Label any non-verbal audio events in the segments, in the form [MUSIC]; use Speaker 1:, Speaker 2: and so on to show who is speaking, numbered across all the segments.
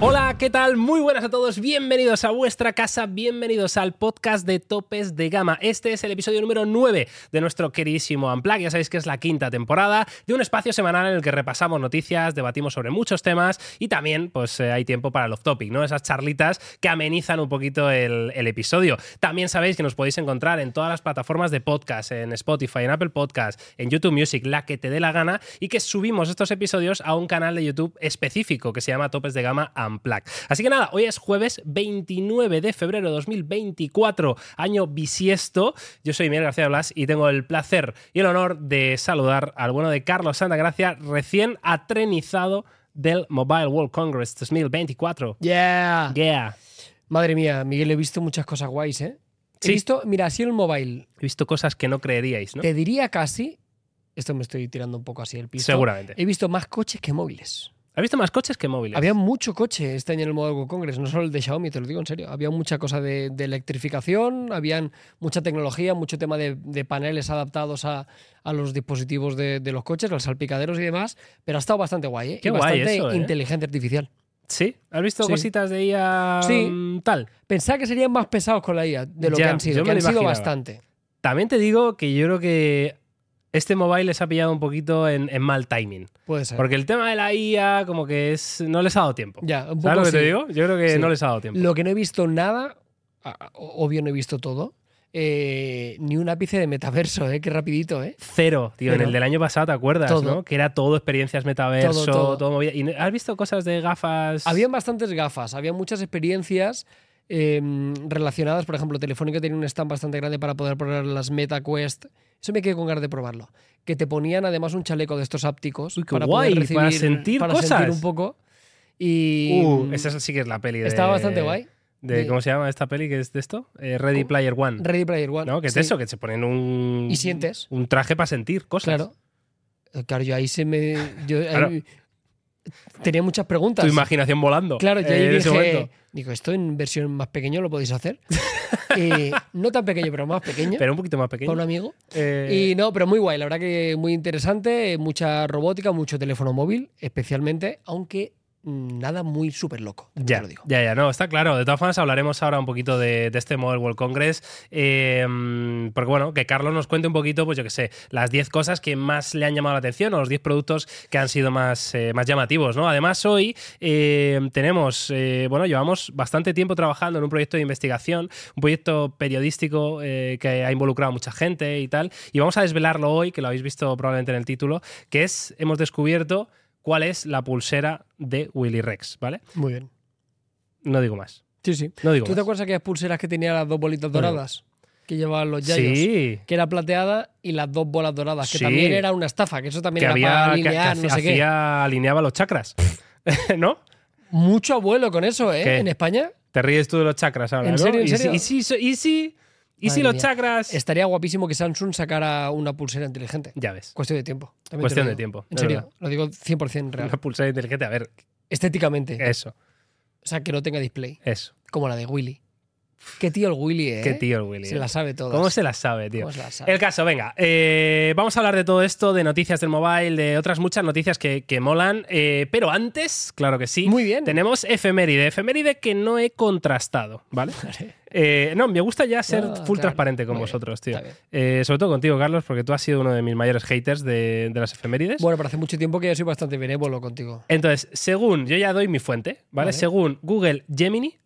Speaker 1: Hola, ¿qué tal? Muy buenas a todos, bienvenidos a vuestra casa, bienvenidos al podcast de Topes de Gama. Este es el episodio número 9 de nuestro queridísimo Unplug, ya sabéis que es la quinta temporada de un espacio semanal en el que repasamos noticias, debatimos sobre muchos temas y también pues eh, hay tiempo para el off-topic, ¿no? Esas charlitas que amenizan un poquito el, el episodio. También sabéis que nos podéis encontrar en todas las plataformas de podcast, en Spotify, en Apple Podcast, en YouTube Music, la que te dé la gana y que subimos estos episodios a un canal de YouTube específico que se llama Topes de Gama Unplugged. Así que nada, hoy es jueves 29 de febrero de 2024, año bisiesto. Yo soy Miguel García Blas y tengo el placer y el honor de saludar al bueno de Carlos Santagracia, recién atrenizado del Mobile World Congress 2024.
Speaker 2: Yeah.
Speaker 1: Yeah.
Speaker 2: Madre mía, Miguel, he visto muchas cosas guays, ¿eh?
Speaker 1: Sí.
Speaker 2: He visto, mira, así en el mobile,
Speaker 1: He visto cosas que no creeríais, ¿no?
Speaker 2: te diría casi, esto me estoy tirando un poco así el piso.
Speaker 1: Seguramente.
Speaker 2: He visto más coches que móviles.
Speaker 1: He visto más coches que móviles.
Speaker 2: Había mucho coche este año en el Mobile World Congress, no solo el de Xiaomi, te lo digo en serio. Había mucha cosa de, de electrificación, habían mucha tecnología, mucho tema de, de paneles adaptados a, a los dispositivos de, de los coches, los salpicaderos y demás, pero ha estado bastante guay, ¿eh?
Speaker 1: Qué
Speaker 2: y
Speaker 1: guay
Speaker 2: bastante
Speaker 1: eso, ¿eh?
Speaker 2: inteligente artificial.
Speaker 1: Sí, ¿has visto
Speaker 2: Sí.
Speaker 1: cositas de IA
Speaker 2: Sí.
Speaker 1: mm, tal?
Speaker 2: Pensaba que serían más pesados con la IA de lo
Speaker 1: Ya,
Speaker 2: que han sido,
Speaker 1: yo
Speaker 2: que
Speaker 1: me
Speaker 2: han
Speaker 1: lo
Speaker 2: sido
Speaker 1: imaginaba.
Speaker 2: bastante.
Speaker 1: También te digo que yo creo que este mobile les ha pillado un poquito en, en mal timing.
Speaker 2: Puede ser.
Speaker 1: Porque el tema de la IA, como que es. no les ha dado tiempo.
Speaker 2: ya,
Speaker 1: ¿Sabes
Speaker 2: un poco
Speaker 1: lo que te
Speaker 2: sí.
Speaker 1: digo? Yo creo que
Speaker 2: Sí.
Speaker 1: no les ha dado tiempo.
Speaker 2: Lo que no he visto nada, a- a- obvio no he visto todo, eh, ni un ápice de metaverso, ¿eh? Qué rapidito, ¿eh?
Speaker 1: Cero, tío. En
Speaker 2: Cero.
Speaker 1: el del año pasado, ¿te acuerdas?
Speaker 2: Todo.
Speaker 1: ¿no? Que era todo experiencias metaverso, todo,
Speaker 2: Todo, todo.
Speaker 1: movida. ¿Y no- ¿Has visto cosas de gafas?
Speaker 2: Habían bastantes gafas, había muchas experiencias eh, relacionadas. Por ejemplo, Telefónica tenía un stand bastante grande para poder probar las MetaQuest. Eso me quedé con ganas de probarlo. Que te ponían además un chaleco de estos ápticos
Speaker 1: Uy, qué
Speaker 2: para
Speaker 1: guay,
Speaker 2: poder recibir,
Speaker 1: para sentir
Speaker 2: para
Speaker 1: cosas.
Speaker 2: sentir un poco. Y
Speaker 1: Uh,
Speaker 2: mm,
Speaker 1: esa sí que es la peli de.
Speaker 2: estaba bastante guay.
Speaker 1: de- ¿Cómo se llama esta peli que es de esto? Eh, Ready
Speaker 2: ¿Cómo?
Speaker 1: Player One.
Speaker 2: Ready Player One.
Speaker 1: ¿No? Que es
Speaker 2: sí.
Speaker 1: de eso, que se ponen un.
Speaker 2: Y sientes.
Speaker 1: Un traje para sentir cosas.
Speaker 2: Claro. Eh, Claro, yo ahí se me. Yo, ahí-
Speaker 1: Claro.
Speaker 2: tenía muchas preguntas.
Speaker 1: Tu imaginación volando.
Speaker 2: Claro, yo
Speaker 1: eh,
Speaker 2: ahí
Speaker 1: en ese
Speaker 2: dije.
Speaker 1: momento.
Speaker 2: Digo, esto en versión más pequeño lo podéis
Speaker 1: [LAUGHS]
Speaker 2: hacer. Eh, no tan pequeño, pero más pequeño.
Speaker 1: Pero un poquito más pequeño.
Speaker 2: Para un amigo.
Speaker 1: Eh,
Speaker 2: Y no, pero muy guay, la verdad que muy interesante. eh, Mucha robótica, mucho teléfono móvil, especialmente, aunque mm, nada muy súper loco. también
Speaker 1: Ya,
Speaker 2: te lo digo.
Speaker 1: ya, ya, no, está claro. De todas formas, hablaremos ahora un poquito de, de este Mobile World Congress. eh, mm, porque, bueno, que Carlos nos cuente un poquito, pues yo que sé, las 10 cosas que más le han llamado la atención o los 10 productos que han sido más, eh, más llamativos, ¿no? Además, hoy eh, tenemos, eh, bueno, llevamos bastante tiempo trabajando en un proyecto de investigación, un proyecto periodístico eh, que ha involucrado a mucha gente y tal. Y vamos a desvelarlo hoy, que lo habéis visto probablemente en el título, que es, hemos descubierto cuál es la pulsera de Willy Rex, ¿vale?
Speaker 2: Muy bien.
Speaker 1: No digo más.
Speaker 2: Sí, sí.
Speaker 1: No digo
Speaker 2: ¿Tú te
Speaker 1: más.
Speaker 2: acuerdas aquellas pulseras que tenía las dos bolitas
Speaker 1: No digo
Speaker 2: doradas? Que llevaban los yayos.
Speaker 1: Sí.
Speaker 2: que era plateada y las dos bolas doradas, que
Speaker 1: Sí.
Speaker 2: también era una estafa, que eso también
Speaker 1: Que
Speaker 2: era
Speaker 1: había
Speaker 2: para
Speaker 1: que- que
Speaker 2: alinear, no sé
Speaker 1: hacía- alineaba los chakras. [LAUGHS] ¿No?
Speaker 2: qué. Mucho abuelo con eso, ¿eh?
Speaker 1: ¿Qué?
Speaker 2: En España
Speaker 1: Te ríes tú de los chakras ahora,
Speaker 2: ¿En
Speaker 1: ¿no?
Speaker 2: serio, en
Speaker 1: y, si-
Speaker 2: serio?
Speaker 1: y si, so- y si- y si
Speaker 2: Madre
Speaker 1: los
Speaker 2: mía.
Speaker 1: chakras.
Speaker 2: estaría guapísimo que Samsung sacara una pulsera inteligente.
Speaker 1: Ya ves.
Speaker 2: Cuestión de tiempo. también te lo
Speaker 1: Cuestión de
Speaker 2: digo.
Speaker 1: tiempo,
Speaker 2: En
Speaker 1: es
Speaker 2: serio,
Speaker 1: verdad.
Speaker 2: lo digo
Speaker 1: [LAUGHS]
Speaker 2: 100% real. ¿Eh?
Speaker 1: Una pulsera inteligente. A ver,
Speaker 2: Estéticamente.
Speaker 1: eso,
Speaker 2: O sea, que no tenga display,
Speaker 1: eso.
Speaker 2: como la de Willy. Qué tío el Willy, ¿eh?
Speaker 1: Qué tío el Willy.
Speaker 2: Se la sabe todas.
Speaker 1: ¿Cómo se la sabe, tío?
Speaker 2: ¿Cómo se la sabe? [LAUGHS]
Speaker 1: El caso, venga. eh, vamos a hablar de todo esto, de noticias del mobile, de otras muchas noticias que, que molan. eh, pero antes, claro que sí,
Speaker 2: Muy bien.
Speaker 1: tenemos efeméride. Efeméride que no he contrastado, ¿vale? Eh, no, me gusta ya ser
Speaker 2: Ah,
Speaker 1: full
Speaker 2: claro.
Speaker 1: transparente con
Speaker 2: Muy bien,
Speaker 1: vosotros, tío.
Speaker 2: está bien.
Speaker 1: Eh, sobre todo contigo, Carlos, porque tú has sido uno de mis mayores haters de, de las efemérides.
Speaker 2: Bueno, pero hace mucho tiempo que yo soy bastante benévolo contigo.
Speaker 1: Entonces, según, yo ya doy mi fuente, ¿vale?
Speaker 2: Vale.
Speaker 1: Según Google Gemini,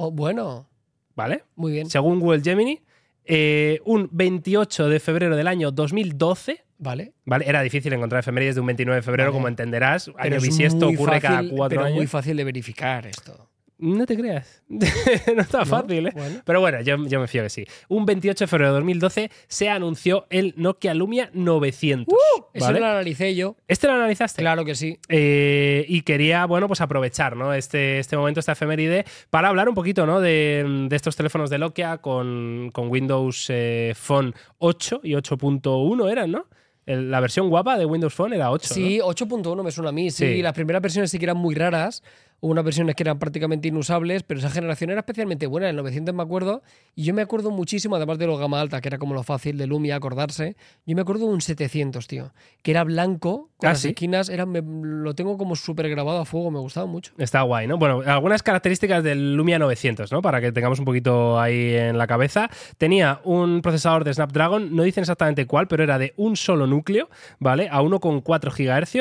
Speaker 2: Oh, bueno,
Speaker 1: ¿vale?
Speaker 2: muy bien.
Speaker 1: Según Google Gemini, eh, un 28 de febrero del año 2012,
Speaker 2: Vale.
Speaker 1: ¿vale? Era difícil encontrar efemérides de un 29 de febrero,
Speaker 2: Vale.
Speaker 1: como entenderás.
Speaker 2: Pero
Speaker 1: Año
Speaker 2: es
Speaker 1: bisiesto
Speaker 2: muy
Speaker 1: ocurre cada
Speaker 2: fácil-
Speaker 1: cuatro
Speaker 2: pero es muy
Speaker 1: años.
Speaker 2: fácil de verificar esto.
Speaker 1: No te creas. [LAUGHS] no está
Speaker 2: ¿no?
Speaker 1: fácil, ¿eh?
Speaker 2: Bueno.
Speaker 1: Pero bueno, yo, yo me fío que sí. Un 28 de febrero de 2012 se anunció el Nokia Lumia 900.
Speaker 2: Eso
Speaker 1: Pues, ¿vale?
Speaker 2: lo analicé yo.
Speaker 1: Este lo analizaste.
Speaker 2: Uh. Claro que sí.
Speaker 1: Eh, y quería, bueno, pues aprovechar ¿no? este, este momento, esta efeméride, para hablar un poquito ¿no? de, de estos teléfonos de Nokia con, con Windows eh, Phone 8 y 8.1 eran, ¿no? El- la versión guapa de Windows Phone era 8.
Speaker 2: Sí, 8.1 me suena a mí. Sí,
Speaker 1: Sí.
Speaker 2: las primeras versiones sí que eran muy raras. Hubo unas versiones que eran prácticamente inusables, pero esa generación era especialmente buena. El 900 me acuerdo, y yo me acuerdo muchísimo, además de los gama alta, que era como lo fácil de Lumia acordarse, yo me acuerdo de un 700, tío, que era blanco, con
Speaker 1: Ah,
Speaker 2: las
Speaker 1: ¿sí?
Speaker 2: esquinas, era, me- lo tengo como súper grabado a fuego, me gustaba mucho.
Speaker 1: Está guay, ¿no? Bueno, algunas características del Lumia 900, ¿no? Para que tengamos un poquito ahí en la cabeza. Tenía un procesador de Snapdragon, no dicen exactamente cuál, pero era de un solo núcleo, ¿vale? A 1,4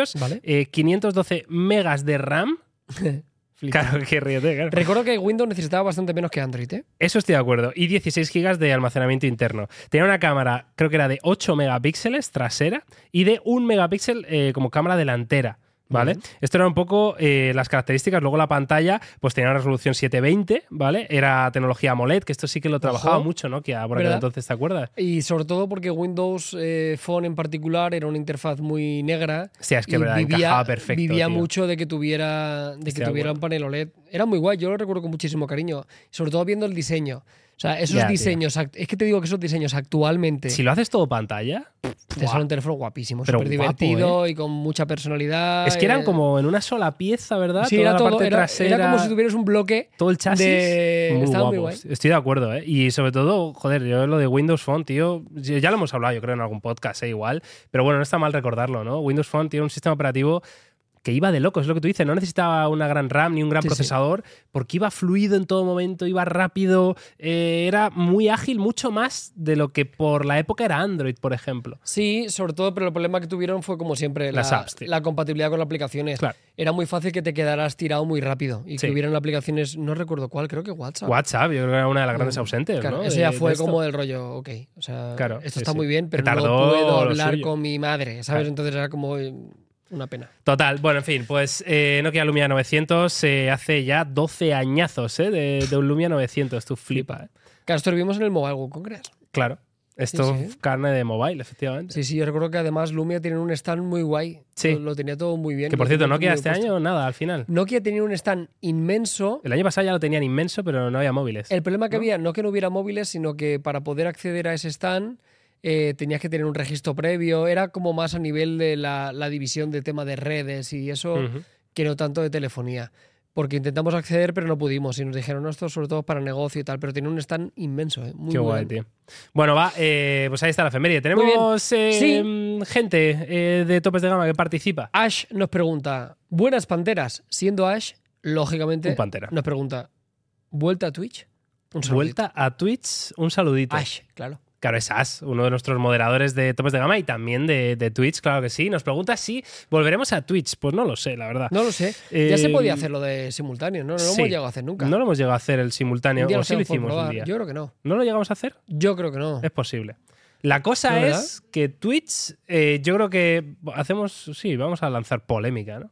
Speaker 1: GHz,
Speaker 2: Vale.
Speaker 1: 512 Eh, megas de RAM. [LAUGHS]
Speaker 2: Flipa.
Speaker 1: Claro, que ríete, claro.
Speaker 2: Recuerdo que Windows necesitaba bastante menos que Android, ¿eh?
Speaker 1: Eso estoy de acuerdo. Y 16 GB de almacenamiento interno. Tenía una cámara, creo que era de 8 megapíxeles trasera y de 1 megapíxel eh, como cámara delantera. ¿Vale?
Speaker 2: Muy
Speaker 1: Esto era un poco eh, las características. Luego la pantalla, pues tenía una resolución 720, ¿vale? Era tecnología AMOLED, que esto sí que lo trabajaba mucho, ¿no? Que por aquel
Speaker 2: ¿Verdad?
Speaker 1: entonces, ¿te acuerdas?
Speaker 2: Y sobre todo porque Windows eh, Phone en particular era una interfaz muy negra.
Speaker 1: Sí, es que
Speaker 2: y
Speaker 1: verdad, encajaba perfecto.
Speaker 2: Vivía
Speaker 1: tío.
Speaker 2: mucho de que tuviera, de
Speaker 1: Estoy
Speaker 2: que
Speaker 1: de
Speaker 2: tuviera un panel OLED. Era muy guay, yo lo recuerdo con muchísimo cariño. Sobre todo viendo el diseño. O sea, esos
Speaker 1: Ya, tío.
Speaker 2: diseños, act- es que te digo que esos diseños actualmente
Speaker 1: Si lo haces todo pantalla,
Speaker 2: te salen un teléfono guapísimo,
Speaker 1: Pero
Speaker 2: súper
Speaker 1: guapo, ¿eh?
Speaker 2: divertido y con mucha personalidad.
Speaker 1: es que eran
Speaker 2: eh.
Speaker 1: como en una sola pieza, ¿verdad?
Speaker 2: Sí,
Speaker 1: Toda
Speaker 2: era
Speaker 1: la
Speaker 2: todo.
Speaker 1: parte
Speaker 2: Era,
Speaker 1: trasera.
Speaker 2: era como si tuvieras un bloque
Speaker 1: Todo el chasis.
Speaker 2: de.
Speaker 1: Muy
Speaker 2: Estaba muy guay.
Speaker 1: guapos. Estoy de acuerdo, ¿eh? Y sobre todo, joder, yo lo de Windows Phone, tío, ya ya lo hemos hablado, yo creo, en algún podcast, ¿eh? igual. Pero bueno, no está mal recordarlo, ¿no? Windows Phone tiene un sistema operativo que iba de loco, es lo que tú dices, no necesitaba una gran RAM ni un gran
Speaker 2: Sí, sí.
Speaker 1: procesador, porque iba fluido en todo momento, iba rápido, eh, era muy ágil, mucho más de lo que por la época era Android, por ejemplo.
Speaker 2: Sí, sobre todo, pero el problema que tuvieron fue, como siempre,
Speaker 1: Las
Speaker 2: la,
Speaker 1: apps, tío.
Speaker 2: la compatibilidad con las aplicaciones.
Speaker 1: Claro.
Speaker 2: Era muy fácil que te quedaras tirado muy rápido y
Speaker 1: Sí.
Speaker 2: que hubieran aplicaciones, no recuerdo cuál, creo que WhatsApp.
Speaker 1: WhatsApp, yo creo que era una de las
Speaker 2: Mm,
Speaker 1: grandes ausentes,
Speaker 2: Claro,
Speaker 1: ¿no?
Speaker 2: eso
Speaker 1: De-
Speaker 2: ya
Speaker 1: de
Speaker 2: fue
Speaker 1: esto.
Speaker 2: como el rollo, ok, o sea,
Speaker 1: Claro,
Speaker 2: esto
Speaker 1: sí,
Speaker 2: está
Speaker 1: sí.
Speaker 2: muy bien, pero
Speaker 1: Que tardó
Speaker 2: no puedo
Speaker 1: lo
Speaker 2: hablar
Speaker 1: suyo.
Speaker 2: con mi madre, ¿sabes?
Speaker 1: Claro.
Speaker 2: Entonces era como eh, una pena.
Speaker 1: Total, bueno, en fin, pues eh, Nokia Lumia 900 se hace ya 12 añazos ¿eh? de, de un Lumia 900, tú flipa, ¿eh?
Speaker 2: Claro, esto lo vimos en el Mobile World Congress.
Speaker 1: Claro, esto
Speaker 2: Sí,
Speaker 1: es carne de mobile, efectivamente.
Speaker 2: Sí, sí, yo recuerdo que además Lumia tiene un stand muy guay.
Speaker 1: Sí.
Speaker 2: Lo, lo tenía todo muy bien.
Speaker 1: que por
Speaker 2: lo
Speaker 1: cierto,
Speaker 2: tenía todo
Speaker 1: Nokia
Speaker 2: muy
Speaker 1: este
Speaker 2: puesto.
Speaker 1: año nada, al final.
Speaker 2: Nokia tenía un stand inmenso.
Speaker 1: El año pasado ya lo tenían inmenso, pero no había móviles.
Speaker 2: El problema que
Speaker 1: ¿no?
Speaker 2: había no que no hubiera móviles, sino que para poder acceder a ese stand eh, tenías que tener un registro previo. Era como más a nivel de la, la división de tema de redes y eso,
Speaker 1: Ujú.
Speaker 2: que no tanto de telefonía. Porque intentamos acceder, pero no pudimos. Y nos dijeron, no, esto sobre todo para negocio y tal. Pero tiene un stand inmenso, ¿eh? Muy
Speaker 1: Qué guay,
Speaker 2: bueno.
Speaker 1: tío. Bueno, va, eh, pues ahí está la efeméride. Tenemos eh,
Speaker 2: Sí.
Speaker 1: gente eh, de topes de gama que participa.
Speaker 2: Ash nos pregunta, buenas panteras. Siendo Ash, lógicamente,
Speaker 1: Un pantera.
Speaker 2: nos pregunta, ¿vuelta a Twitch? Un saludito.
Speaker 1: Vuelta a Twitch, un saludito.
Speaker 2: Ash, claro.
Speaker 1: Claro, es As, uno de nuestros moderadores de topes de gama y también de, de Twitch, claro que sí. Nos pregunta si volveremos a Twitch. Pues no lo sé, la verdad.
Speaker 2: No lo sé.
Speaker 1: Eh,
Speaker 2: ya se podía hacer lo de simultáneo, ¿no? No lo
Speaker 1: sí.
Speaker 2: hemos llegado a hacer nunca.
Speaker 1: No lo hemos llegado a hacer el
Speaker 2: Un
Speaker 1: simultáneo,
Speaker 2: día
Speaker 1: o
Speaker 2: lo
Speaker 1: sí lo
Speaker 2: hacemos por
Speaker 1: hicimos un
Speaker 2: probar.
Speaker 1: día.
Speaker 2: Yo creo que no.
Speaker 1: ¿No lo llegamos a hacer?
Speaker 2: Yo creo que no.
Speaker 1: Es posible. La cosa
Speaker 2: ¿No, verdad?
Speaker 1: es que Twitch, eh, yo creo que hacemos, sí, vamos a lanzar polémica, ¿no?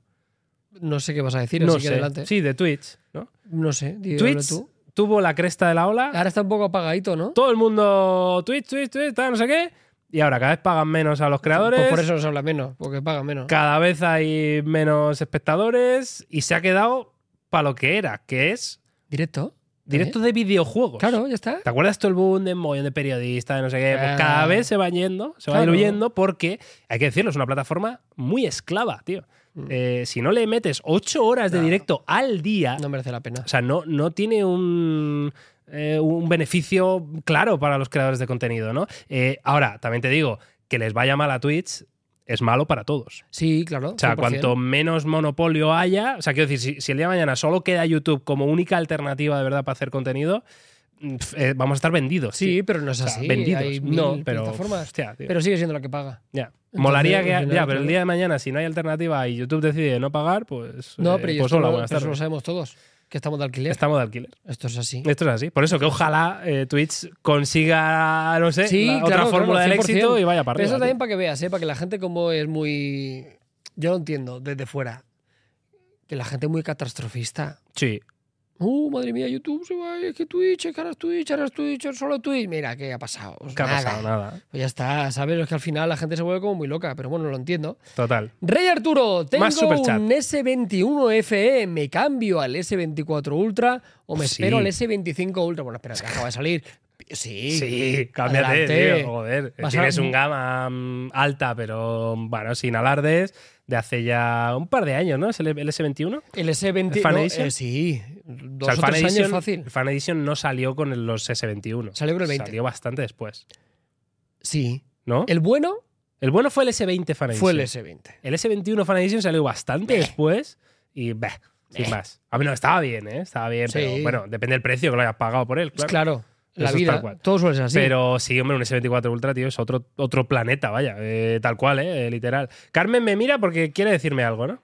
Speaker 2: No sé qué vas a decir,
Speaker 1: no
Speaker 2: así que adelante.
Speaker 1: Sí, de Twitch, ¿no?
Speaker 2: No sé, di- habla
Speaker 1: Twitch
Speaker 2: tú.
Speaker 1: tuvo la cresta de la ola,
Speaker 2: Ahora está un poco apagadito, ¿no?
Speaker 1: todo el mundo Twitch, Twitch, Twitch, tal, no sé qué, y ahora cada vez pagan menos a los creadores.
Speaker 2: Pues por eso nos habla menos, porque paga menos.
Speaker 1: Cada vez hay menos espectadores y se ha quedado para lo que era, que es
Speaker 2: ¿Directo?
Speaker 1: directo de videojuegos.
Speaker 2: Eh. Claro, ya está.
Speaker 1: ¿Te acuerdas todo el boom de un montón de periodistas, de no sé qué? Pues
Speaker 2: Ah.
Speaker 1: cada vez se va yendo, se va
Speaker 2: Claro.
Speaker 1: diluyendo, porque, hay que decirlo, es una plataforma muy esclava, tío.
Speaker 2: Mm.
Speaker 1: Eh, si no le metes ocho horas de
Speaker 2: No.
Speaker 1: directo al día,
Speaker 2: No merece la pena.
Speaker 1: o sea, no, no tiene un, eh, un beneficio claro para los creadores de contenido, ¿no? Eh, ahora, también te digo, que les vaya mal a Twitch es malo para todos.
Speaker 2: Sí, claro.
Speaker 1: O sea,
Speaker 2: 100%.
Speaker 1: cuanto menos monopolio haya, o sea, quiero decir, si, si el día de mañana solo queda YouTube como única alternativa de verdad para hacer contenido, mm, pf, eh, vamos a estar vendidos.
Speaker 2: Sí,
Speaker 1: tío.
Speaker 2: pero no es
Speaker 1: o sea,
Speaker 2: así.
Speaker 1: vendidos.
Speaker 2: Hay mil
Speaker 1: no, pero.
Speaker 2: plataformas.
Speaker 1: hostia, tío,
Speaker 2: Pero sigue siendo la que paga.
Speaker 1: ya. Molaría que.
Speaker 2: al final,
Speaker 1: ya, pero el
Speaker 2: claro.
Speaker 1: día de mañana, si no hay alternativa y YouTube decide no pagar, pues.
Speaker 2: No,
Speaker 1: eh,
Speaker 2: pero yo
Speaker 1: pues
Speaker 2: esto
Speaker 1: hola,
Speaker 2: lo-
Speaker 1: buenas
Speaker 2: pero eso lo
Speaker 1: tardes.
Speaker 2: sabemos todos, que estamos de alquiler.
Speaker 1: Estamos de alquiler.
Speaker 2: Esto es así.
Speaker 1: Esto es así. Por eso que ojalá eh, Twitch consiga, no sé,
Speaker 2: Sí,
Speaker 1: la- otra
Speaker 2: claro,
Speaker 1: fórmula
Speaker 2: claro,
Speaker 1: del
Speaker 2: 100%.
Speaker 1: éxito y vaya para
Speaker 2: Pero
Speaker 1: arriba.
Speaker 2: eso
Speaker 1: tío.
Speaker 2: también para que veas, ¿eh? para que la gente como es muy... Yo lo entiendo desde fuera. Que la gente es muy catastrofista.
Speaker 1: Sí.
Speaker 2: Uh, madre mía, YouTube se va, es que Twitch, es que ahora es Twitch, ahora es Twitch, es solo Twitch. Mira, ¿qué ha pasado? Pues
Speaker 1: ¿Qué ha
Speaker 2: nada.
Speaker 1: pasado? Nada.
Speaker 2: Pues ya está, ¿sabes? Es que al final la gente se vuelve como muy loca, pero bueno, lo entiendo.
Speaker 1: Total.
Speaker 2: Rey Arturo, tengo un
Speaker 1: Más superchat.
Speaker 2: S21 FE, me E, cambio al S24 Ultra o me
Speaker 1: Sí. Oh,
Speaker 2: espero al S25 Ultra. Bueno, espera, que acaba de salir. Sí,
Speaker 1: Sí, cámbiate,
Speaker 2: adelante.
Speaker 1: tío, joder.
Speaker 2: Vas a-
Speaker 1: Tienes un gama mm, alta, pero bueno, sin alardes, de hace ya un par de años, ¿no? ¿Es el, el S21?
Speaker 2: El S20.
Speaker 1: ¿El Fan
Speaker 2: no,
Speaker 1: Edition?
Speaker 2: eh, sí, dos
Speaker 1: O sea,
Speaker 2: o tres años
Speaker 1: Edition,
Speaker 2: fácil.
Speaker 1: el Fan Edition no salió con el- los S21.
Speaker 2: Salió con el 20.
Speaker 1: Salió bastante después,
Speaker 2: Sí.
Speaker 1: ¿no? El,
Speaker 2: El bueno
Speaker 1: bueno fue el S20 Fan Edition.
Speaker 2: fue el S20.
Speaker 1: El S21 Fan Edition salió bastante
Speaker 2: Beh.
Speaker 1: después y bah, sin
Speaker 2: Beh.
Speaker 1: más. A mí no, estaba bien, ¿eh? Estaba bien, pero
Speaker 2: Sí.
Speaker 1: bueno, depende del precio que lo hayas pagado por él,
Speaker 2: Claro,
Speaker 1: claro.
Speaker 2: la
Speaker 1: Eso es tal
Speaker 2: vida.
Speaker 1: cual.
Speaker 2: Todo suele ser así.
Speaker 1: Pero sí, hombre, un S24 Ultra, tío, es otro, otro planeta, vaya. eh, tal cual, eh, literal. Carmen me mira porque quiere decirme algo, ¿no?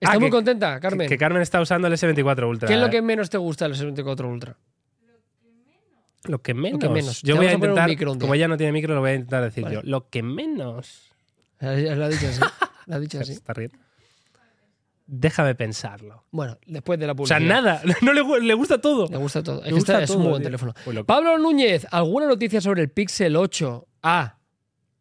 Speaker 2: Está
Speaker 1: Ah,
Speaker 2: muy
Speaker 1: que-
Speaker 2: contenta, Carmen.
Speaker 1: Que Carmen está usando el S24 Ultra.
Speaker 2: ¿Qué es lo
Speaker 1: eh.
Speaker 2: que menos te gusta del S24 Ultra?
Speaker 1: Lo que menos.
Speaker 2: menos.
Speaker 1: Yo
Speaker 2: Te
Speaker 1: voy a
Speaker 2: vamos a poner un
Speaker 1: intentar,
Speaker 2: micro un día.
Speaker 1: como ella no tiene micro, lo voy a intentar decir
Speaker 2: Vale.
Speaker 1: yo. Lo que menos.
Speaker 2: La Eh, ha dicho
Speaker 1: [LAUGHS]
Speaker 2: así. La ha dicho así.
Speaker 1: Está riendo. Déjame pensarlo.
Speaker 2: Bueno, después de la
Speaker 1: O sea,
Speaker 2: publicidad.
Speaker 1: nada. [LAUGHS] No le, gu- le gusta todo.
Speaker 2: Me gusta todo. Es
Speaker 1: Le
Speaker 2: que
Speaker 1: gusta
Speaker 2: está- es un
Speaker 1: todo,
Speaker 2: muy buen
Speaker 1: tío.
Speaker 2: teléfono.
Speaker 1: Pues lo-
Speaker 2: Pablo Núñez, ¿alguna noticia sobre el Pixel 8? Ah,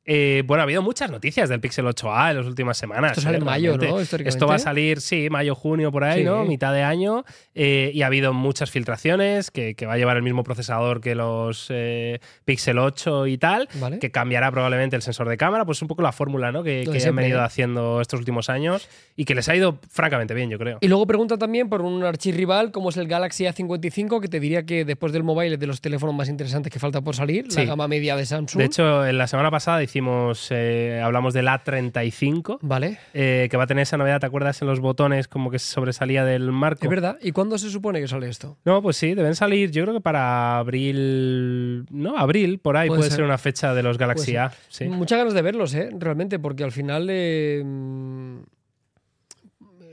Speaker 1: Eh, bueno, ha habido muchas noticias del Pixel 8A en las últimas semanas.
Speaker 2: esto sale
Speaker 1: eh,
Speaker 2: en mayo,
Speaker 1: realmente.
Speaker 2: ¿no? Históricamente.
Speaker 1: Esto va a salir, sí, mayo, junio, por ahí,
Speaker 2: Sí.
Speaker 1: ¿no? Mitad de año. Eh, y ha habido muchas filtraciones que, que va a llevar el mismo procesador que los eh, Pixel 8 y tal.
Speaker 2: ¿Vale?
Speaker 1: Que cambiará probablemente el sensor de cámara, pues un poco la fórmula ¿no? que,
Speaker 2: ¿Eh? Lo de
Speaker 1: que han
Speaker 2: siempre,
Speaker 1: venido
Speaker 2: ¿eh?
Speaker 1: haciendo estos últimos años y que les ha ido francamente bien, yo creo.
Speaker 2: Y luego pregunta también por un archirrival como es el Galaxy A55, que te diría que después del mobile es de los teléfonos más interesantes que falta por salir,
Speaker 1: Sí.
Speaker 2: la gama media de Samsung.
Speaker 1: De hecho, en la semana pasada hicimos, eh, hablamos del A35,
Speaker 2: ¿Vale?
Speaker 1: eh, que va a tener esa novedad, ¿te acuerdas? En los botones como que se sobresalía del marco.
Speaker 2: Es verdad. ¿Y cuándo se supone que sale esto?
Speaker 1: No, pues sí, deben salir, yo creo que para abril. No, abril, por ahí
Speaker 2: Puede
Speaker 1: puede,
Speaker 2: ser.
Speaker 1: ser. una fecha de los Galaxy
Speaker 2: ser. Mm.
Speaker 1: A. Sí.
Speaker 2: Muchas ganas de verlos, ¿eh? Realmente, porque al final eh, mm,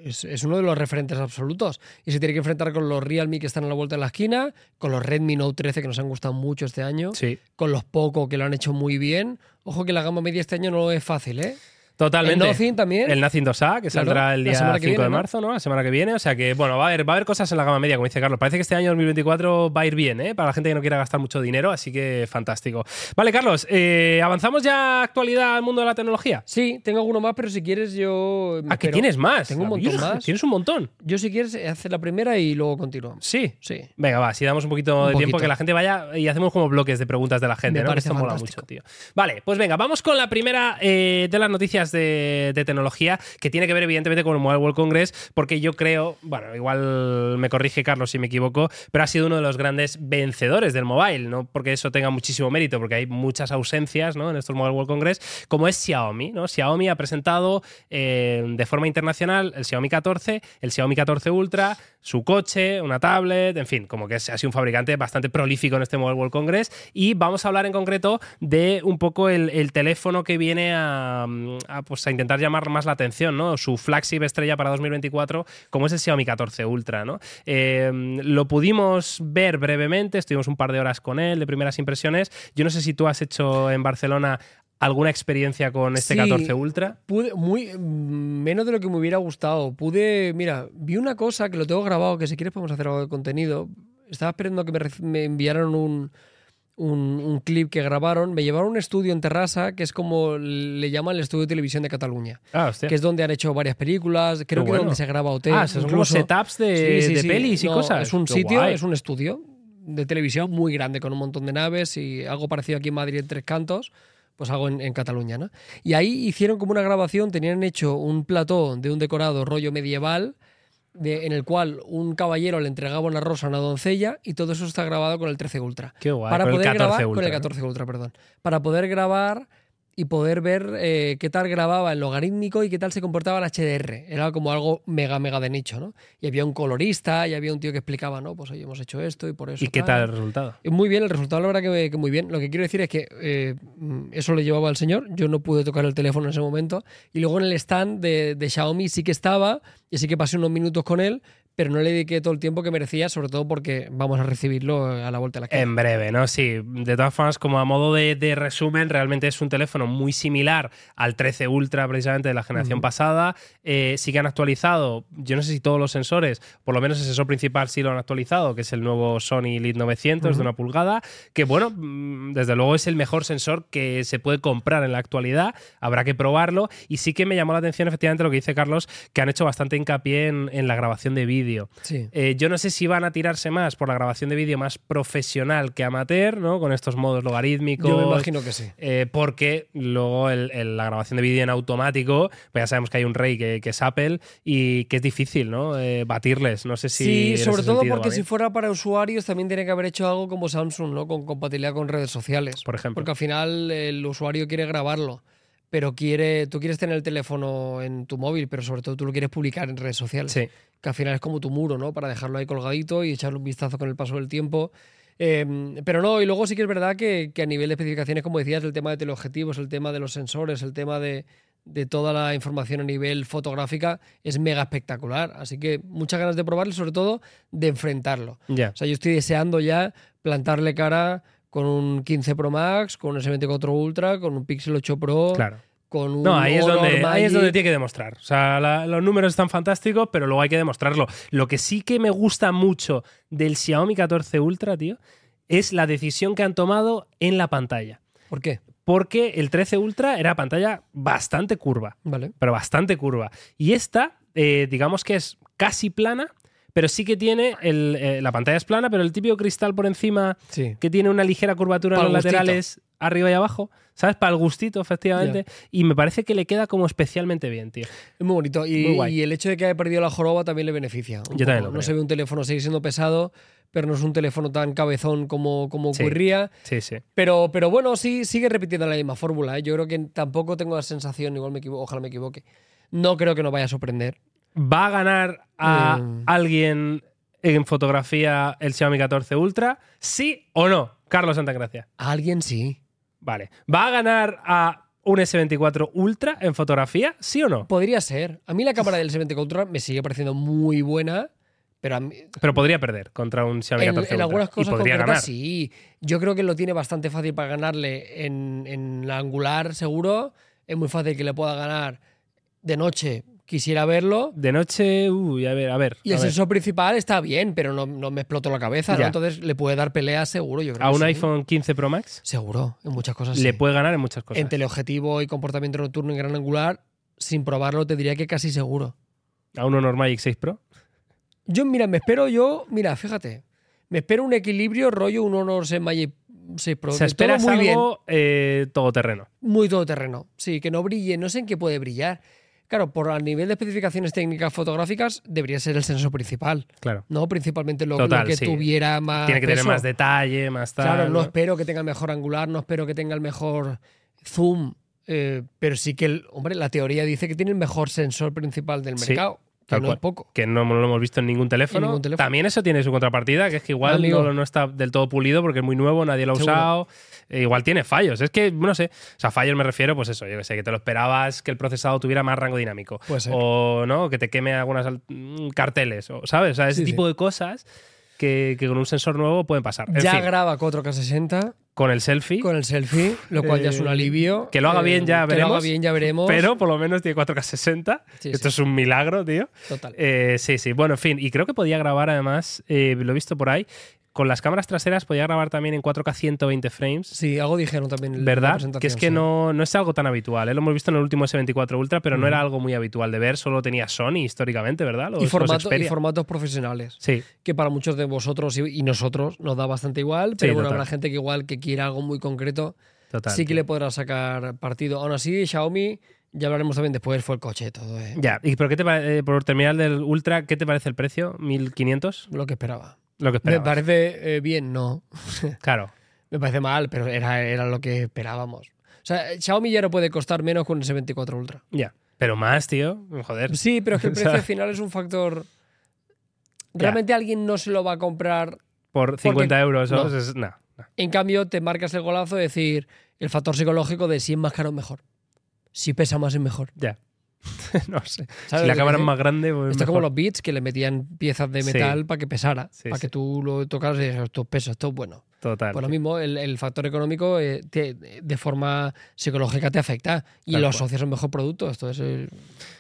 Speaker 2: es, es uno de los referentes absolutos. Y se tiene que enfrentar con los Realme que están a la vuelta de la esquina, con los Redmi Note 13 que nos han gustado mucho este año,
Speaker 1: Sí,
Speaker 2: con los Poco que lo han hecho muy bien. Ojo que la gama media este año no es fácil, ¿eh?
Speaker 1: totalmente.
Speaker 2: El Nothing también.
Speaker 1: El Nothing 2A, que
Speaker 2: Claro,
Speaker 1: saldrá el
Speaker 2: la
Speaker 1: día
Speaker 2: semana
Speaker 1: 5
Speaker 2: que
Speaker 1: de
Speaker 2: viene, ¿no?
Speaker 1: marzo, ¿no? La semana que viene. O sea que, bueno, va a, haber, va a haber cosas en la gama media, como dice Carlos. Parece que este año 2024 va a ir bien, ¿eh? Para la gente que no quiera gastar mucho dinero, así que fantástico. Vale, Carlos, eh, ¿avanzamos ya a actualidad al mundo de la tecnología?
Speaker 2: Sí, tengo alguno más, pero si quieres yo... me
Speaker 1: ¿A que
Speaker 2: espero.
Speaker 1: Ah, tienes más?
Speaker 2: tengo
Speaker 1: La
Speaker 2: un montón
Speaker 1: Virgen,
Speaker 2: más.
Speaker 1: Tienes un montón.
Speaker 2: Yo si quieres, hacer la primera y luego continuamos.
Speaker 1: Sí.
Speaker 2: Sí.
Speaker 1: Venga, va, si damos un poquito
Speaker 2: Un
Speaker 1: de tiempo
Speaker 2: poquito.
Speaker 1: que la gente vaya y hacemos como bloques de preguntas de la gente.
Speaker 2: Me
Speaker 1: ¿no? Que
Speaker 2: parece
Speaker 1: Esto mola
Speaker 2: fantástico.
Speaker 1: mucho, tío. Vale, pues venga, vamos con la primera eh, de las noticias de, de tecnología que tiene que ver evidentemente con el Mobile World Congress porque yo creo, bueno, igual me corrige Carlos si me equivoco, pero ha sido uno de los grandes vencedores del mobile, no porque eso tenga muchísimo mérito, porque hay muchas ausencias ¿no? en estos Mobile World Congress, como es Xiaomi, ¿no? Xiaomi ha presentado eh, de forma internacional el Xiaomi 14, el Xiaomi 14 Ultra, su coche, una tablet, en fin, como que ha sido un fabricante bastante prolífico en este Mobile World Congress. Y vamos a hablar en concreto de un poco el, el teléfono que viene a, mm, a, pues, a intentar llamar más la atención, ¿no? Su flagship estrella para 2024, como es el Xiaomi 14 Ultra, ¿no? Eh, lo pudimos ver brevemente, estuvimos un par de horas con él, de primeras impresiones. Yo no sé si tú has hecho en Barcelona alguna experiencia con este
Speaker 2: Sí.
Speaker 1: 14 Ultra.
Speaker 2: Pude, muy, mm, menos de lo que me hubiera gustado. Pude, mira, vi una cosa que lo tengo grabado, que si quieres podemos hacer algo de contenido. Estaba esperando a que me, reci- me enviaran un, un, un clip que grabaron. Me llevaron a un estudio en Terrassa, que es como le llaman el estudio de televisión de Cataluña,
Speaker 1: Ah, hostia.
Speaker 2: que es donde han hecho varias películas, creo que
Speaker 1: bueno.
Speaker 2: donde se graba hotel.
Speaker 1: Ah, son como
Speaker 2: incluso.
Speaker 1: setups de,
Speaker 2: Sí, sí,
Speaker 1: de
Speaker 2: sí.
Speaker 1: pelis y
Speaker 2: No,
Speaker 1: cosas.
Speaker 2: Es un
Speaker 1: Qué
Speaker 2: sitio,
Speaker 1: guay.
Speaker 2: es un estudio de televisión muy grande con un montón de naves y algo parecido aquí en Madrid en Tres Cantos, pues algo en, en Cataluña, ¿no? Y ahí hicieron como una grabación, tenían hecho un plató de un decorado rollo medieval de- en el cual un caballero le entregaba una rosa a una doncella y todo eso está grabado con el 13 Ultra.
Speaker 1: Qué guay.
Speaker 2: para
Speaker 1: con
Speaker 2: poder
Speaker 1: el 14
Speaker 2: grabar
Speaker 1: Ultra,
Speaker 2: con el
Speaker 1: ¿no?
Speaker 2: 14 Ultra, perdón. Para poder grabar y poder ver eh, qué tal grababa el logarítmico y qué tal se comportaba el HDR. Era como algo mega, mega de nicho, ¿no? Y había un colorista y había un tío que explicaba, ¿no? Pues oye, hemos hecho esto y por eso.
Speaker 1: ¿Y qué tal el resultado?
Speaker 2: Y Muy bien, el resultado la verdad que, que muy bien. Lo que quiero decir es que eh, mm, eso lo llevaba el señor, yo no pude tocar el teléfono en ese momento y luego en el stand de, de Xiaomi sí que estaba y sí que pasé unos minutos con él, pero no le dediqué todo el tiempo que merecía, sobre todo porque vamos a recibirlo a la vuelta de la esquina.
Speaker 1: En breve, ¿no? Sí. De todas formas, como a modo de, de resumen, realmente es un teléfono muy similar al 13 Ultra, precisamente, de la generación
Speaker 2: Ujú.
Speaker 1: pasada. Eh, sí que han actualizado, yo no sé si todos los sensores, por lo menos el sensor principal sí lo han actualizado, que es el nuevo Sony Lead 900 de
Speaker 2: Ujú.
Speaker 1: una pulgada, que bueno, mm, desde luego es el mejor sensor que se puede comprar en la actualidad. Habrá que probarlo. Y sí que me llamó la atención, efectivamente, lo que dice Carlos, que han hecho bastante hincapié en, en la grabación de vídeo vídeo.
Speaker 2: Sí.
Speaker 1: Eh, yo no sé si van a tirarse más por la grabación de vídeo más profesional que amateur, ¿no? Con estos modos logarítmicos.
Speaker 2: Yo me imagino que sí.
Speaker 1: Eh, porque luego el- el- la grabación de vídeo en automático, pues ya sabemos que hay un rey que, que es Apple y que es difícil, ¿no? Eh, batirles. No sé si.
Speaker 2: Sí,
Speaker 1: en ese
Speaker 2: sobre todo
Speaker 1: sentido
Speaker 2: porque
Speaker 1: va
Speaker 2: si
Speaker 1: bien.
Speaker 2: fuera para usuarios también tiene que haber hecho algo como Samsung, ¿no? Con compatibilidad con redes sociales.
Speaker 1: Por ejemplo.
Speaker 2: Porque al final el usuario quiere grabarlo, pero quiere, tú quieres tener el teléfono en tu móvil, pero sobre todo tú lo quieres publicar en redes sociales.
Speaker 1: Sí.
Speaker 2: Que al final es como tu muro, ¿no? Para dejarlo ahí colgadito y echarle un vistazo con el paso del tiempo. Eh, pero no, y luego sí que es verdad que, que a nivel de especificaciones, como decías, el tema de teleobjetivos, el tema de los sensores, el tema de, de toda la información a nivel fotográfica es mega espectacular. Así que muchas ganas de probarlo y sobre todo de enfrentarlo.
Speaker 1: Ya.
Speaker 2: O sea, yo estoy deseando ya plantarle cara con un 15 Pro Max, con un S24 Ultra, con un Pixel 8 Pro,
Speaker 1: Claro.
Speaker 2: con un
Speaker 1: No, ahí es,
Speaker 2: Honor
Speaker 1: donde, ahí es
Speaker 2: Magic.
Speaker 1: donde tiene que demostrar. O sea, la- los números están fantásticos, pero luego hay que demostrarlo. Lo que sí que me gusta mucho del Xiaomi 14 Ultra, tío, es la decisión que han tomado en la pantalla.
Speaker 2: ¿Por qué?
Speaker 1: Porque el 13 Ultra era pantalla bastante curva,
Speaker 2: Vale.
Speaker 1: pero bastante curva. Y esta, eh, digamos que es casi plana, pero sí que tiene, el, eh, la pantalla es plana, pero el típico cristal por encima
Speaker 2: Sí.
Speaker 1: que tiene una ligera curvatura en
Speaker 2: Pa'l
Speaker 1: los
Speaker 2: gustito.
Speaker 1: laterales, arriba y abajo, ¿sabes? Para el gustito, efectivamente. Y me parece que le queda como especialmente bien, tío.
Speaker 2: Es muy bonito. Y,
Speaker 1: Muy guay.
Speaker 2: y el hecho de que haya perdido la joroba también le beneficia. un
Speaker 1: Yo también lo
Speaker 2: No
Speaker 1: creo.
Speaker 2: se ve un teléfono, sigue siendo pesado, pero no es un teléfono tan cabezón como, como
Speaker 1: Sí.
Speaker 2: ocurría.
Speaker 1: Sí, sí.
Speaker 2: Pero, pero bueno, sí, sigue repitiendo la misma fórmula. ¿eh? Yo creo que tampoco tengo la sensación, igual me equivo- ojalá me equivoque. No creo que nos vaya a sorprender.
Speaker 1: ¿Va a ganar a
Speaker 2: Mm.
Speaker 1: alguien en fotografía el Xiaomi 14 Ultra? ¿Sí o no? Carlos Santagracia.
Speaker 2: A alguien sí.
Speaker 1: Vale. ¿Va a ganar a un S24 Ultra en fotografía? ¿Sí o no?
Speaker 2: Podría ser. A mí la cámara del 70 Ultra me sigue pareciendo muy buena, pero a mí,
Speaker 1: Pero podría perder contra un Xiaomi
Speaker 2: en,
Speaker 1: 14 Ultra.
Speaker 2: en algunas
Speaker 1: Y
Speaker 2: cosas
Speaker 1: podría
Speaker 2: concretas
Speaker 1: ganar.
Speaker 2: sí. Yo creo que lo tiene bastante fácil para ganarle en, en la angular, seguro. Es muy fácil que le pueda ganar de noche. Quisiera verlo.
Speaker 1: De noche, uy, a ver, a ver.
Speaker 2: Y
Speaker 1: a
Speaker 2: el
Speaker 1: ver.
Speaker 2: sensor principal está bien, pero no, no me explotó la cabeza, ¿no?
Speaker 1: Ya.
Speaker 2: Entonces le puede dar pelea seguro, yo creo.
Speaker 1: A
Speaker 2: que
Speaker 1: un
Speaker 2: sí.
Speaker 1: iPhone 15 Pro Max
Speaker 2: Seguro, en muchas cosas.
Speaker 1: le
Speaker 2: sí.
Speaker 1: puede ganar en muchas cosas.
Speaker 2: En teleobjetivo y comportamiento nocturno en gran angular, sin probarlo, te diría que casi seguro.
Speaker 1: A un Honor Magic 6 Pro.
Speaker 2: Yo, mira, me espero yo, mira, fíjate, me espero un equilibrio rollo un Honor 6 Magic 6 Pro.
Speaker 1: O
Speaker 2: que
Speaker 1: sea, esperas
Speaker 2: todo muy bien,
Speaker 1: algo eh, todoterreno.
Speaker 2: muy todoterreno. Sí, que no brille, no sé en qué puede brillar. Claro, por a nivel de especificaciones técnicas fotográficas debería ser el sensor principal,
Speaker 1: Claro.
Speaker 2: ¿no? Principalmente lo, lo
Speaker 1: Total,
Speaker 2: que
Speaker 1: sí.
Speaker 2: tuviera más
Speaker 1: Tiene que tener
Speaker 2: peso.
Speaker 1: más detalle, más tal.
Speaker 2: Ah, Claro, no
Speaker 1: ¿no?
Speaker 2: espero que tenga el mejor angular, no espero que tenga el mejor zoom, eh, pero sí que, el, hombre, la teoría dice que tiene el mejor sensor principal del
Speaker 1: Sí,
Speaker 2: mercado, que
Speaker 1: tal
Speaker 2: no
Speaker 1: cual.
Speaker 2: es poco.
Speaker 1: que no lo hemos visto en ningún teléfono.
Speaker 2: En ningún teléfono.
Speaker 1: También eso tiene su contrapartida, que es que igual
Speaker 2: Amigo.
Speaker 1: no, no está del todo pulido porque es muy nuevo, nadie lo ha
Speaker 2: Seguro.
Speaker 1: usado. E igual tiene fallos. Es que, no sé, o sea, fallos me refiero, pues eso, yo que sé, que te lo esperabas que el procesado tuviera más rango dinámico.
Speaker 2: Puede ser.
Speaker 1: O no, que te queme algunas al- mm, carteles, o, ¿sabes? O sea, ese
Speaker 2: Sí, sí.
Speaker 1: tipo de cosas que, que con un sensor nuevo pueden pasar. En
Speaker 2: ya
Speaker 1: fin,
Speaker 2: graba 4K60
Speaker 1: con el selfie,
Speaker 2: con el selfie, lo cual ya es un
Speaker 1: Eh,
Speaker 2: alivio.
Speaker 1: que lo haga
Speaker 2: Eh,
Speaker 1: bien, ya
Speaker 2: Que lo haga
Speaker 1: veremos,
Speaker 2: bien, ya veremos.
Speaker 1: pero por lo menos tiene 4K60.
Speaker 2: Sí,
Speaker 1: Esto
Speaker 2: sí,
Speaker 1: es un milagro, tío.
Speaker 2: total.
Speaker 1: Eh, sí, sí. Bueno, en fin. Y creo que podía grabar además, eh, lo he visto por ahí, con las cámaras traseras podía grabar también en 4K 120 frames.
Speaker 2: Sí, algo dijeron también. en la
Speaker 1: ¿Verdad?
Speaker 2: presentación,
Speaker 1: Que es que
Speaker 2: sí.
Speaker 1: no, no es algo tan habitual. ¿eh? Lo hemos visto en el último S24 Ultra, pero no era algo muy habitual de ver. Solo tenía Sony históricamente, ¿verdad? Los-
Speaker 2: Y,
Speaker 1: los
Speaker 2: formato- y
Speaker 1: Xperia.
Speaker 2: formatos profesionales,
Speaker 1: Sí,
Speaker 2: que para muchos de vosotros y, y nosotros nos da bastante igual, pero bueno,
Speaker 1: total.
Speaker 2: habrá gente que igual que quiera algo muy concreto
Speaker 1: total.
Speaker 2: sí que
Speaker 1: tío.
Speaker 2: le podrá sacar partido. Aún así, Xiaomi, ya hablaremos también después, fue el coche todo, eh,
Speaker 1: Ya, y pero qué te pare- eh, por terminar del Ultra, ¿qué te parece el precio? ¿1500?
Speaker 2: lo que esperaba.
Speaker 1: Lo que
Speaker 2: Me
Speaker 1: esperabas.
Speaker 2: parece eh, bien, no.
Speaker 1: Claro.
Speaker 2: Me parece mal, pero era, era lo que esperábamos. O sea, eh, Xiaomi ya no puede costar menos con el S24 Ultra.
Speaker 1: Ya. Pero más, tío. Joder.
Speaker 2: Sí, pero es [LAUGHS] que el
Speaker 1: O sea,
Speaker 2: precio al final es un factor...
Speaker 1: Ya.
Speaker 2: Realmente alguien no se lo va a comprar.
Speaker 1: Por 50 euros. ¿no? Pues
Speaker 2: no.
Speaker 1: Es- no, no.
Speaker 2: En cambio, te marcas el golazo de decir el factor psicológico de si es más caro, mejor. Si pesa más, es mejor.
Speaker 1: Ya. [LAUGHS] no sé.
Speaker 2: ¿Sabes
Speaker 1: Si la
Speaker 2: lo que
Speaker 1: cámara es
Speaker 2: te-
Speaker 1: más grande, pues
Speaker 2: Esto es como
Speaker 1: mejor.
Speaker 2: los beats que le metían piezas de
Speaker 1: Sí.
Speaker 2: metal para que pesara,
Speaker 1: Sí,
Speaker 2: para que
Speaker 1: sí.
Speaker 2: tú lo tocaras y dijeras, esto pesa, esto es bueno.
Speaker 1: Total.
Speaker 2: Pues lo
Speaker 1: tío.
Speaker 2: mismo, el, el factor económico eh, te- de forma psicológica te afecta y
Speaker 1: Tal
Speaker 2: lo
Speaker 1: cual.
Speaker 2: asocias a un mejor producto. Esto es. eh,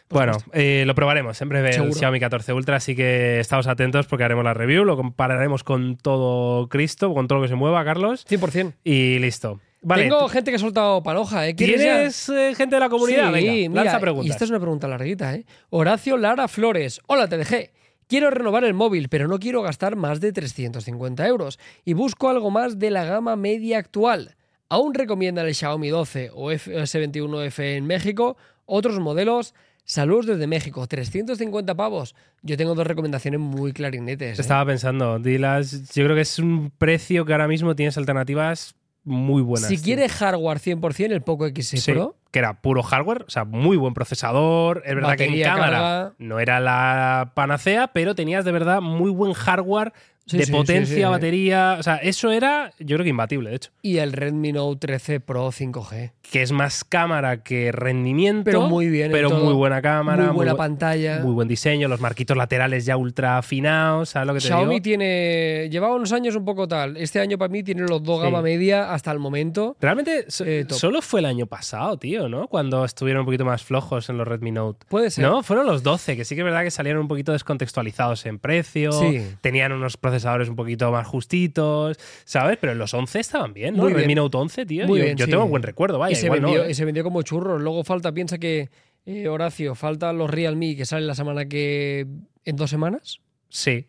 Speaker 2: por
Speaker 1: Bueno,
Speaker 2: supuesto.
Speaker 1: eh, lo probaremos en breve el
Speaker 2: Seguro.
Speaker 1: Xiaomi 14 Ultra, así que estamos atentos porque haremos la review, lo compararemos con todo Cristo, con todo lo que se mueva, Carlos,
Speaker 2: 100%.
Speaker 1: y listo. Vale,
Speaker 2: Tengo
Speaker 1: t-
Speaker 2: gente que ha soltado paloja, ¿eh? ¿Quieres ya?
Speaker 1: ¿tienes eh, gente de la comunidad?
Speaker 2: Sí,
Speaker 1: Venga,
Speaker 2: mira,
Speaker 1: lanza
Speaker 2: Y
Speaker 1: preguntas.
Speaker 2: esta es una pregunta larguita, ¿eh? Horacio Lara Flores. Hola, te dejé. Quiero renovar el móvil, pero no quiero gastar más de 350 euros y busco algo más de la gama media actual. Aún recomiendan el Xiaomi 12 o S21F en México, otros modelos. Saludos desde México, 350 pavos. Yo tengo dos recomendaciones muy clarinetes. ¿eh?
Speaker 1: Estaba pensando, Dilas, yo creo que es un precio que ahora mismo tienes alternativas muy buenas.
Speaker 2: si
Speaker 1: tío.
Speaker 2: quieres hardware 100%, el Poco X6
Speaker 1: Sí,
Speaker 2: Pro,
Speaker 1: que era puro hardware, o sea, muy buen procesador. Es verdad que
Speaker 2: Batería,
Speaker 1: en cámara
Speaker 2: carga.
Speaker 1: no era la panacea, pero tenías de verdad muy buen hardware
Speaker 2: Sí,
Speaker 1: de
Speaker 2: sí,
Speaker 1: potencia,
Speaker 2: sí, sí.
Speaker 1: batería. O sea, eso era, yo creo que imbatible, de hecho.
Speaker 2: y el Redmi Note 13 Pro 5G.
Speaker 1: Que es más cámara que rendimiento.
Speaker 2: Pero muy bien en
Speaker 1: Pero
Speaker 2: todo.
Speaker 1: muy buena cámara.
Speaker 2: muy buena
Speaker 1: bu-
Speaker 2: pantalla.
Speaker 1: Muy buen diseño, los marquitos laterales ya ultra afinados, ¿sabes lo que te
Speaker 2: Xiaomi
Speaker 1: digo?
Speaker 2: tiene. Llevaba unos años un poco tal. Este año para mí tiene los dos
Speaker 1: Sí.
Speaker 2: gama media hasta el momento.
Speaker 1: Realmente so-
Speaker 2: Eh, top.
Speaker 1: solo fue el año pasado, tío, ¿no? Cuando estuvieron un poquito más flojos en los Redmi Note.
Speaker 2: Puede ser.
Speaker 1: No, fueron los 12, que sí que es verdad que salieron un poquito descontextualizados en precio,
Speaker 2: Sí.
Speaker 1: tenían unos procesadores un poquito más justitos, ¿sabes? Pero en los 11 estaban bien, ¿no?
Speaker 2: Muy
Speaker 1: el Redmi
Speaker 2: bien.
Speaker 1: Note 11, tío,
Speaker 2: Muy
Speaker 1: yo,
Speaker 2: bien,
Speaker 1: yo
Speaker 2: sí.
Speaker 1: tengo buen recuerdo, vaya,
Speaker 2: y, se
Speaker 1: igual no,
Speaker 2: vendió,
Speaker 1: ¿eh?
Speaker 2: y se vendió como churros. Luego falta, piensa que, eh, Horacio, falta los Realme que salen la semana que. en dos semanas.
Speaker 1: Sí,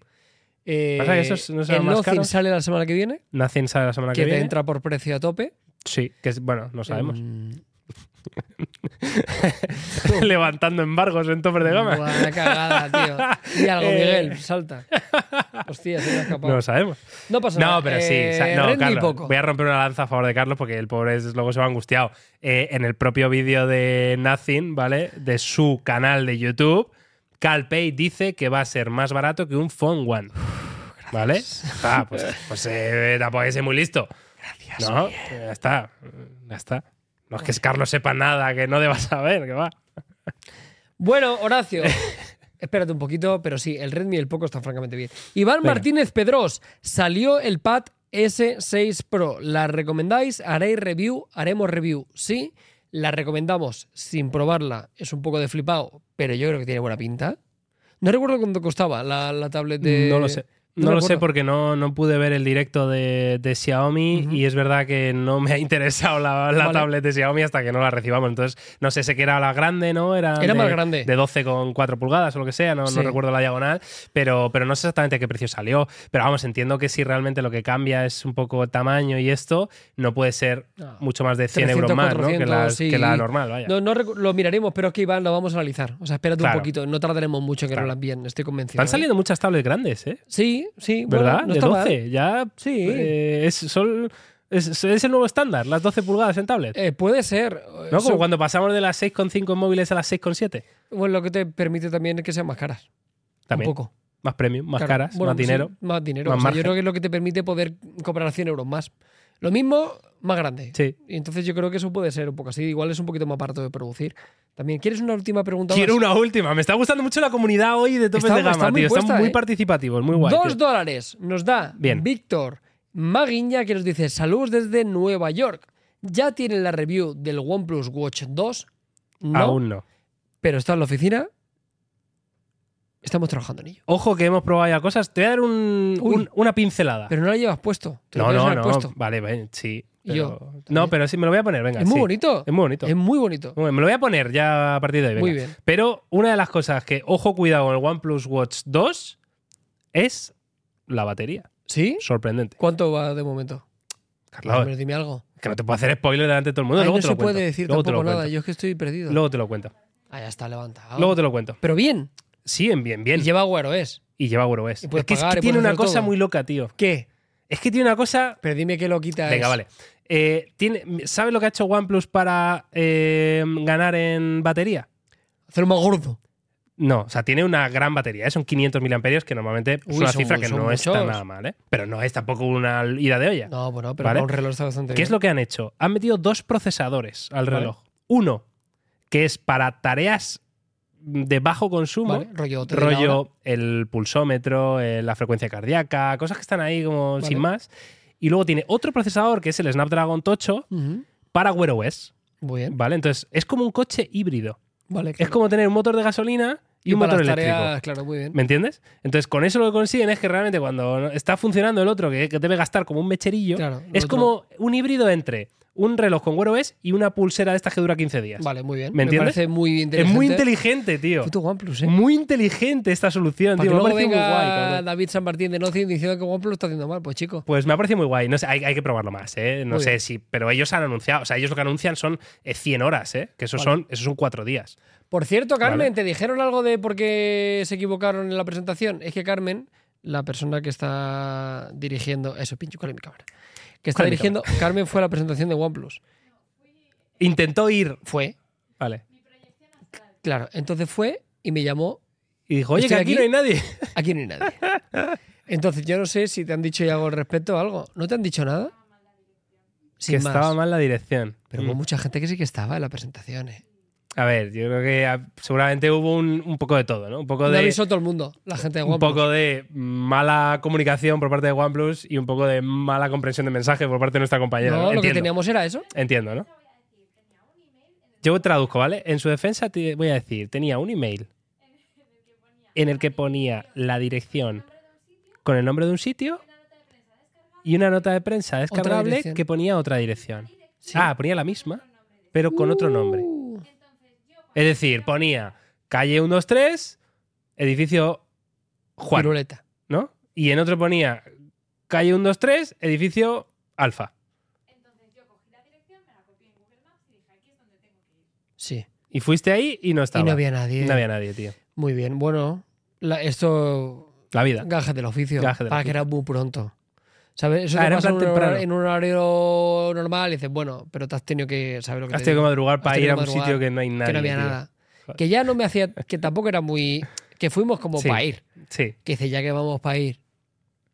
Speaker 2: Eh,
Speaker 1: Pasa que esos no serán
Speaker 2: el
Speaker 1: más
Speaker 2: Nothing
Speaker 1: caros.
Speaker 2: sale la semana que viene,
Speaker 1: Nothing sale la semana que,
Speaker 2: que, te
Speaker 1: viene.
Speaker 2: entra por precio a tope.
Speaker 1: Sí, que es- bueno, no
Speaker 2: [LAUGHS]
Speaker 1: sabemos. [LAUGHS]
Speaker 2: Mm,
Speaker 1: Levantando embargos en tope de gama.
Speaker 2: buena cagada,
Speaker 1: [LAUGHS]
Speaker 2: tío. Y algo,
Speaker 1: Eh.
Speaker 2: Miguel, salta. Hostia, se me ha escapado.
Speaker 1: No lo sabemos.
Speaker 2: No pasa nada.
Speaker 1: No, pero sí.
Speaker 2: Eh,
Speaker 1: o sea, no,
Speaker 2: Redmi
Speaker 1: Carlos,
Speaker 2: poco.
Speaker 1: voy a romper una lanza a favor de Carlos porque el pobre es- luego se va angustiado. Eh, en el propio vídeo de Nothing, ¿vale? De su canal de YouTube, CalPay dice que va a ser más barato que un Phone One. ¿Vale? Ah, pues, pues eh, tampoco hay que ser muy listo. Gracias. No, Eh, ya está. Ya está. No es que Carlos sepa nada que no deba saber, que va.
Speaker 2: Bueno, Horacio, [LAUGHS] espérate un poquito, pero sí, el Redmi y el Poco están francamente bien. Iván
Speaker 1: Venga.
Speaker 2: Martínez Pedrós, salió el Pad S6 Pro. ¿La recomendáis? ¿Haréis review? ¿Haremos review? Sí, la recomendamos sin probarla. Es un poco de flipado, pero yo creo que tiene buena pinta. No recuerdo cuánto costaba la, la tablet de...
Speaker 1: No lo sé.
Speaker 2: no
Speaker 1: No lo
Speaker 2: recuerdo.
Speaker 1: sé porque no, no pude ver el directo de, de Xiaomi
Speaker 2: Ujú.
Speaker 1: y es verdad que no me ha [LAUGHS] interesado la, la
Speaker 2: Vale.
Speaker 1: tablet de Xiaomi hasta que no la recibamos. Entonces, no sé, sé que era la grande, ¿no? Era, de,
Speaker 2: Era más grande.
Speaker 1: De 12,4 pulgadas o lo que sea, no, no
Speaker 2: Sí.
Speaker 1: recuerdo la diagonal, pero, pero no sé exactamente a qué precio salió. Pero vamos, entiendo que si realmente lo que cambia es un poco el tamaño y esto, no puede ser
Speaker 2: No.
Speaker 1: mucho más de 100 euros
Speaker 2: 300,
Speaker 1: más ¿no? que, la,
Speaker 2: 400, Ah. sí.
Speaker 1: que la normal, vaya.
Speaker 2: No, no recu- lo miraremos, pero es que Iván lo vamos a analizar. O sea, espérate
Speaker 1: Claro.
Speaker 2: un poquito, no tardaremos mucho en que
Speaker 1: Claro.
Speaker 2: nos las bien, estoy convencido.
Speaker 1: Están
Speaker 2: ¿eh?
Speaker 1: saliendo muchas tablets grandes, ¿eh?
Speaker 2: Sí, sí, bueno,
Speaker 1: ¿Verdad?
Speaker 2: no
Speaker 1: de
Speaker 2: está mal.
Speaker 1: 12. Ya.
Speaker 2: Sí.
Speaker 1: eh, es, son- es- es el nuevo estándar, las 12 pulgadas en tablet.
Speaker 2: Eh, puede ser.
Speaker 1: ¿No? Como
Speaker 2: Eso-
Speaker 1: cuando pasamos de las 6,5 en móviles a las 6,7.
Speaker 2: Bueno, lo que te permite también que sean más caras.
Speaker 1: También.
Speaker 2: Un poco.
Speaker 1: Más premium, más
Speaker 2: Claro.
Speaker 1: caras,
Speaker 2: Bueno, pues
Speaker 1: más dinero.
Speaker 2: sí, más dinero.
Speaker 1: más
Speaker 2: O sea,
Speaker 1: margen.
Speaker 2: yo creo que es lo que te permite poder cobrar 100 euros más. Lo mismo, más grande.
Speaker 1: Sí.
Speaker 2: Y entonces yo creo que eso puede ser un poco así. Igual es un poquito más barato de producir. También, ¿quieres una última pregunta?
Speaker 1: Quiero
Speaker 2: más?
Speaker 1: una última. Me está gustando mucho la comunidad hoy de topes
Speaker 2: Está-
Speaker 1: de gama,
Speaker 2: está muy
Speaker 1: tío.
Speaker 2: puesta,
Speaker 1: Están muy
Speaker 2: ¿eh?
Speaker 1: participativos, muy guay.
Speaker 2: Dos
Speaker 1: tío.
Speaker 2: dólares nos da
Speaker 1: Bien.
Speaker 2: Víctor Maguiña que nos dice saludos desde Nueva York. ¿Ya tienen la review del OnePlus Watch 2? No,
Speaker 1: Aún no.
Speaker 2: pero está en la oficina. Estamos trabajando en ello.
Speaker 1: Ojo que hemos probado ya cosas. Te voy a dar un-
Speaker 2: Uy.
Speaker 1: un- una pincelada.
Speaker 2: Pero no la llevas puesto. Te la
Speaker 1: Ah. no,
Speaker 2: puedes
Speaker 1: no,
Speaker 2: haber
Speaker 1: no.
Speaker 2: puesto.
Speaker 1: Vale, ven, sí.
Speaker 2: Y yo,
Speaker 1: pero- No,
Speaker 2: también.
Speaker 1: pero sí, me lo voy a poner, venga.
Speaker 2: es muy
Speaker 1: Ah, sí.
Speaker 2: bonito.
Speaker 1: Es muy bonito.
Speaker 2: Es muy bonito.
Speaker 1: Bueno, me lo voy a poner ya a partir de hoy. venga.
Speaker 2: Muy bien.
Speaker 1: Pero una de las cosas que, ojo, cuidado con el OnePlus Watch 2 es la batería.
Speaker 2: ¿Sí?
Speaker 1: Sorprendente.
Speaker 2: ¿Cuánto va de momento?
Speaker 1: Carlos,
Speaker 2: Hombre, dime algo.
Speaker 1: que no te puedo hacer spoiler delante de todo el mundo.
Speaker 2: Ay,
Speaker 1: Luego
Speaker 2: no
Speaker 1: te
Speaker 2: se
Speaker 1: lo
Speaker 2: puede
Speaker 1: cuento.
Speaker 2: decir
Speaker 1: Luego te
Speaker 2: tampoco
Speaker 1: lo
Speaker 2: nada.
Speaker 1: cuento.
Speaker 2: Yo es que estoy perdido.
Speaker 1: Luego te lo cuento.
Speaker 2: Ah, ya está levantado.
Speaker 1: Luego te lo cuento.
Speaker 2: Pero bien.
Speaker 1: Sí, en bien, bien.
Speaker 2: Y lleva Wear OS.
Speaker 1: Y lleva WebOS.
Speaker 2: Y
Speaker 1: Es
Speaker 2: puedes
Speaker 1: que, es
Speaker 2: pagar
Speaker 1: que
Speaker 2: y
Speaker 1: tiene
Speaker 2: puedes
Speaker 1: una
Speaker 2: hacer
Speaker 1: cosa
Speaker 2: todo.
Speaker 1: muy loca, tío.
Speaker 2: ¿Qué?
Speaker 1: Es que tiene una cosa
Speaker 2: Pero dime que lo quita.
Speaker 1: Venga,
Speaker 2: es-
Speaker 1: vale. Eh, tiene, ¿Sabe lo que ha hecho OnePlus para eh, ganar en batería?
Speaker 2: Hacerlo más gordo.
Speaker 1: No, o sea, tiene una gran batería, ¿eh? son 500 miliamperios, que normalmente es
Speaker 2: Uy,
Speaker 1: una
Speaker 2: son
Speaker 1: cifra
Speaker 2: mu-
Speaker 1: que
Speaker 2: son
Speaker 1: no está
Speaker 2: muchos.
Speaker 1: nada mal, ¿eh? Pero no es tampoco una ida de olla.
Speaker 2: No, bueno, pero
Speaker 1: Vale.
Speaker 2: para un reloj está bastante
Speaker 1: ¿Qué
Speaker 2: bien.
Speaker 1: es lo que han hecho? Han metido dos procesadores al
Speaker 2: Vale.
Speaker 1: reloj. Uno, que es para tareas de bajo consumo,
Speaker 2: Vale, rollo. te doy la hora.
Speaker 1: rollo el pulsómetro, eh, la frecuencia cardíaca, cosas que están ahí como
Speaker 2: Vale.
Speaker 1: sin más. Y luego tiene otro procesador, que es el Snapdragon 8,
Speaker 2: Ujú.
Speaker 1: para Wear OS.
Speaker 2: Muy bien.
Speaker 1: Vale, entonces es como un coche híbrido.
Speaker 2: Vale,
Speaker 1: Es
Speaker 2: claro.
Speaker 1: como tener un motor de gasolina y, un
Speaker 2: para
Speaker 1: motor
Speaker 2: las
Speaker 1: eléctrico.
Speaker 2: tareas, claro, muy bien.
Speaker 1: ¿Me entiendes? Entonces, con eso lo que consiguen es que realmente cuando está funcionando el otro, que, que debe gastar como un mecherillo,
Speaker 2: Claro,
Speaker 1: es
Speaker 2: otro.
Speaker 1: como un híbrido entre un reloj con Wear OS y una pulsera de estas que dura 15 días.
Speaker 2: Vale, muy bien.
Speaker 1: ¿Me entiendes?
Speaker 2: parece muy
Speaker 1: es
Speaker 2: inteligente.
Speaker 1: muy inteligente, tío.
Speaker 2: Puto OnePlus, ¿eh?
Speaker 1: Muy inteligente esta solución,
Speaker 2: Para
Speaker 1: tío.
Speaker 2: que
Speaker 1: Me ha
Speaker 2: luego
Speaker 1: parecido muy
Speaker 2: venga
Speaker 1: guay, cabrón.
Speaker 2: David San Martín de Nothing diciendo que OnePlus está haciendo mal. Pues chico,
Speaker 1: Pues me ha parecido muy guay. No sé, hay, hay que probarlo más, ¿eh? No
Speaker 2: Muy
Speaker 1: sé
Speaker 2: bien.
Speaker 1: si. Pero ellos han anunciado. O sea, ellos lo que anuncian son eh, 100 horas, ¿eh? Que eso,
Speaker 2: Vale.
Speaker 1: son, eso son cuatro días.
Speaker 2: Por cierto, Carmen,
Speaker 1: Vale.
Speaker 2: ¿te dijeron algo de por qué se equivocaron en la presentación? Es que Carmen, la persona que está dirigiendo. Eso, pincho, ¿cuál es mi cámara? Que está
Speaker 1: ¿Cuál es mi
Speaker 2: dirigiendo. Carmen fue a la presentación de OnePlus.
Speaker 1: Intentó ir.
Speaker 2: Fue,
Speaker 1: Vale.
Speaker 2: claro. Entonces fue y me llamó.
Speaker 1: Y dijo, oye, que
Speaker 2: Estoy
Speaker 1: aquí,
Speaker 2: aquí.
Speaker 1: no hay nadie.
Speaker 2: Aquí no hay nadie. Entonces yo no sé si te han dicho ya algo al respecto o algo. ¿No te han dicho nada? Sin
Speaker 1: que
Speaker 2: más.
Speaker 1: estaba mal la dirección.
Speaker 2: Pero
Speaker 1: Mm.
Speaker 2: hubo mucha gente que sí que estaba en la presentación. ¿eh?
Speaker 1: A ver, yo creo que ah, seguramente hubo un, un poco de todo, ¿no? Un poco
Speaker 2: No
Speaker 1: de.
Speaker 2: avisó todo el mundo, la gente de
Speaker 1: Un
Speaker 2: OnePlus.
Speaker 1: poco de mala comunicación por parte de OnePlus y un poco de mala comprensión de mensaje por parte de nuestra compañera.
Speaker 2: No, lo que
Speaker 1: Entiendo.
Speaker 2: teníamos era eso.
Speaker 1: Entiendo, ¿no? Yo traduzco, ¿vale? En su defensa te voy a decir, tenía un email en el que ponía la dirección con el nombre de un sitio y una nota de prensa descargable
Speaker 2: dirección.
Speaker 1: que ponía otra dirección. Ah, ponía la misma, pero con otro nombre.
Speaker 2: Uh.
Speaker 1: Es decir, ponía calle 123, edificio Juan,
Speaker 2: Piruleta.
Speaker 1: ¿no? Y en otro ponía calle 123, edificio Alfa.
Speaker 2: Sí.
Speaker 1: Y fuiste ahí y no estaba.
Speaker 2: Y no había nadie.
Speaker 1: No había nadie, tío.
Speaker 2: Muy bien, bueno, la- esto
Speaker 1: La vida.
Speaker 2: gajes del oficio,
Speaker 1: Gajes del
Speaker 2: para que era muy pronto. ¿Sabes? Eso
Speaker 1: Ah,
Speaker 2: te
Speaker 1: era en
Speaker 2: pasa en
Speaker 1: plan
Speaker 2: un, horario,
Speaker 1: temprano.
Speaker 2: en un horario normal y dices, bueno, pero te has tenido que saber lo que
Speaker 1: Has
Speaker 2: te
Speaker 1: tenido que
Speaker 2: digo,
Speaker 1: madrugar
Speaker 2: Has
Speaker 1: para
Speaker 2: tenido
Speaker 1: ir a
Speaker 2: que
Speaker 1: un
Speaker 2: madrugar,
Speaker 1: sitio que no hay nadie.
Speaker 2: que no había
Speaker 1: tío.
Speaker 2: nada.
Speaker 1: Joder.
Speaker 2: Que ya no me hacía, que tampoco era muy, que fuimos como
Speaker 1: Sí.
Speaker 2: para ir.
Speaker 1: Sí,
Speaker 2: Que dices, ya que vamos para ir.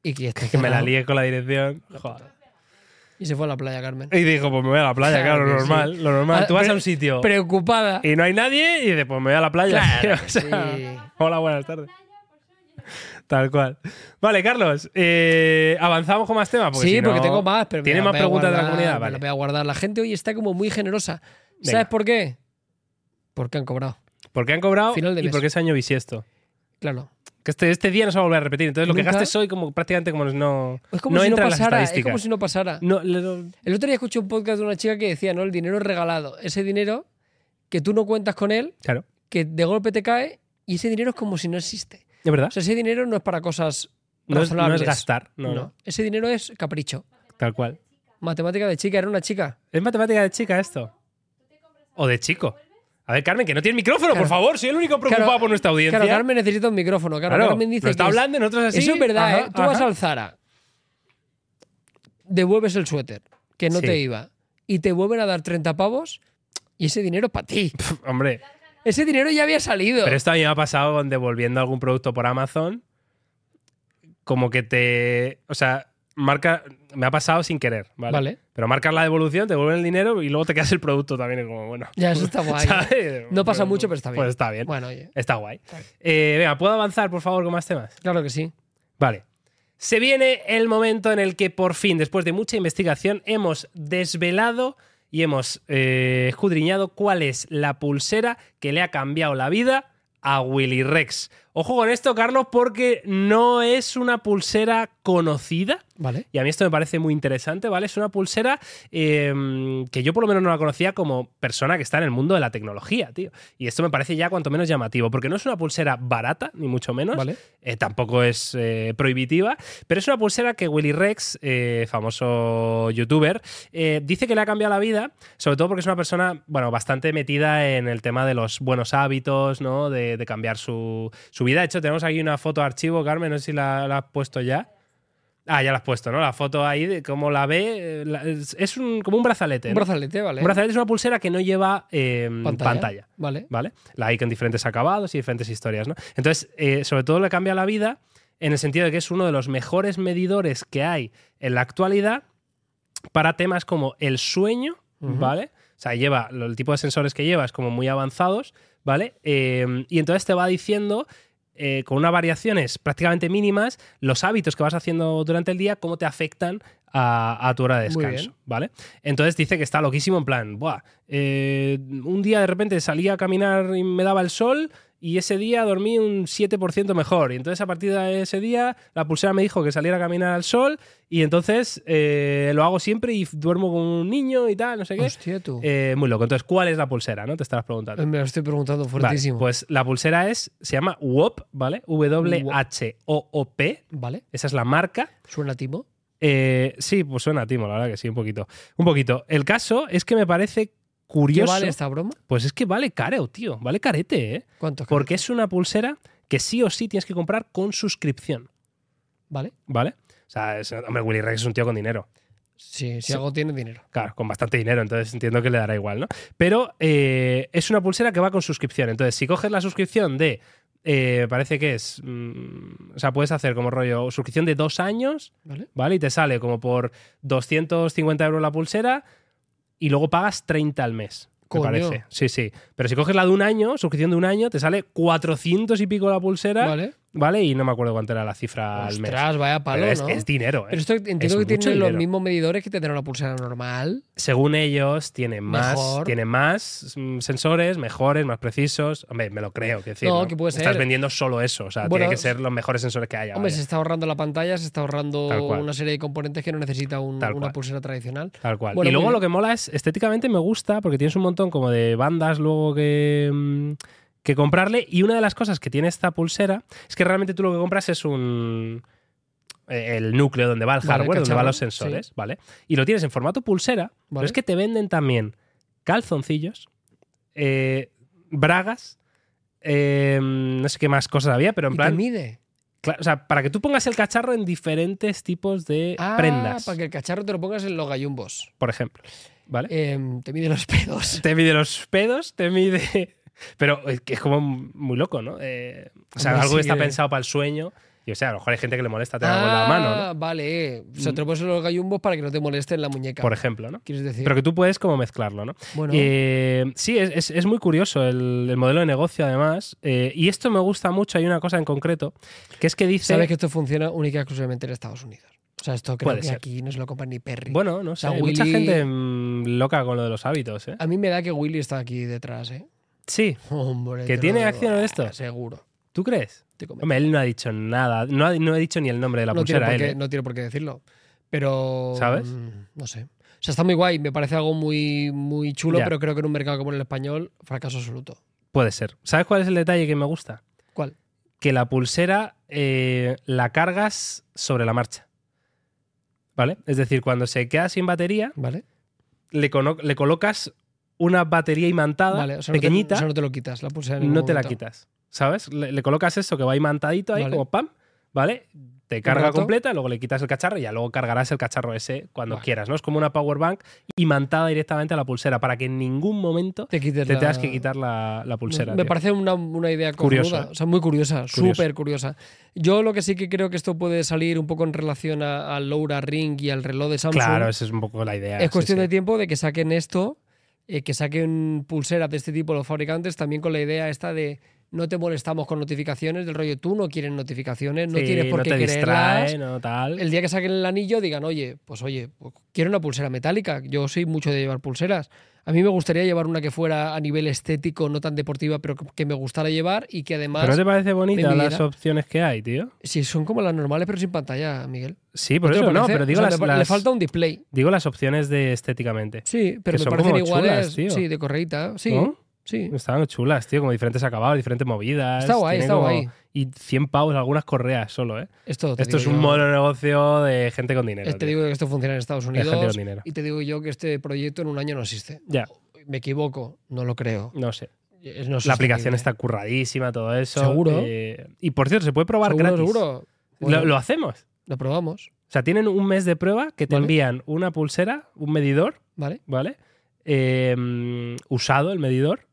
Speaker 2: Y que,
Speaker 1: [LAUGHS]
Speaker 2: está
Speaker 1: que me la
Speaker 2: cerrado.
Speaker 1: lié con la dirección. Joder.
Speaker 2: Y se fue a la
Speaker 1: [LAUGHS]
Speaker 2: playa, Carmen.
Speaker 1: Y dijo, pues me voy a la playa, claro,
Speaker 2: Claro
Speaker 1: lo
Speaker 2: que
Speaker 1: normal. Lo normal.
Speaker 2: Ah,
Speaker 1: Tú vas
Speaker 2: pero-
Speaker 1: a un sitio [LAUGHS]
Speaker 2: Preocupada.
Speaker 1: y no hay nadie y dices, pues me voy a la playa.
Speaker 2: Claro
Speaker 1: tío. [LAUGHS] O sea,
Speaker 2: sí.
Speaker 1: Hola, buenas tardes. Tal cual. Vale, Carlos, eh, avanzamos con más temas. Porque
Speaker 2: sí,
Speaker 1: si no-
Speaker 2: porque tengo más, pero me
Speaker 1: ¿Tiene
Speaker 2: las
Speaker 1: más
Speaker 2: voy a
Speaker 1: preguntas de la
Speaker 2: guardar,
Speaker 1: comunidad?
Speaker 2: me las
Speaker 1: Vale.
Speaker 2: voy a guardar. La gente hoy está como muy generosa.
Speaker 1: Venga.
Speaker 2: ¿Sabes por qué? Porque han cobrado.
Speaker 1: ¿Por qué han cobrado
Speaker 2: Final de
Speaker 1: y
Speaker 2: mes.
Speaker 1: por qué es año bisiesto?
Speaker 2: Claro.
Speaker 1: Que este, este día no se va a volver a repetir. Entonces, lo que
Speaker 2: Nunca-
Speaker 1: gastes hoy, como, prácticamente como no,
Speaker 2: Es como
Speaker 1: no
Speaker 2: si no
Speaker 1: entra en
Speaker 2: pasara.
Speaker 1: las
Speaker 2: Es como
Speaker 1: estadísticas.
Speaker 2: si no pasara.
Speaker 1: No, le- no-
Speaker 2: El otro día escuché un podcast de una chica que decía, ¿no? El dinero regalado. Ese dinero que tú no cuentas con él,
Speaker 1: claro,
Speaker 2: que de golpe te cae, y ese dinero es como si no existe.
Speaker 1: es verdad.
Speaker 2: O sea, ese dinero no es para cosas
Speaker 1: no, es, no es
Speaker 2: razonables.
Speaker 1: gastar, no, no,
Speaker 2: Ese dinero es capricho.
Speaker 1: tal cual.
Speaker 2: Matemática de chica, era una chica.
Speaker 1: ¿Es matemática de chica esto? ¿O de chico? A ver, Carmen, que no tiene micrófono,
Speaker 2: Claro.
Speaker 1: por favor. Soy el único preocupado
Speaker 2: Claro,
Speaker 1: por nuestra audiencia.
Speaker 2: Claro, Carmen necesita un micrófono. Claro,
Speaker 1: Claro,
Speaker 2: Carmen dice
Speaker 1: nos está
Speaker 2: que es-
Speaker 1: hablando y nosotros así.
Speaker 2: Eso es verdad,
Speaker 1: Ajá,
Speaker 2: ¿eh? Tú
Speaker 1: ajá.
Speaker 2: vas al Zara, devuelves el suéter, que no
Speaker 1: Sí.
Speaker 2: te iba, y te vuelven a dar 30 pavos, y ese dinero para ti.
Speaker 1: Pff, Hombre,
Speaker 2: Ese dinero ya había salido.
Speaker 1: pero esto a mí me ha pasado con devolviendo algún producto por Amazon. Como que te. O sea, marca. Me ha pasado sin querer, ¿vale?
Speaker 2: Vale.
Speaker 1: Pero marcas la devolución, te devuelven el dinero y luego te quedas el producto también. Es como, [LAUGHS] bueno.
Speaker 2: Ya, eso está guay.
Speaker 1: ¿sabes?
Speaker 2: No pasa mucho, pero está bien.
Speaker 1: Pues está bien.
Speaker 2: Bueno, oye,
Speaker 1: Está guay.
Speaker 2: Está bien.
Speaker 1: Eh, venga, ¿puedo avanzar, por favor, con más temas?
Speaker 2: claro que sí.
Speaker 1: Vale. Se viene el momento en el que por fin, después de mucha investigación, hemos desvelado y hemos eh, escudriñado cuál es la pulsera que le ha cambiado la vida a Willy Rex. Ojo con esto, Carlos, porque no es una pulsera conocida.
Speaker 2: Vale.
Speaker 1: Y a mí esto me parece muy interesante, ¿vale? Es una pulsera eh, que yo por lo menos no la conocía como persona que está en el mundo de la tecnología, tío. Y esto me parece ya cuanto menos llamativo, porque no es una pulsera barata, ni mucho menos.
Speaker 2: Vale.
Speaker 1: Eh, tampoco es eh, prohibitiva, pero es una pulsera que Willy Rex, eh, famoso youtuber, eh, dice que le ha cambiado la vida, sobre todo porque es una persona, bueno, bastante metida en el tema de los buenos hábitos, ¿no? De, de cambiar su, su vida. De hecho, tenemos aquí una foto de archivo, Carmen, no sé si la, la has puesto ya. Ah, ya la has puesto, ¿no? La foto ahí de cómo la ve. eh, la- es es un, como un brazalete.
Speaker 2: Un
Speaker 1: ¿no?
Speaker 2: brazalete, vale.
Speaker 1: Un brazalete es una pulsera que no lleva eh, pantalla.
Speaker 2: Vale.
Speaker 1: ¿vale? La hay con diferentes acabados y diferentes historias, ¿no? Entonces, eh, sobre todo le cambia la vida en el sentido de que es uno de los mejores medidores que hay en la actualidad para temas como el sueño,
Speaker 2: Ujú.
Speaker 1: ¿vale? O sea, lleva lo- el tipo de sensores que lleva es como muy avanzados, ¿vale? Eh, y entonces te va diciendo eh, con unas variaciones prácticamente mínimas los hábitos que vas haciendo durante el día, cómo te afectan a, a tu hora de
Speaker 2: Muy
Speaker 1: descanso,
Speaker 2: bien.
Speaker 1: ¿vale? Entonces dice que está loquísimo en plan, Buah, eh, un día de repente salía a caminar y me daba el sol y ese día dormí un 7% mejor. Y entonces a partir de ese día la pulsera me dijo que saliera a caminar al sol y entonces eh, lo hago siempre y duermo con un niño y tal, no sé qué.
Speaker 2: Hostia, tú. Eh,
Speaker 1: Eh, muy loco. Entonces, ¿cuál es la pulsera? ¿No? Te estarás preguntando.
Speaker 2: Me lo estoy preguntando
Speaker 1: Vale,
Speaker 2: fuertísimo. ¿Vale?
Speaker 1: pues la pulsera es, se llama WOP, ¿vale? W-H-O-O-P. Esa es la marca.
Speaker 2: ¿Suena timo?
Speaker 1: Eh, sí, pues suena a Timo, la verdad que sí, un poquito. Un poquito. El caso es que me parece
Speaker 2: ¿Qué
Speaker 1: curioso.
Speaker 2: vale esta broma?
Speaker 1: Pues es que vale careo, tío. Vale carete, ¿eh?
Speaker 2: ¿Cuántos?
Speaker 1: Porque es una pulsera que sí o sí tienes que comprar con suscripción,
Speaker 2: ¿Vale?
Speaker 1: ¿vale? O sea, es- hombre, Willy Rex es un tío con dinero.
Speaker 2: Sí, si
Speaker 1: Sí.
Speaker 2: algo tiene dinero.
Speaker 1: Claro, con bastante dinero, entonces entiendo que le dará igual, ¿no? Pero eh, es una pulsera que va con suscripción. Entonces, si coges la suscripción de. eh, parece que es. mm, o sea, puedes hacer como rollo suscripción de dos años,
Speaker 2: ¿Vale?
Speaker 1: ¿vale? Y te sale como por 250 euros la pulsera y luego pagas 30 al mes.
Speaker 2: Coño.
Speaker 1: Me parece. Sí, sí. Pero si coges la de un año, suscripción de un año, te sale 400 y pico la pulsera, ¿vale?
Speaker 2: ¿Vale?
Speaker 1: Y no me acuerdo cuánto era la cifra al mes.
Speaker 2: Ostras, vaya palo,
Speaker 1: Pero es,
Speaker 2: ¿no?
Speaker 1: es dinero, ¿eh?
Speaker 2: Pero esto entiendo
Speaker 1: es
Speaker 2: que
Speaker 1: mucho
Speaker 2: tiene los
Speaker 1: dinero.
Speaker 2: mismos medidores que tendrá una pulsera normal.
Speaker 1: según ellos, tienen más,
Speaker 2: Mejor.
Speaker 1: tienen más mm, sensores, mejores, más precisos. Hombre, me lo creo, que decir,
Speaker 2: No,
Speaker 1: ¿no?
Speaker 2: que puede
Speaker 1: Estás
Speaker 2: ser.
Speaker 1: vendiendo solo eso, o sea,
Speaker 2: Bueno,
Speaker 1: tiene que ser los mejores sensores que haya.
Speaker 2: Hombre,
Speaker 1: vaya.
Speaker 2: se está ahorrando la pantalla, se está ahorrando
Speaker 1: Tal cual.
Speaker 2: una serie de componentes que no necesita un-
Speaker 1: Tal
Speaker 2: una
Speaker 1: cual.
Speaker 2: pulsera tradicional.
Speaker 1: Tal cual.
Speaker 2: Bueno,
Speaker 1: y luego
Speaker 2: muy
Speaker 1: lo que mola es, estéticamente me gusta, porque tienes un montón como de bandas luego que, mm, que comprarle. Y una de las cosas que tiene esta pulsera es que realmente tú lo que compras es un eh, el núcleo donde va el
Speaker 2: Vale,
Speaker 1: hardware, donde
Speaker 2: cacharro,
Speaker 1: van los sensores, ¿vale? Y lo tienes en formato pulsera,
Speaker 2: Vale.
Speaker 1: pero es que te venden también calzoncillos, eh, bragas, eh, no sé qué más cosas había, pero en
Speaker 2: y te
Speaker 1: plan,
Speaker 2: mide.
Speaker 1: cla- o sea, para que tú pongas el cacharro en diferentes tipos de
Speaker 2: Ah,
Speaker 1: eh, prendas,
Speaker 2: para que el cacharro te lo pongas en los gallumbos.
Speaker 1: por ejemplo, ¿vale?
Speaker 2: Em, te mide
Speaker 1: [LAUGHS]
Speaker 2: los pedos.
Speaker 1: Te mide los pedos, te mide. [LAUGHS] Pero es que es como muy loco, ¿no? Eh, o sea,
Speaker 2: Hombre,
Speaker 1: algo que
Speaker 2: sí,
Speaker 1: está
Speaker 2: eh.
Speaker 1: pensado para el sueño. Y o sea, a lo mejor hay gente que le molesta tener algo en la mano, ¿no? Mm.
Speaker 2: Ah, Vale. O sea, te lo pones en los gallumbos para que no te moleste en la muñeca.
Speaker 1: Por ejemplo, ¿no?
Speaker 2: ¿Quieres decir?
Speaker 1: Pero que tú puedes como mezclarlo, ¿no?
Speaker 2: bueno,
Speaker 1: Eh, sí, es, es- es muy curioso el, el modelo de negocio, además. Eh, y esto me gusta mucho. Hay una cosa en concreto, que es que dice.
Speaker 2: sabes que esto funciona única y exclusivamente en Estados Unidos. O sea, esto creo
Speaker 1: eh, Puede
Speaker 2: que
Speaker 1: ser.
Speaker 2: aquí no se lo compra ni Perry.
Speaker 1: Bueno, no sé.
Speaker 2: sea,
Speaker 1: hay Mucha
Speaker 2: Willy- Ah.
Speaker 1: gente mm, loca con lo de los hábitos, ¿eh?
Speaker 2: A mí me da que Willy está aquí detrás, ¿eh? [LAUGHS]
Speaker 1: Sí,
Speaker 2: Hombre.
Speaker 1: ¿Que
Speaker 2: te lo
Speaker 1: tiene
Speaker 2: digo.
Speaker 1: acción en
Speaker 2: Ah,
Speaker 1: esto?
Speaker 2: Seguro.
Speaker 1: ¿tú crees?
Speaker 2: Te comento.
Speaker 1: Hombre, él no ha dicho nada. No ha, no ha dicho ni el nombre de la
Speaker 2: no
Speaker 1: pulsera,
Speaker 2: tiene
Speaker 1: él.
Speaker 2: por qué,
Speaker 1: ¿eh?
Speaker 2: no tiene por qué decirlo. Pero.
Speaker 1: ¿Sabes?
Speaker 2: mm, No sé. O sea, está muy guay, me parece algo muy, muy chulo,
Speaker 1: Ya.
Speaker 2: pero creo que en un mercado como el español, fracaso absoluto.
Speaker 1: Puede ser. ¿Sabes cuál es el detalle que me gusta?
Speaker 2: ¿Cuál?
Speaker 1: que la pulsera eh, la cargas sobre la marcha. ¿Vale? Es decir, cuando se queda sin batería,
Speaker 2: ¿Vale?
Speaker 1: le, cono- le colocas una batería imantada
Speaker 2: Vale, o sea, no te-
Speaker 1: pequeñita,
Speaker 2: o sea,
Speaker 1: no
Speaker 2: no te lo quitas, la pulsera. en
Speaker 1: te,
Speaker 2: ningún
Speaker 1: la
Speaker 2: momento.
Speaker 1: quitas. ¿Sabes? Le, le colocas eso que va imantadito ahí,
Speaker 2: Vale.
Speaker 1: como pam, ¿vale? Te carga
Speaker 2: rato.
Speaker 1: completa, luego le quitas el cacharro y ya luego cargarás el cacharro ese cuando
Speaker 2: Vale.
Speaker 1: quieras, ¿no? Es como una power bank imantada directamente a la pulsera para que en ningún momento
Speaker 2: Te quites
Speaker 1: te
Speaker 2: la-
Speaker 1: tengas que quitar la, la pulsera.
Speaker 2: Me
Speaker 1: tío.
Speaker 2: parece una, una idea
Speaker 1: Curioso,
Speaker 2: curiosa,
Speaker 1: ¿eh?
Speaker 2: o sea, muy curiosa,
Speaker 1: Curioso.
Speaker 2: súper curiosa. Yo lo que sí que creo que esto puede salir un poco en relación a- al Laura Ring y al reloj de Samsung.
Speaker 1: Claro, esa es un poco la idea.
Speaker 2: es
Speaker 1: sí,
Speaker 2: cuestión
Speaker 1: sí.
Speaker 2: de tiempo de que saquen esto, eh, que saquen pulseras de este tipo los fabricantes, también con la idea esta de no te molestamos con notificaciones, del rollo tú no quieres notificaciones, no
Speaker 1: Sí,
Speaker 2: tienes por
Speaker 1: no
Speaker 2: qué
Speaker 1: te
Speaker 2: quererlas.
Speaker 1: distrae, no tal.
Speaker 2: El día que saquen el anillo digan, oye, pues oye, pues quiero una pulsera metálica. Yo soy mucho de llevar pulseras. A mí me gustaría llevar una que fuera a nivel estético, no tan deportiva, pero que- que me gustara llevar y que además,
Speaker 1: ¿Pero no te parece bonita
Speaker 2: mi
Speaker 1: las
Speaker 2: vida.
Speaker 1: opciones que hay, tío?
Speaker 2: si son como las normales pero sin pantalla, Miguel.
Speaker 1: Sí, por
Speaker 2: ¿Te lo
Speaker 1: eso no,
Speaker 2: parece?
Speaker 1: pero digo,
Speaker 2: O sea,
Speaker 1: las,
Speaker 2: le- Le
Speaker 1: las-
Speaker 2: falta un display.
Speaker 1: digo las opciones de estéticamente.
Speaker 2: Sí, pero
Speaker 1: Que
Speaker 2: me
Speaker 1: son
Speaker 2: parecen
Speaker 1: como chulas,
Speaker 2: iguales.
Speaker 1: tío.
Speaker 2: Sí, de correita. Sí,
Speaker 1: ¿No?
Speaker 2: sí.
Speaker 1: Estaban chulas, tío, como diferentes acabados, diferentes movidas.
Speaker 2: Está guay,
Speaker 1: tiene
Speaker 2: está
Speaker 1: como-
Speaker 2: guay.
Speaker 1: Y 100 pavos, algunas correas solo, ¿eh?
Speaker 2: Esto, te
Speaker 1: Esto
Speaker 2: digo
Speaker 1: es un
Speaker 2: yo. Eh,
Speaker 1: mono negocio de gente con dinero.
Speaker 2: Te
Speaker 1: tío.
Speaker 2: digo que esto funciona en Estados
Speaker 1: De gente
Speaker 2: Unidos
Speaker 1: con dinero.
Speaker 2: y te digo yo que este proyecto en un año no existe.
Speaker 1: Ya,
Speaker 2: Me equivoco, no lo creo.
Speaker 1: no sé.
Speaker 2: Es no
Speaker 1: La aplicación
Speaker 2: sostenible.
Speaker 1: está curradísima, todo eso.
Speaker 2: Seguro.
Speaker 1: eh, y por cierto, se puede probar
Speaker 2: seguro,
Speaker 1: gratis.
Speaker 2: seguro.
Speaker 1: Lo-
Speaker 2: Bueno.
Speaker 1: Lo, hacemos.
Speaker 2: Lo probamos,
Speaker 1: O sea, tienen un mes de prueba que te
Speaker 2: Vale.
Speaker 1: envían una pulsera, un medidor
Speaker 2: ¿vale?
Speaker 1: ¿vale? Eh, mm, usado el medidor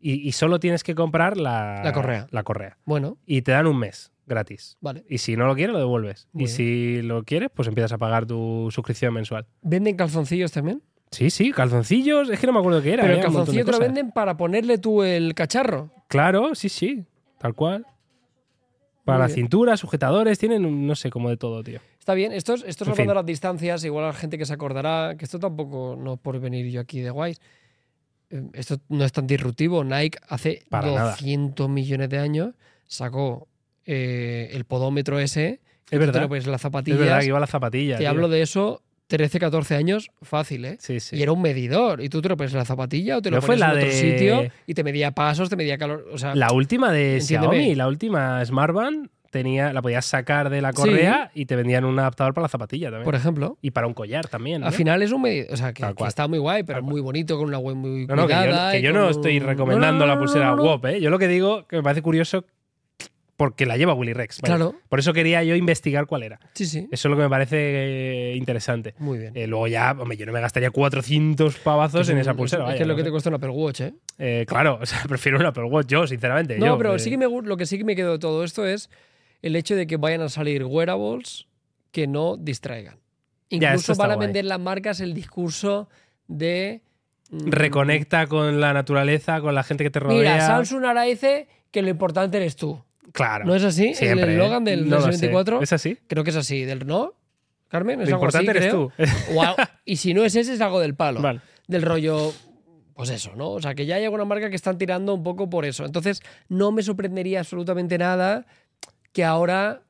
Speaker 1: y, y solo tienes que comprar la,
Speaker 2: La correa.
Speaker 1: la correa.
Speaker 2: Bueno,
Speaker 1: Y te dan un mes gratis.
Speaker 2: vale.
Speaker 1: Y si no lo quieres, lo devuelves.
Speaker 2: Muy
Speaker 1: y
Speaker 2: bien.
Speaker 1: si lo quieres, pues empiezas a pagar tu suscripción mensual.
Speaker 2: ¿Venden calzoncillos también?
Speaker 1: Sí, sí, calzoncillos. Es que no me acuerdo qué era.
Speaker 2: Pero el
Speaker 1: había un montón de
Speaker 2: calzoncillo te lo
Speaker 1: cosas.
Speaker 2: venden para ponerle tú el cacharro.
Speaker 1: Claro, sí, sí. Tal cual. Para
Speaker 2: Muy
Speaker 1: la
Speaker 2: bien.
Speaker 1: cintura, sujetadores, tienen, un- no sé, como de todo, tío.
Speaker 2: Está bien, esto es, esto es
Speaker 1: En
Speaker 2: hablando
Speaker 1: fin.
Speaker 2: de las distancias, igual a la gente que se acordará, que esto tampoco no por venir yo aquí de guays. eh, esto no es tan disruptivo. Nike hace
Speaker 1: Para nada.
Speaker 2: 200 millones de años sacó eh, el podómetro ese.
Speaker 1: Es verdad. Es
Speaker 2: Pues las
Speaker 1: verdad
Speaker 2: zapatillas.
Speaker 1: que iba la zapatilla.
Speaker 2: Te
Speaker 1: tío.
Speaker 2: hablo de eso 13, 14 años, fácil, ¿eh?
Speaker 1: Sí, sí.
Speaker 2: Y era un medidor. Y tú te lo pones en la zapatilla o te lo
Speaker 1: ¿No fue
Speaker 2: pones
Speaker 1: la
Speaker 2: en otro
Speaker 1: de-
Speaker 2: sitio y te medía pasos, te medía calor. O sea,
Speaker 1: La última de
Speaker 2: Entiéndeme.
Speaker 1: Xiaomi, la última Smartband, tenía, la podías sacar de la
Speaker 2: Sí.
Speaker 1: correa y te vendían un adaptador para la zapatilla también.
Speaker 2: por ejemplo.
Speaker 1: y para un collar también. [LAUGHS] ¿eh? ¿no?
Speaker 2: Al final es un medidor. O sea, que,
Speaker 1: Tal
Speaker 2: que
Speaker 1: cual.
Speaker 2: está muy guay, pero
Speaker 1: Tal cual.
Speaker 2: muy bonito, con una web muy
Speaker 1: No, no, que yo,
Speaker 2: cuidada
Speaker 1: que
Speaker 2: y
Speaker 1: yo no
Speaker 2: con
Speaker 1: estoy
Speaker 2: un-
Speaker 1: recomendando
Speaker 2: No, no,
Speaker 1: la
Speaker 2: no,
Speaker 1: pulsera
Speaker 2: no, no.
Speaker 1: WOP, ¿eh? Yo lo que digo que me parece curioso porque la lleva Willy Rex. vaya.
Speaker 2: Claro,
Speaker 1: Por eso quería yo investigar cuál era.
Speaker 2: sí, sí.
Speaker 1: Eso es lo que me parece eh, interesante.
Speaker 2: Muy bien.
Speaker 1: Eh, luego ya, hombre, yo no me gastaría 400 pavazos
Speaker 2: Es
Speaker 1: en
Speaker 2: un-
Speaker 1: esa
Speaker 2: es-
Speaker 1: pulsera.
Speaker 2: Es,
Speaker 1: vaya,
Speaker 2: que es lo
Speaker 1: no
Speaker 2: que
Speaker 1: sé.
Speaker 2: te cuesta un Apple Watch, ¿eh?
Speaker 1: Eh, claro, [LAUGHS] o sea, prefiero un Apple Watch, yo, sinceramente.
Speaker 2: No,
Speaker 1: yo,
Speaker 2: pero
Speaker 1: eh,
Speaker 2: sí que me, gu- lo que sí que me quedó de todo esto es el hecho de que vayan a salir wearables que no distraigan.
Speaker 1: Ya, esto
Speaker 2: Incluso
Speaker 1: está
Speaker 2: van a
Speaker 1: guay.
Speaker 2: vender las marcas el discurso de. mm,
Speaker 1: Reconecta con la naturaleza, con la gente que te rodea.
Speaker 2: Mira, Samsung ahora dice que lo importante eres tú.
Speaker 1: Claro.
Speaker 2: ¿No es así?
Speaker 1: siempre.
Speaker 2: el
Speaker 1: ¿eh?
Speaker 2: eslogan del
Speaker 1: No lo sé.
Speaker 2: 2024.
Speaker 1: ¿Es así?
Speaker 2: Creo que es así. ¿Del no? Carmen, es
Speaker 1: Lo
Speaker 2: algo así,
Speaker 1: importante eres
Speaker 2: creo.
Speaker 1: tú. [LAUGHS]
Speaker 2: O a- y si no es ese, es algo del palo.
Speaker 1: Vale.
Speaker 2: Del rollo. Pues eso, ¿no? O sea, que ya hay alguna marca que están tirando un poco por eso. Entonces, no me sorprendería absolutamente nada que ahora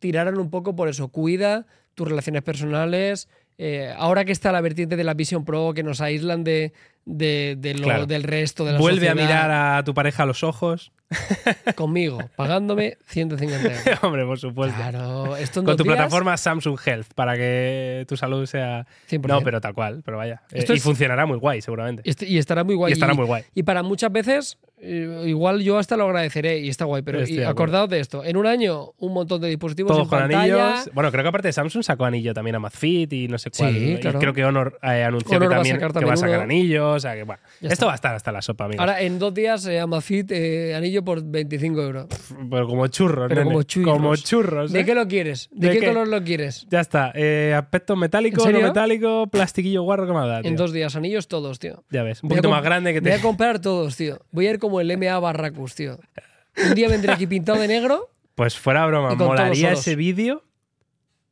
Speaker 2: tiraran un poco por eso. Cuida tus relaciones personales. eh, ahora que está la vertiente de la Vision Pro, que nos aíslan de, de- de lo-
Speaker 1: Claro.
Speaker 2: del resto de la
Speaker 1: Vuelve a
Speaker 2: sociedad
Speaker 1: mirar a tu pareja a los ojos. [LAUGHS]
Speaker 2: conmigo, pagándome 150 euros.
Speaker 1: [LAUGHS] Hombre, por supuesto.
Speaker 2: Claro, esto en
Speaker 1: Con
Speaker 2: dos
Speaker 1: tu
Speaker 2: días,
Speaker 1: plataforma Samsung Health para que tu salud sea.
Speaker 2: 100%.
Speaker 1: No, pero tal cual, pero vaya. Eh,
Speaker 2: Esto
Speaker 1: y
Speaker 2: es-
Speaker 1: funcionará muy guay, seguramente.
Speaker 2: Y est- Este, Y estará muy guay.
Speaker 1: y estará
Speaker 2: Y-
Speaker 1: muy guay.
Speaker 2: Y para muchas veces, eh, igual yo hasta lo agradeceré y está guay, pero
Speaker 1: Estoy
Speaker 2: y
Speaker 1: de acuerdo.
Speaker 2: acordaos de esto. En un año, un montón de dispositivos
Speaker 1: Todos
Speaker 2: en
Speaker 1: con
Speaker 2: pantalla.
Speaker 1: anillos. Bueno, creo que aparte de Samsung sacó anillo también a Mazfit y no sé
Speaker 2: Sí,
Speaker 1: cuál. Y
Speaker 2: claro.
Speaker 1: creo que Honor eh, anunció
Speaker 2: Honor
Speaker 1: que
Speaker 2: va a
Speaker 1: también,
Speaker 2: sacar
Speaker 1: que va a
Speaker 2: también
Speaker 1: sacar
Speaker 2: uno.
Speaker 1: anillos. O sea que, bueno,
Speaker 2: Ya
Speaker 1: esto
Speaker 2: está.
Speaker 1: va a estar hasta la sopa, amigos.
Speaker 2: Ahora, en dos días, eh, Amazfit, eh, anillo por 25 euros.
Speaker 1: pero como churros,
Speaker 2: Pero
Speaker 1: nene.
Speaker 2: como churros.
Speaker 1: Como churros,
Speaker 2: ¿De
Speaker 1: ¿eh?
Speaker 2: qué lo quieres? ¿De,
Speaker 1: ¿De
Speaker 2: qué,
Speaker 1: qué?
Speaker 2: color lo quieres?
Speaker 1: Ya está. Eh, aspecto metálico,
Speaker 2: ¿En
Speaker 1: no
Speaker 2: serio?
Speaker 1: metálico, plastiquillo guarro que me ha dado.
Speaker 2: En
Speaker 1: tío.
Speaker 2: dos días, anillos todos, tío.
Speaker 1: Ya ves. Un
Speaker 2: Voy a
Speaker 1: poquito
Speaker 2: comp-
Speaker 1: más grande que
Speaker 2: Voy
Speaker 1: te.
Speaker 2: a comprar todos, tío. Voy a ir como el MA Barracus, tío. Un día vendré aquí pintado de negro.
Speaker 1: Pues fuera broma,
Speaker 2: Y con
Speaker 1: molaría
Speaker 2: todos solos.
Speaker 1: ese vídeo.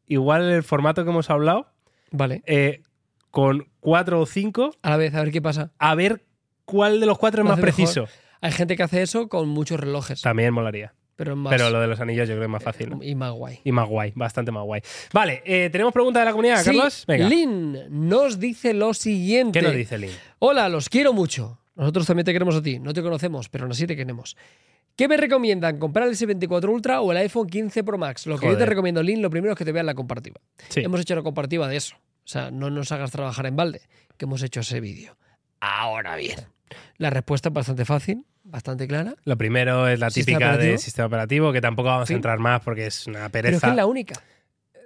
Speaker 1: Igual el formato que hemos hablado.
Speaker 2: Vale,
Speaker 1: eh, con cuatro o cinco.
Speaker 2: a la vez, a ver qué pasa.
Speaker 1: A ver cuál de los cuatro es
Speaker 2: Lo
Speaker 1: más
Speaker 2: hace mejor.
Speaker 1: preciso.
Speaker 2: Hay gente que hace eso con muchos relojes,
Speaker 1: También molaría.
Speaker 2: pero es más Eh,
Speaker 1: Pero lo de los anillos yo creo que es más fácil. ¿no?
Speaker 2: y más guay.
Speaker 1: Y más guay, bastante más guay. Vale, eh, ¿tenemos preguntas de la comunidad,
Speaker 2: Sí,
Speaker 1: Carlos? Venga.
Speaker 2: Lin nos dice lo siguiente.
Speaker 1: ¿Qué nos dice Lin?
Speaker 2: Hola, los quiero mucho. Nosotros también te queremos a ti. No te conocemos, pero aún así te queremos. ¿Qué me recomiendan? ¿Comprar el S24 Ultra o el iPhone 15 Pro Max? Lo que yo
Speaker 1: Joder.
Speaker 2: te recomiendo, Lin, lo primero es que te veas la comparativa.
Speaker 1: Sí.
Speaker 2: Hemos hecho la comparativa de eso. O sea, no nos hagas trabajar en balde, que hemos hecho ese vídeo. Ahora bien, la respuesta es bastante fácil, bastante clara.
Speaker 1: Lo primero es la
Speaker 2: ¿Sistema
Speaker 1: típica de
Speaker 2: operativo?
Speaker 1: sistema operativo, que tampoco vamos
Speaker 2: Sí.
Speaker 1: a entrar más porque es una
Speaker 2: Pero es que
Speaker 1: pereza.
Speaker 2: es la única.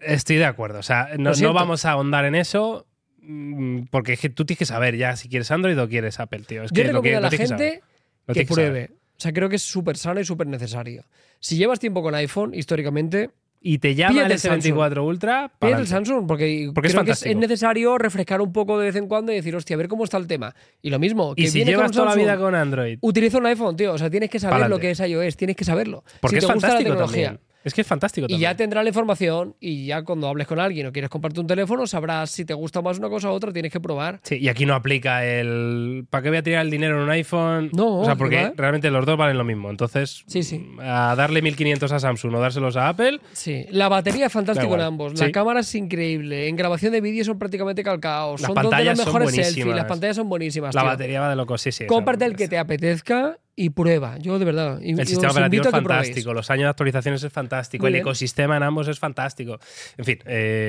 Speaker 1: Estoy de acuerdo. O sea, no, no
Speaker 2: siento.
Speaker 1: vamos a ahondar en eso mm, porque es que tú tienes que saber ya si quieres Android o quieres Apple, tío. Es que
Speaker 2: yo
Speaker 1: es lo
Speaker 2: recomiendo
Speaker 1: que
Speaker 2: a la
Speaker 1: lo tienes que saber.
Speaker 2: gente
Speaker 1: Lo
Speaker 2: que
Speaker 1: tienes que saber.
Speaker 2: pruebe. O sea, creo que es súper sano y súper necesario. Si llevas tiempo con iPhone, históricamente,
Speaker 1: Y te llama
Speaker 2: Píllate
Speaker 1: el
Speaker 2: el Samsung.
Speaker 1: S24 Ultra para
Speaker 2: Pídete el Samsung, porque,
Speaker 1: Porque es
Speaker 2: creo que es,
Speaker 1: fantástico.
Speaker 2: es necesario refrescar un poco de vez en cuando y decir, hostia, a ver cómo está el tema. Y lo mismo, que
Speaker 1: Y si
Speaker 2: viene
Speaker 1: llevas
Speaker 2: con
Speaker 1: toda la
Speaker 2: Samsung, Uh,
Speaker 1: vida con Android,
Speaker 2: Utiliza un iPhone, tío. O sea, tienes que saber
Speaker 1: Pa'lante.
Speaker 2: lo que es iOS, tienes que saberlo.
Speaker 1: porque
Speaker 2: si
Speaker 1: es
Speaker 2: te gusta la
Speaker 1: fantástico
Speaker 2: tecnología.
Speaker 1: también. Es que es fantástico
Speaker 2: Y
Speaker 1: también.
Speaker 2: ya tendrás la información y ya cuando hables con alguien o quieres comprarte un teléfono, sabrás si te gusta más una cosa u otra, tienes que probar.
Speaker 1: Sí, y aquí no aplica el. ¿Para qué voy a tirar el dinero en un iPhone?
Speaker 2: No,
Speaker 1: o sea,
Speaker 2: que
Speaker 1: porque
Speaker 2: va.
Speaker 1: realmente los dos valen lo mismo. Entonces, mm,
Speaker 2: Sí, sí.
Speaker 1: a darle 1500 a Samsung o dárselos a Apple,
Speaker 2: Sí. La batería es
Speaker 1: Da
Speaker 2: fantástica
Speaker 1: igual.
Speaker 2: en ambos. La
Speaker 1: Sí.
Speaker 2: cámara es increíble. En grabación de vídeo son prácticamente calcaos.
Speaker 1: Las
Speaker 2: son dos de
Speaker 1: pantallas
Speaker 2: las
Speaker 1: son
Speaker 2: mejores selfies.
Speaker 1: buenísimas.
Speaker 2: Las pantallas son buenísimas.
Speaker 1: la
Speaker 2: tío.
Speaker 1: batería va de loco. Sí, sí.
Speaker 2: Cómprate
Speaker 1: eso-
Speaker 2: el que te apetezca y prueba. Yo, de verdad. y- y
Speaker 1: El
Speaker 2: os
Speaker 1: sistema operativo
Speaker 2: invito
Speaker 1: es
Speaker 2: a que probéis.
Speaker 1: fantástico, los años de actualizaciones es fantástico,
Speaker 2: Muy
Speaker 1: el
Speaker 2: bien.
Speaker 1: ecosistema en ambos es fantástico, en fin,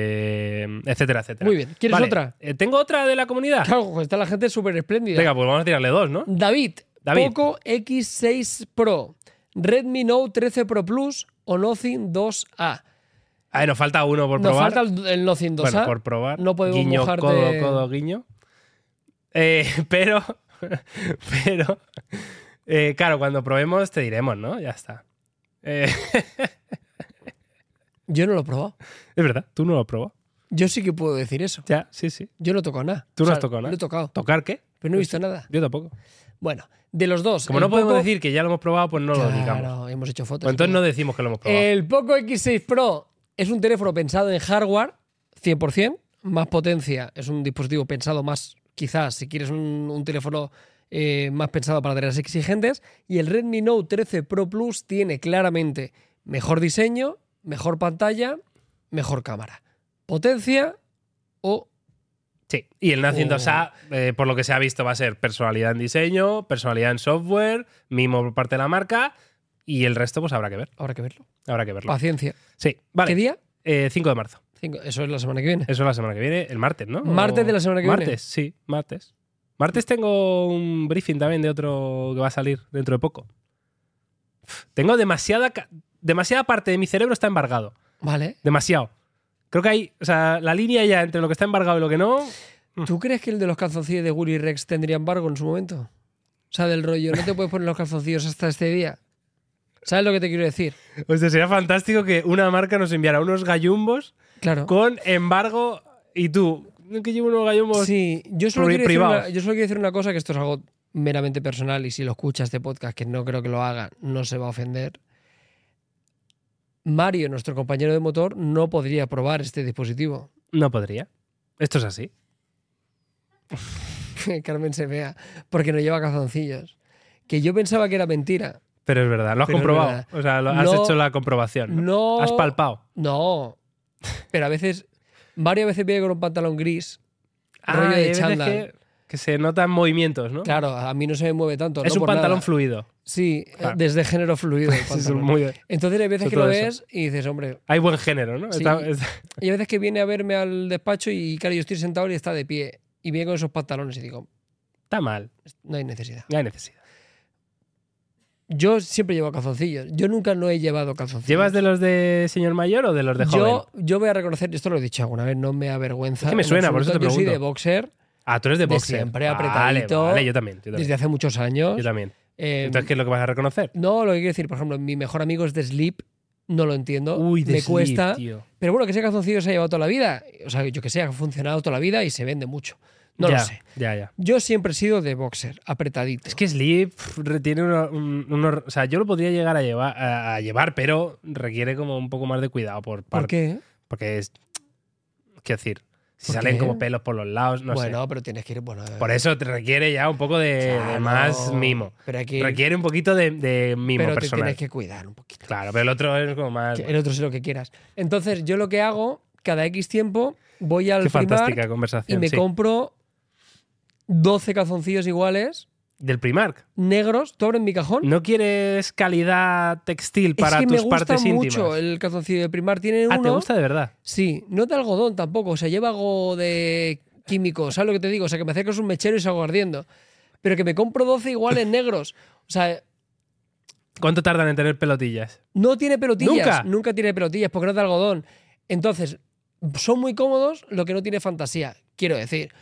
Speaker 1: eh, etcétera, etcétera.
Speaker 2: Muy bien. ¿Quieres
Speaker 1: Vale,
Speaker 2: otra?
Speaker 1: eh, ¿Tengo otra de la comunidad?
Speaker 2: Claro, está la gente súper espléndida.
Speaker 1: Venga, pues vamos a tirarle dos, ¿no?
Speaker 2: David,
Speaker 1: David.
Speaker 2: Poco X6 Pro, Redmi Note 13 Pro Plus o Nothing 2A.
Speaker 1: A ver, nos falta uno por
Speaker 2: Nos
Speaker 1: probar.
Speaker 2: falta el, el Nothing 2A.
Speaker 1: bueno, por probar.
Speaker 2: no podemos
Speaker 1: guiño,
Speaker 2: mojar
Speaker 1: codo,
Speaker 2: de-
Speaker 1: codo, guiño. Eh, [LAUGHS] pero, pero, eh, claro, cuando probemos te diremos, ¿no? Ya está. Eh, [LAUGHS]
Speaker 2: Yo no lo he probado.
Speaker 1: es verdad, tú no lo probas.
Speaker 2: Yo sí que puedo decir eso.
Speaker 1: Ya, sí, sí.
Speaker 2: Yo no toco nada.
Speaker 1: Tú no has tocado nada.
Speaker 2: Lo he tocado,
Speaker 1: ¿Tocar qué?
Speaker 2: pero no he visto nada.
Speaker 1: Yo tampoco.
Speaker 2: Bueno, de los dos.
Speaker 1: Como
Speaker 2: el
Speaker 1: no podemos
Speaker 2: Poco-
Speaker 1: decir que ya lo hemos probado, pues no lo digamos.
Speaker 2: Claro, Eh, hemos hecho fotos.
Speaker 1: Pues entonces no decimos que lo hemos probado.
Speaker 2: El Poco X6 Pro es un teléfono pensado en hardware 100%, más potencia, es un dispositivo pensado más, quizás, si quieres un, un teléfono eh, más pensado para tareas exigentes. Y el Redmi Note 13 Pro Plus tiene claramente mejor diseño, mejor pantalla, mejor cámara. Potencia o
Speaker 1: Sí, y el
Speaker 2: uh.
Speaker 1: NAC100A, eh, por lo que se ha visto, va a ser personalidad en diseño, personalidad en software, mimo por parte de la marca, y el resto pues habrá que ver.
Speaker 2: habrá que verlo.
Speaker 1: Habrá que verlo.
Speaker 2: Paciencia.
Speaker 1: Sí, vale.
Speaker 2: Ah, ¿Qué día?
Speaker 1: Eh, 5 de marzo.
Speaker 2: Cinco. Eso es la semana que viene.
Speaker 1: Eso es la semana que viene, el martes, ¿no?
Speaker 2: Martes de la semana que
Speaker 1: martes,
Speaker 2: viene.
Speaker 1: Martes, sí, martes. Martes tengo un briefing también de otro que va a salir dentro de poco. Uf, Tengo demasiada, ca- demasiada parte de mi cerebro está embargado.
Speaker 2: Vale.
Speaker 1: Demasiado. Creo que hay, o sea, la línea ya entre lo que está embargado y lo que no.
Speaker 2: ¿Tú crees que el de los calzoncillos de Willy Rex tendría embargo en su momento? O sea, del rollo, no te puedes poner los calzoncillos hasta este día. ¿Sabes lo que te quiero decir?
Speaker 1: O sea, sería fantástico que una marca nos enviara unos gallumbos
Speaker 2: Claro.
Speaker 1: con embargo y tú. Que llevo unos gallumbos.
Speaker 2: Sí, yo solo,
Speaker 1: pri-
Speaker 2: quiero decir
Speaker 1: privados.
Speaker 2: una, yo solo quiero decir una cosa, que esto es algo meramente personal y si lo escucha este podcast, que no creo que lo haga, no se va a ofender. Mario, nuestro compañero de motor, no podría probar este dispositivo. [LAUGHS]
Speaker 1: No podría. Esto es así.
Speaker 2: Carmen se vea, porque no lleva calzoncillos. Que yo pensaba que era mentira.
Speaker 1: Pero es verdad, lo has
Speaker 2: Pero es
Speaker 1: comprobado.
Speaker 2: verdad.
Speaker 1: O sea, lo- has
Speaker 2: No-
Speaker 1: hecho la comprobación.
Speaker 2: No.
Speaker 1: Has palpado.
Speaker 2: No. Pero a veces, Mario a veces viene con un pantalón gris. Ah, rollo
Speaker 1: hay
Speaker 2: de
Speaker 1: veces
Speaker 2: chándal.
Speaker 1: Que, que se notan movimientos, ¿no?
Speaker 2: Claro, a mí no se me mueve tanto.
Speaker 1: es
Speaker 2: no
Speaker 1: un
Speaker 2: por
Speaker 1: pantalón
Speaker 2: nada.
Speaker 1: fluido.
Speaker 2: Sí, eh,
Speaker 1: Claro.
Speaker 2: desde género
Speaker 1: [LAUGHS]
Speaker 2: fluido. el
Speaker 1: Es un
Speaker 2: pantalón.
Speaker 1: muy-
Speaker 2: Entonces hay veces
Speaker 1: Eso,
Speaker 2: que lo
Speaker 1: todo eso.
Speaker 2: ves y dices, hombre,
Speaker 1: Hay buen género, ¿no?
Speaker 2: Sí.
Speaker 1: Está- es-
Speaker 2: Y a veces que viene a verme al despacho y claro, yo estoy sentado y está de pie. Y viene con esos pantalones y digo,
Speaker 1: está mal,
Speaker 2: no hay necesidad.
Speaker 1: no hay necesidad.
Speaker 2: Yo siempre llevo calzoncillos. Yo nunca no he llevado calzoncillos.
Speaker 1: ¿Llevas de los de señor mayor o de los de joven?
Speaker 2: yo, yo voy a reconocer, esto lo he dicho alguna vez, no me avergüenza.
Speaker 1: Es que me
Speaker 2: en
Speaker 1: suena, por eso
Speaker 2: absoluto.
Speaker 1: te
Speaker 2: Yo soy de
Speaker 1: pregunto.
Speaker 2: boxer
Speaker 1: Ah, tú eres de
Speaker 2: de
Speaker 1: boxer.
Speaker 2: siempre,
Speaker 1: Vale,
Speaker 2: apretadito.
Speaker 1: Vale, yo también. Yo también.
Speaker 2: desde hace muchos años.
Speaker 1: Yo también.
Speaker 2: Eh,
Speaker 1: Entonces, ¿qué es lo que vas a reconocer?
Speaker 2: no, lo que quiero decir, por ejemplo, mi mejor amigo es de Sleep. No lo entiendo.
Speaker 1: Uy, de
Speaker 2: me
Speaker 1: slip,
Speaker 2: cuesta.
Speaker 1: tío.
Speaker 2: Pero bueno, que ese calzoncillo se ha llevado toda la vida. O sea, yo que sé, ha funcionado toda la vida y se vende mucho. No
Speaker 1: ya,
Speaker 2: lo sé.
Speaker 1: Ya, ya.
Speaker 2: Yo siempre he sido de boxer, apretadito.
Speaker 1: Es que Sleep pff, tiene uno- un- unos. O sea, yo lo podría llegar a llevar, a, a llevar, pero requiere como un poco más de cuidado por parte.
Speaker 2: ¿Por qué?
Speaker 1: Porque es. Quiero decir, si
Speaker 2: ¿Por
Speaker 1: salen
Speaker 2: qué?
Speaker 1: como pelos por los lados, no sé.
Speaker 2: bueno, pero tienes que ir. Bueno,
Speaker 1: Por eso te requiere ya un poco de,
Speaker 2: claro,
Speaker 1: de más mimo.
Speaker 2: Pero hay que ir-
Speaker 1: Requiere un poquito de, de mimo
Speaker 2: pero te
Speaker 1: personal.
Speaker 2: tienes que cuidar un poquito.
Speaker 1: Claro, pero el otro es como más.
Speaker 2: Que
Speaker 1: Qué,
Speaker 2: El otro es lo que quieras. Entonces, yo lo que hago, cada X tiempo, voy al
Speaker 1: fantástica
Speaker 2: Primark y
Speaker 1: conversación.
Speaker 2: me
Speaker 1: sí.
Speaker 2: compro 12 calzoncillos iguales,
Speaker 1: Del Primark.
Speaker 2: negros. Tú abres mi cajón.
Speaker 1: ¿No quieres calidad textil para
Speaker 2: es que
Speaker 1: tus
Speaker 2: me gusta
Speaker 1: partes
Speaker 2: mucho
Speaker 1: íntimas?
Speaker 2: el calzoncillo de Primark. Tiene
Speaker 1: Ah,
Speaker 2: uno.
Speaker 1: ¿te gusta de verdad?
Speaker 2: Sí, no de algodón tampoco. O sea, lleva algo de químico. ¿Sabes lo que te digo? O sea, que me acercas un mechero y salgo ardiendo. Pero que me compro 12 iguales negros. O sea,
Speaker 1: ¿Cuánto tardan en tener pelotillas?
Speaker 2: No tiene pelotillas.
Speaker 1: ¿Nunca?
Speaker 2: tiene pelotillas porque no es de algodón. Entonces, son muy cómodos lo que no tiene fantasía, quiero decir.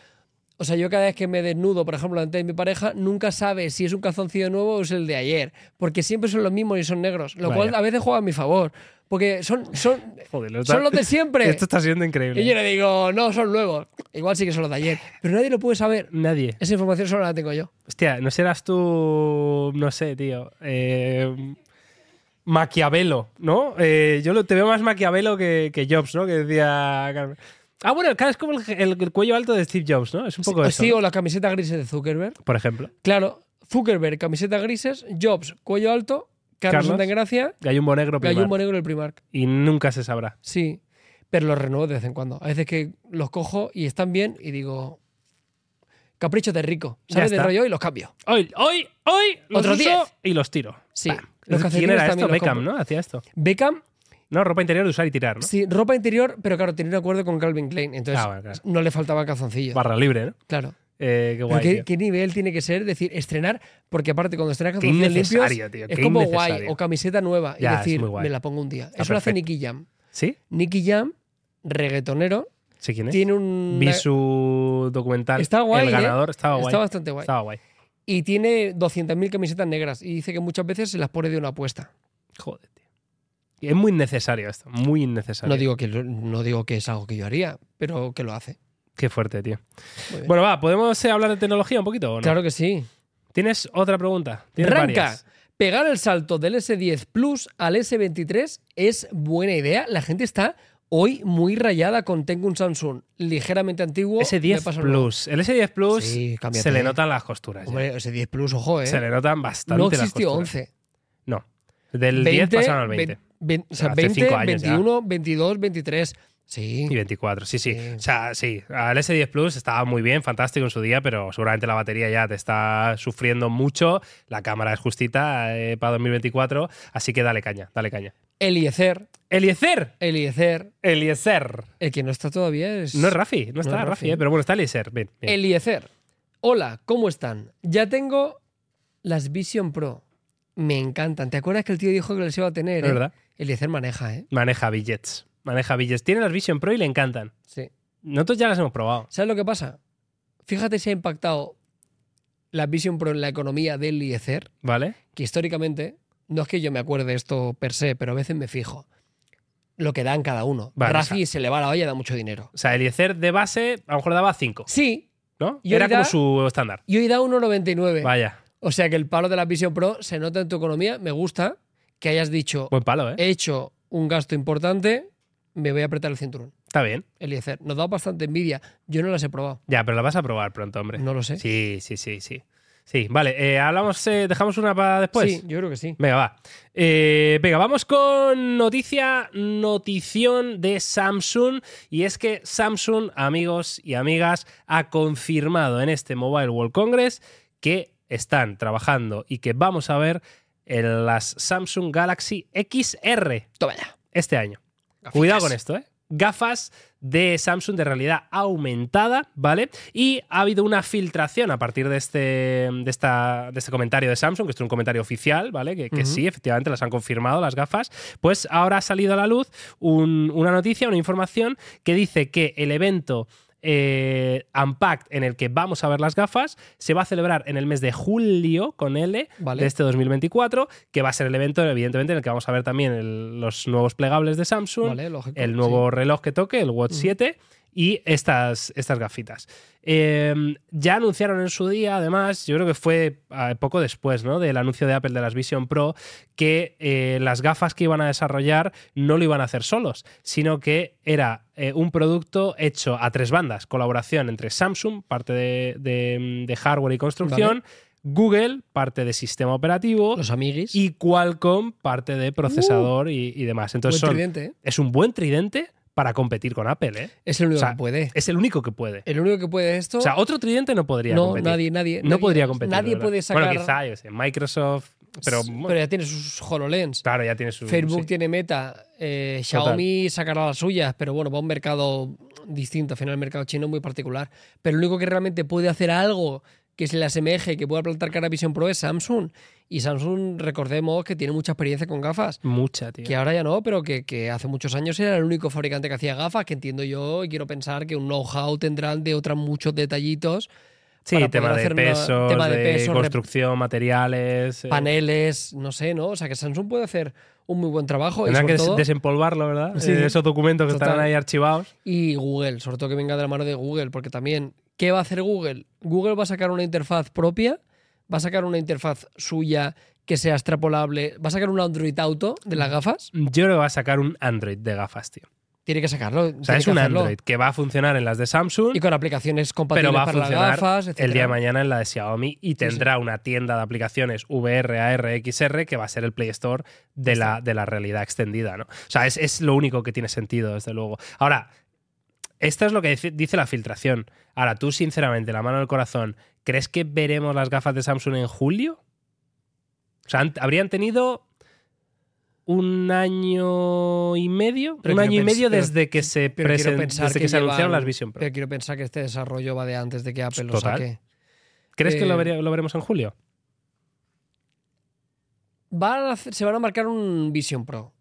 Speaker 2: O sea, yo cada vez que me desnudo, por ejemplo, ante mi pareja, nunca sabe si es un calzoncillo nuevo o es el de ayer. Porque siempre son los mismos y son negros. Lo cual
Speaker 1: Vaya.
Speaker 2: a veces juega a mi favor. Porque son, son,
Speaker 1: Joder, lo está-
Speaker 2: son
Speaker 1: [LAUGHS]
Speaker 2: los de siempre.
Speaker 1: Esto está siendo increíble.
Speaker 2: Y yo le digo, no, son nuevos. Igual sí que son los de ayer. Pero nadie lo puede saber.
Speaker 1: Nadie.
Speaker 2: Esa información solo la tengo yo.
Speaker 1: Hostia, no serás tú, no sé, tío. eh, Maquiavelo, ¿no? Eh, yo lo- te veo más Maquiavelo que, que Jobs, ¿no? Que decía Carmen. Ah, bueno, claro, es como el, el- el cuello alto de Steve Jobs, ¿no? Es un poco eso.
Speaker 2: Sí,
Speaker 1: ¿no?
Speaker 2: o las camisetas grises de Zuckerberg.
Speaker 1: Por ejemplo.
Speaker 2: Claro, Zuckerberg, camisetas grises, Jobs, cuello alto, Carlos
Speaker 1: Carlos.
Speaker 2: Santagracia,
Speaker 1: Gallumbo negro primar.
Speaker 2: Gallumbo Negro del Primark.
Speaker 1: Y nunca se sabrá.
Speaker 2: Sí, pero los renuevo de vez en cuando. A veces que los cojo y están bien y digo, capricho de rico,
Speaker 1: Ya
Speaker 2: ¿sabes? De
Speaker 1: está.
Speaker 2: rollo y los cambio.
Speaker 1: Hoy, hoy, hoy, los
Speaker 2: Otros
Speaker 1: uso
Speaker 2: 10.
Speaker 1: y los tiro.
Speaker 2: Sí,
Speaker 1: Pam.
Speaker 2: los
Speaker 1: ¿Quién
Speaker 2: calcetines
Speaker 1: era
Speaker 2: también
Speaker 1: esto?
Speaker 2: los
Speaker 1: Beckham,
Speaker 2: compro.
Speaker 1: ¿no? Hacía esto.
Speaker 2: Beckham,
Speaker 1: No, ropa interior de usar y tirar, ¿no?
Speaker 2: sí, ropa interior, pero claro, tenía un acuerdo con Calvin Klein, entonces
Speaker 1: Ah, bueno, claro.
Speaker 2: no le faltaban calzoncillos.
Speaker 1: Barra libre, ¿no?
Speaker 2: Claro.
Speaker 1: Eh, qué
Speaker 2: Pero
Speaker 1: guay.
Speaker 2: ¿qué,
Speaker 1: tío.
Speaker 2: qué nivel tiene que ser decir estrenar? Porque aparte, cuando estrenas calzoncillos limpios,
Speaker 1: innecesario, tío,
Speaker 2: es
Speaker 1: qué
Speaker 2: como guay,
Speaker 1: innecesario.
Speaker 2: o camiseta nueva,
Speaker 1: Ya,
Speaker 2: y
Speaker 1: es
Speaker 2: decir,
Speaker 1: muy guay.
Speaker 2: me la pongo un día. Eso
Speaker 1: Está
Speaker 2: lo hace
Speaker 1: perfecto.
Speaker 2: Nicky Jam.
Speaker 1: ¿Sí?
Speaker 2: Nicky Jam, reggaetonero,
Speaker 1: ¿Sí quién es?
Speaker 2: tiene un.
Speaker 1: Vi su documental.
Speaker 2: Está guay,
Speaker 1: El ganador estaba guay.
Speaker 2: Está bastante guay.
Speaker 1: Estaba guay.
Speaker 2: Y tiene 200.000 camisetas negras. Y dice que muchas veces se las pone de una apuesta.
Speaker 1: Joder, tío. Y Es muy innecesario esto. Muy innecesario.
Speaker 2: No digo, que, lo- no digo que es algo que yo haría, pero que lo hace.
Speaker 1: Qué fuerte, tío.
Speaker 2: Muy bien.
Speaker 1: Bueno, va, ¿podemos eh, hablar de tecnología un poquito o no?
Speaker 2: Claro que sí.
Speaker 1: ¿Tienes otra pregunta? ¿Tienes
Speaker 2: Ranca.
Speaker 1: varias?
Speaker 2: Pegar el salto del S10 Plus al S23 es buena idea. La gente está hoy muy rayada con tengo un Samsung ligeramente antiguo.
Speaker 1: Ese
Speaker 2: me
Speaker 1: 10
Speaker 2: pasa lo
Speaker 1: Plus. El S10 Plus
Speaker 2: Sí, cámbiate. ¿eh?
Speaker 1: se le notan las costuras. ya.
Speaker 2: Hombre, ese 10 Plus, ojo, ¿eh?
Speaker 1: Se le notan bastante
Speaker 2: no
Speaker 1: las
Speaker 2: existió
Speaker 1: costuras.
Speaker 2: 11.
Speaker 1: No. Del 10 pasaron al 20.
Speaker 2: vein- o sea,
Speaker 1: Hace
Speaker 2: 20,
Speaker 1: cinco años ya.
Speaker 2: 21, 22, 23. Sí.
Speaker 1: Y 24, sí, sí.
Speaker 2: Sí.
Speaker 1: O sea, sí, al S10 Plus estaba muy bien, fantástico en su día, pero seguramente la batería ya te está sufriendo mucho. La cámara es justita eh, para 2024, así que dale caña, dale caña.
Speaker 2: Eliezer,
Speaker 1: Eliezer,
Speaker 2: Eliezer,
Speaker 1: Eliezer.
Speaker 2: el que no está todavía es.
Speaker 1: No es Rafi, no está
Speaker 2: es
Speaker 1: Rafi,
Speaker 2: Rafi,
Speaker 1: eh,
Speaker 2: ¿eh?
Speaker 1: pero bueno, está Eliezer. Bien, bien.
Speaker 2: Eliezer. Hola, ¿cómo están? Ya tengo las Vision Pro. Me encantan. ¿Te acuerdas que el tío dijo que las iba a tener?
Speaker 1: Es
Speaker 2: eh?
Speaker 1: verdad.
Speaker 2: Eliezer maneja, ¿eh?
Speaker 1: Maneja billets, maneja billets. Tiene las Vision Pro y le encantan.
Speaker 2: Sí.
Speaker 1: Nosotros ya las hemos probado.
Speaker 2: ¿Sabes lo que pasa? Fíjate si ha impactado la Vision Pro en la economía del Eliezer,
Speaker 1: ¿Vale?
Speaker 2: que históricamente, no es que yo me acuerde esto per se, pero a veces me fijo lo que dan cada uno.
Speaker 1: Vale,
Speaker 2: Rafi se le va la olla, da mucho dinero.
Speaker 1: O sea, Eliezer de base a lo mejor daba 5,
Speaker 2: Sí,
Speaker 1: ¿no?
Speaker 2: Y
Speaker 1: Era como
Speaker 2: ahorita-
Speaker 1: su estándar.
Speaker 2: y hoy da 1,99.
Speaker 1: Vaya,
Speaker 2: O sea que el palo de la Vision Pro se nota en tu economía. Me gusta que hayas dicho,
Speaker 1: buen palo, ¿eh?
Speaker 2: he hecho un gasto importante, me voy a apretar el cinturón.
Speaker 1: Está bien.
Speaker 2: Eliezer, nos da bastante envidia. Yo no las he probado.
Speaker 1: Ya, pero la vas a probar pronto, hombre.
Speaker 2: No lo sé.
Speaker 1: Sí, sí, sí, sí. Sí, vale, eh, hablamos, eh, dejamos una para después.
Speaker 2: Sí, yo creo que sí.
Speaker 1: Venga, va. Eh, venga, vamos con noticia, notición de Samsung. Y es que Samsung, amigos y amigas, ha confirmado en este Mobile World Congress que están trabajando y que vamos a ver en las Samsung Galaxy XR
Speaker 2: Toma ya.
Speaker 1: este año. Cuidado con esto, ¿eh? Gafas de Samsung de realidad aumentada, ¿vale? Y ha habido una filtración a partir de este, de esta, de este comentario de Samsung, que esto es un comentario oficial, ¿vale? Que, que
Speaker 2: Ujú.
Speaker 1: sí, efectivamente las han confirmado las gafas. Pues ahora ha salido a la luz un- una noticia, una información que dice que el evento eh, Unpacked en el que vamos a ver las gafas se va a celebrar en el mes de julio con L
Speaker 2: Vale.
Speaker 1: de este 2024, que va a ser el evento, evidentemente, en el que vamos a ver también el- los nuevos plegables de Samsung
Speaker 2: Vale, lógico,
Speaker 1: el
Speaker 2: sí.
Speaker 1: nuevo reloj que toque, el Watch 7, y estas, estas gafitas. Eh, ya anunciaron en su día, además, yo creo que fue eh, poco después ¿no? del anuncio de Apple de las Vision Pro, que eh, las gafas que iban a desarrollar no lo iban a hacer solos, sino que era eh, un producto hecho a tres bandas, colaboración entre Samsung, parte de, de- de hardware y construcción, Google, parte de sistema operativo,
Speaker 2: Los amiguis.
Speaker 1: y Qualcomm, parte de procesador y, y demás. Entonces
Speaker 2: Buen
Speaker 1: son
Speaker 2: tridente, ¿eh?
Speaker 1: es un buen tridente para competir con Apple, ¿eh?
Speaker 2: Es el único
Speaker 1: O sea,
Speaker 2: que puede.
Speaker 1: Es el único que puede.
Speaker 2: El único que puede esto.
Speaker 1: O sea, otro tridente no podría
Speaker 2: no,
Speaker 1: competir.
Speaker 2: nadie, nadie.
Speaker 1: no
Speaker 2: nadie-
Speaker 1: podría competir.
Speaker 2: Nadie
Speaker 1: ¿verdad?
Speaker 2: puede sacar.
Speaker 1: Bueno, quizá, yo sé, Microsoft, pero, bueno,
Speaker 2: pero ya tiene sus HoloLens.
Speaker 1: claro, ya tiene su.
Speaker 2: Facebook
Speaker 1: sí.
Speaker 2: tiene meta. eh,
Speaker 1: Total.
Speaker 2: Xiaomi sacará las suyas, pero bueno, va a un mercado distinto. Al final, el mercado chino es muy particular. Pero el único que realmente puede hacer algo que se le asemeje, que pueda plantar cara a Vision Pro es Samsung. Y Samsung, recordemos que tiene mucha experiencia con gafas.
Speaker 1: Mucha, tío.
Speaker 2: Que ahora ya no, pero que, que hace muchos años era el único fabricante que hacía gafas, que entiendo yo y quiero pensar que un know-how tendrán de otros muchos detallitos,
Speaker 1: Sí,
Speaker 2: para
Speaker 1: tema
Speaker 2: poder
Speaker 1: de,
Speaker 2: hacer una-
Speaker 1: pesos,
Speaker 2: tema de
Speaker 1: de
Speaker 2: pesos, rep-
Speaker 1: construcción, materiales. eh,
Speaker 2: paneles, no sé, ¿no? O sea que Samsung puede hacer un muy buen trabajo y,
Speaker 1: Tendrán que
Speaker 2: sobre
Speaker 1: des-
Speaker 2: todo,
Speaker 1: desempolvarlo, ¿verdad?
Speaker 2: Sí.
Speaker 1: Eh, esos documentos que
Speaker 2: Total.
Speaker 1: estarán ahí archivados.
Speaker 2: y Google, sobre todo que venga de la mano de Google, porque también, ¿qué va a hacer Google? Google va a sacar una interfaz propia, va a sacar una interfaz suya que sea extrapolable, va a sacar un Android Auto de las gafas,
Speaker 1: Yo creo que va a sacar un Android de gafas, tío.
Speaker 2: tiene que sacarlo.
Speaker 1: O sea, es un Android que va a funcionar en las de Samsung.
Speaker 2: Y con aplicaciones compatibles
Speaker 1: pero va a
Speaker 2: para las
Speaker 1: funcionar
Speaker 2: gafas, etc.
Speaker 1: el día de mañana en la de Xiaomi y tendrá una tienda de aplicaciones VR, AR, XR que va a ser el Play Store de la, de la realidad extendida. ¿no? O sea, es, es lo único que tiene sentido, desde luego. Ahora, esto es lo que dice, dice la filtración. Ahora, tú, sinceramente, la mano del corazón, ¿crees que veremos las gafas de Samsung en julio? O sea, han- habrían tenido un año y medio,
Speaker 2: Pero
Speaker 1: un
Speaker 2: quiero
Speaker 1: año y
Speaker 2: pens-
Speaker 1: medio
Speaker 2: pero-
Speaker 1: desde que se,
Speaker 2: pero quiero
Speaker 1: presen-
Speaker 2: pensar
Speaker 1: desde que
Speaker 2: que
Speaker 1: se anunciaron
Speaker 2: llevan-
Speaker 1: las Vision Pro.
Speaker 2: Pero quiero pensar que este desarrollo va de antes de que Apple lo
Speaker 1: Total.
Speaker 2: saque.
Speaker 1: ¿Crees que
Speaker 2: eh,
Speaker 1: lo, vere- lo veremos en julio?
Speaker 2: Van a hacer- se van a marcar un Vision Pro.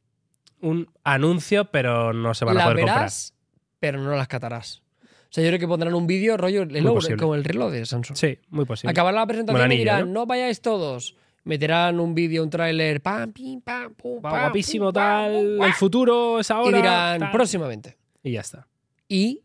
Speaker 1: un anuncio, pero no se van a
Speaker 2: la
Speaker 1: poder
Speaker 2: verás, pero no las catarás. O sea, yo creo que pondrán un vídeo rollo el
Speaker 1: Muy posible.
Speaker 2: como el reloj de Samsung.
Speaker 1: comprar. Sí, muy posible.
Speaker 2: Acabarán la presentación
Speaker 1: Buen
Speaker 2: y
Speaker 1: anillo,
Speaker 2: dirán, ¿no? vayáis todos. Meterán un vídeo, un tráiler, pam, pim, pam, pum,
Speaker 1: Va
Speaker 2: pam,
Speaker 1: guapísimo,
Speaker 2: pum, pam, pum,
Speaker 1: tal.
Speaker 2: pam,
Speaker 1: El futuro es ahora.
Speaker 2: y dirán,
Speaker 1: tal.
Speaker 2: próximamente.
Speaker 1: Y ya está.
Speaker 2: Y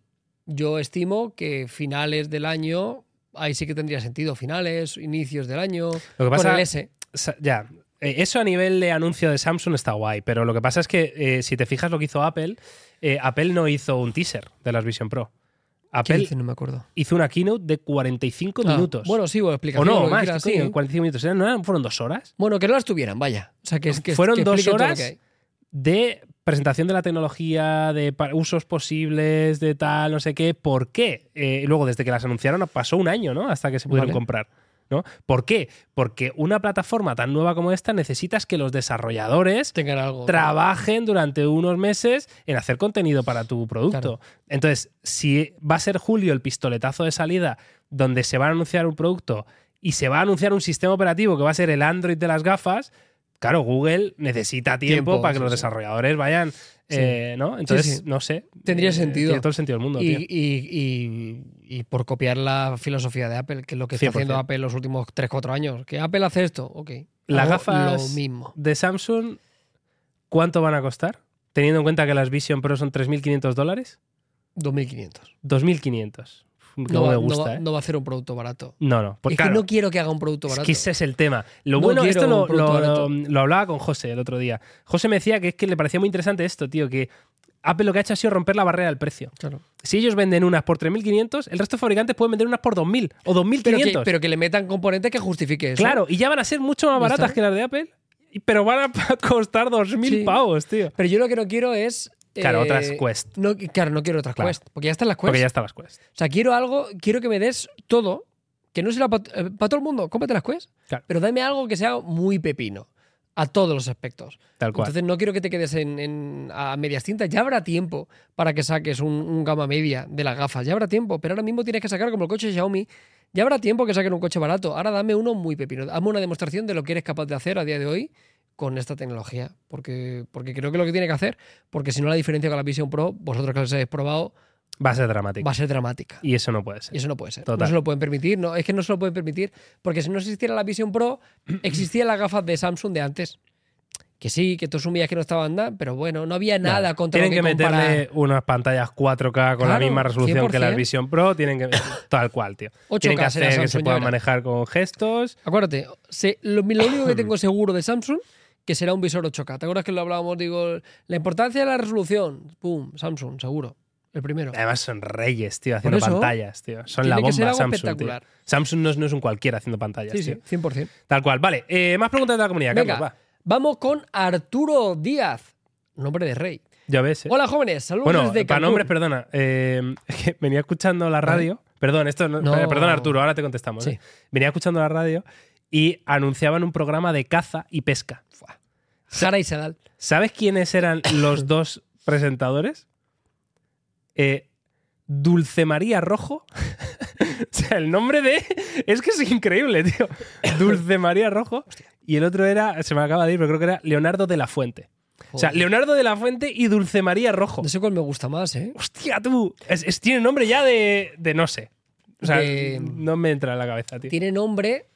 Speaker 2: yo estimo que finales del año, ahí sí que tendría sentido, finales, inicios del año,
Speaker 1: Lo que pasa-
Speaker 2: con el S.
Speaker 1: Sa- Ya. eh, eso a nivel de anuncio de Samsung está guay, pero lo que pasa es que eh, si te fijas lo que hizo Apple, eh, Apple no hizo un teaser de las Vision Pro.
Speaker 2: ¿Qué
Speaker 1: Apple
Speaker 2: dice? No me acuerdo.
Speaker 1: hizo una keynote de 45
Speaker 2: Ah,
Speaker 1: minutos.
Speaker 2: Bueno, sí, o
Speaker 1: o
Speaker 2: explicación.
Speaker 1: no,
Speaker 2: lo que ¿eh?
Speaker 1: más,
Speaker 2: quieras,
Speaker 1: coño,
Speaker 2: sí.
Speaker 1: 45 minutos. ¿No eran- fueron dos horas
Speaker 2: Bueno, que no las tuvieran, vaya. O sea, que, es- que
Speaker 1: Fueron
Speaker 2: que
Speaker 1: dos
Speaker 2: expliquen todo lo
Speaker 1: horas.
Speaker 2: que hay.
Speaker 1: de presentación de la tecnología, de pa- usos posibles, de tal, no sé qué. ¿Por qué? Eh, luego, desde que las anunciaron, pasó un año, ¿no? Hasta que se pudieron
Speaker 2: Vale.
Speaker 1: comprar. ¿no? ¿Por qué? Porque una plataforma tan nueva como esta necesitas que los desarrolladores
Speaker 2: Tengan algo.
Speaker 1: trabajen durante unos meses en hacer contenido para tu producto. Entonces, si va a ser julio el pistoletazo de salida donde se va a anunciar un producto y se va a anunciar un sistema operativo que va a ser el Android de las gafas, claro, Google necesita tiempo,
Speaker 2: Tiempo,
Speaker 1: para que
Speaker 2: sí,
Speaker 1: los
Speaker 2: sí.
Speaker 1: desarrolladores vayan, eh, ¿no? Entonces,
Speaker 2: Sí, sí.
Speaker 1: no sé. eh,
Speaker 2: Tendría sentido.
Speaker 1: Tiene todo el sentido del mundo,
Speaker 2: Y,
Speaker 1: tío.
Speaker 2: y- y- y por copiar la filosofía de Apple, que es lo que está
Speaker 1: 100%.
Speaker 2: haciendo Apple los últimos 3-4 años. Que Apple hace esto, ok.
Speaker 1: Las
Speaker 2: Hago
Speaker 1: gafas-
Speaker 2: Lo mismo.
Speaker 1: De Samsung, ¿cuánto van a costar? Teniendo en cuenta que las Vision Pro son 3.500 dólares,
Speaker 2: 2.500.
Speaker 1: 2.500.
Speaker 2: No,
Speaker 1: Como
Speaker 2: va-
Speaker 1: me
Speaker 2: no
Speaker 1: gusta,
Speaker 2: va-
Speaker 1: ¿eh?
Speaker 2: no va a hacer un producto barato.
Speaker 1: No, no. Porque
Speaker 2: es
Speaker 1: claro,
Speaker 2: que no quiero que haga un producto barato.
Speaker 1: Es que ese es el tema. Lo
Speaker 2: No
Speaker 1: bueno,
Speaker 2: quiero
Speaker 1: esto lo,
Speaker 2: un producto
Speaker 1: lo-
Speaker 2: barato.
Speaker 1: lo hablaba con José el otro día. José me decía que es que le parecía muy interesante esto, tío, que Apple lo que ha hecho ha sido romper la barrera del precio.
Speaker 2: Claro.
Speaker 1: Si ellos venden unas por 3.500, el resto de fabricantes pueden vender unas por 2.000 o
Speaker 2: Pero, que,
Speaker 1: 2.500.
Speaker 2: pero que le metan componentes que justifique eso.
Speaker 1: claro, y ya van a ser mucho más
Speaker 2: ¿Ya está?
Speaker 1: baratas que las de Apple, y- pero van a [LAUGHS] costar 2.000
Speaker 2: Sí.
Speaker 1: pavos, tío.
Speaker 2: Pero yo lo que no quiero es.
Speaker 1: Claro,
Speaker 2: eh,
Speaker 1: otras Quest.
Speaker 2: No, claro, no quiero otras
Speaker 1: Claro.
Speaker 2: Quest. Porque ya están las Quest.
Speaker 1: Porque ya están las Quest.
Speaker 2: O sea, quiero algo, quiero que me des todo, que no sea para todo el mundo, cómprate las Quest,
Speaker 1: Claro.
Speaker 2: pero dame algo que sea muy pepino a todos los aspectos.
Speaker 1: Tal cual.
Speaker 2: Entonces no quiero que te quedes en, en- a medias tintas, ya habrá tiempo para que saques un, un gama media de las gafas, ya habrá tiempo, pero ahora mismo tienes que sacar como el coche Xiaomi, ya habrá tiempo que saquen un coche barato, ahora dame uno muy pepino, dame una demostración de lo que eres capaz de hacer a día de hoy con esta tecnología, porque, porque creo que es lo que tiene que hacer, porque si no la diferencia con la Vision Pro, vosotros que las habéis probado,
Speaker 1: va a ser dramático.
Speaker 2: va a ser dramática.
Speaker 1: Y eso no puede
Speaker 2: Y
Speaker 1: ser.
Speaker 2: eso no puede ser.
Speaker 1: Total.
Speaker 2: No se lo pueden permitir. No, es que no se lo pueden permitir. Porque si no existiera la Vision
Speaker 1: [CLEARS THROAT]
Speaker 2: Pro, existían las gafas de Samsung de antes. Que sí, que tú sumías que no estaban nada, pero bueno, no había nada
Speaker 1: Nada.
Speaker 2: contra
Speaker 1: Tienen
Speaker 2: lo
Speaker 1: que,
Speaker 2: que, comparar.
Speaker 1: meterle unas pantallas 4K con la
Speaker 2: Claro,
Speaker 1: misma resolución que las
Speaker 2: 100%.
Speaker 1: Vision Pro. Tienen
Speaker 2: [LAUGHS]
Speaker 1: que. Tal cual, tío.
Speaker 2: 8K
Speaker 1: Tienen que hacer
Speaker 2: será
Speaker 1: que se
Speaker 2: Samsung, ya
Speaker 1: puedan
Speaker 2: verás.
Speaker 1: manejar con gestos.
Speaker 2: Acuérdate, se- lo, lo único que
Speaker 1: [CLEARS THROAT]
Speaker 2: tengo seguro de Samsung que será un visor 8K. ¿Te acuerdas que lo hablábamos? Digo, la importancia de la resolución. Pum, Samsung, seguro. El primero.
Speaker 1: Además son reyes, tío, haciendo
Speaker 2: eso,
Speaker 1: pantallas, tío. Son
Speaker 2: tiene
Speaker 1: Eh, la
Speaker 2: que
Speaker 1: bomba
Speaker 2: ser algo
Speaker 1: Samsung, tío.
Speaker 2: espectacular.
Speaker 1: Samsung no es, no es un cualquiera haciendo pantallas,
Speaker 2: Sí, sí,
Speaker 1: tío.
Speaker 2: 100%.
Speaker 1: Tal cual. Vale, eh, más preguntas de la comunidad,
Speaker 2: Venga,
Speaker 1: Carlos, va.
Speaker 2: vamos con Arturo Díaz, nombre de rey.
Speaker 1: Ya ves. eh.
Speaker 2: Hola jóvenes, saludos
Speaker 1: Bueno,
Speaker 2: desde
Speaker 1: para
Speaker 2: Cancún.
Speaker 1: nombres, perdona. eh, [LAUGHS] es que venía escuchando la radio. Perdón, esto no-
Speaker 2: No.
Speaker 1: perdón, Arturo, ahora te contestamos.
Speaker 2: Sí.
Speaker 1: ¿eh? Venía escuchando la radio y anunciaban un programa de caza y pesca.
Speaker 2: Sara y Sadal.
Speaker 1: ¿Sabes quiénes eran
Speaker 2: [LAUGHS]
Speaker 1: los dos presentadores? Eh, Dulce María Rojo. [LAUGHS] o sea, el nombre de. Es que es increíble, tío. Dulce María Rojo. Y el otro era, se me acaba de ir, pero creo que era Leonardo de la Fuente. O sea,
Speaker 2: Joder.
Speaker 1: Leonardo de la Fuente y Dulce María Rojo.
Speaker 2: No sé cuál me gusta más, ¿eh?
Speaker 1: Hostia, tú. Es, es- tiene nombre ya de, de no sé. O sea,
Speaker 2: De-
Speaker 1: no me entra en la cabeza, tío.
Speaker 2: Tiene nombre,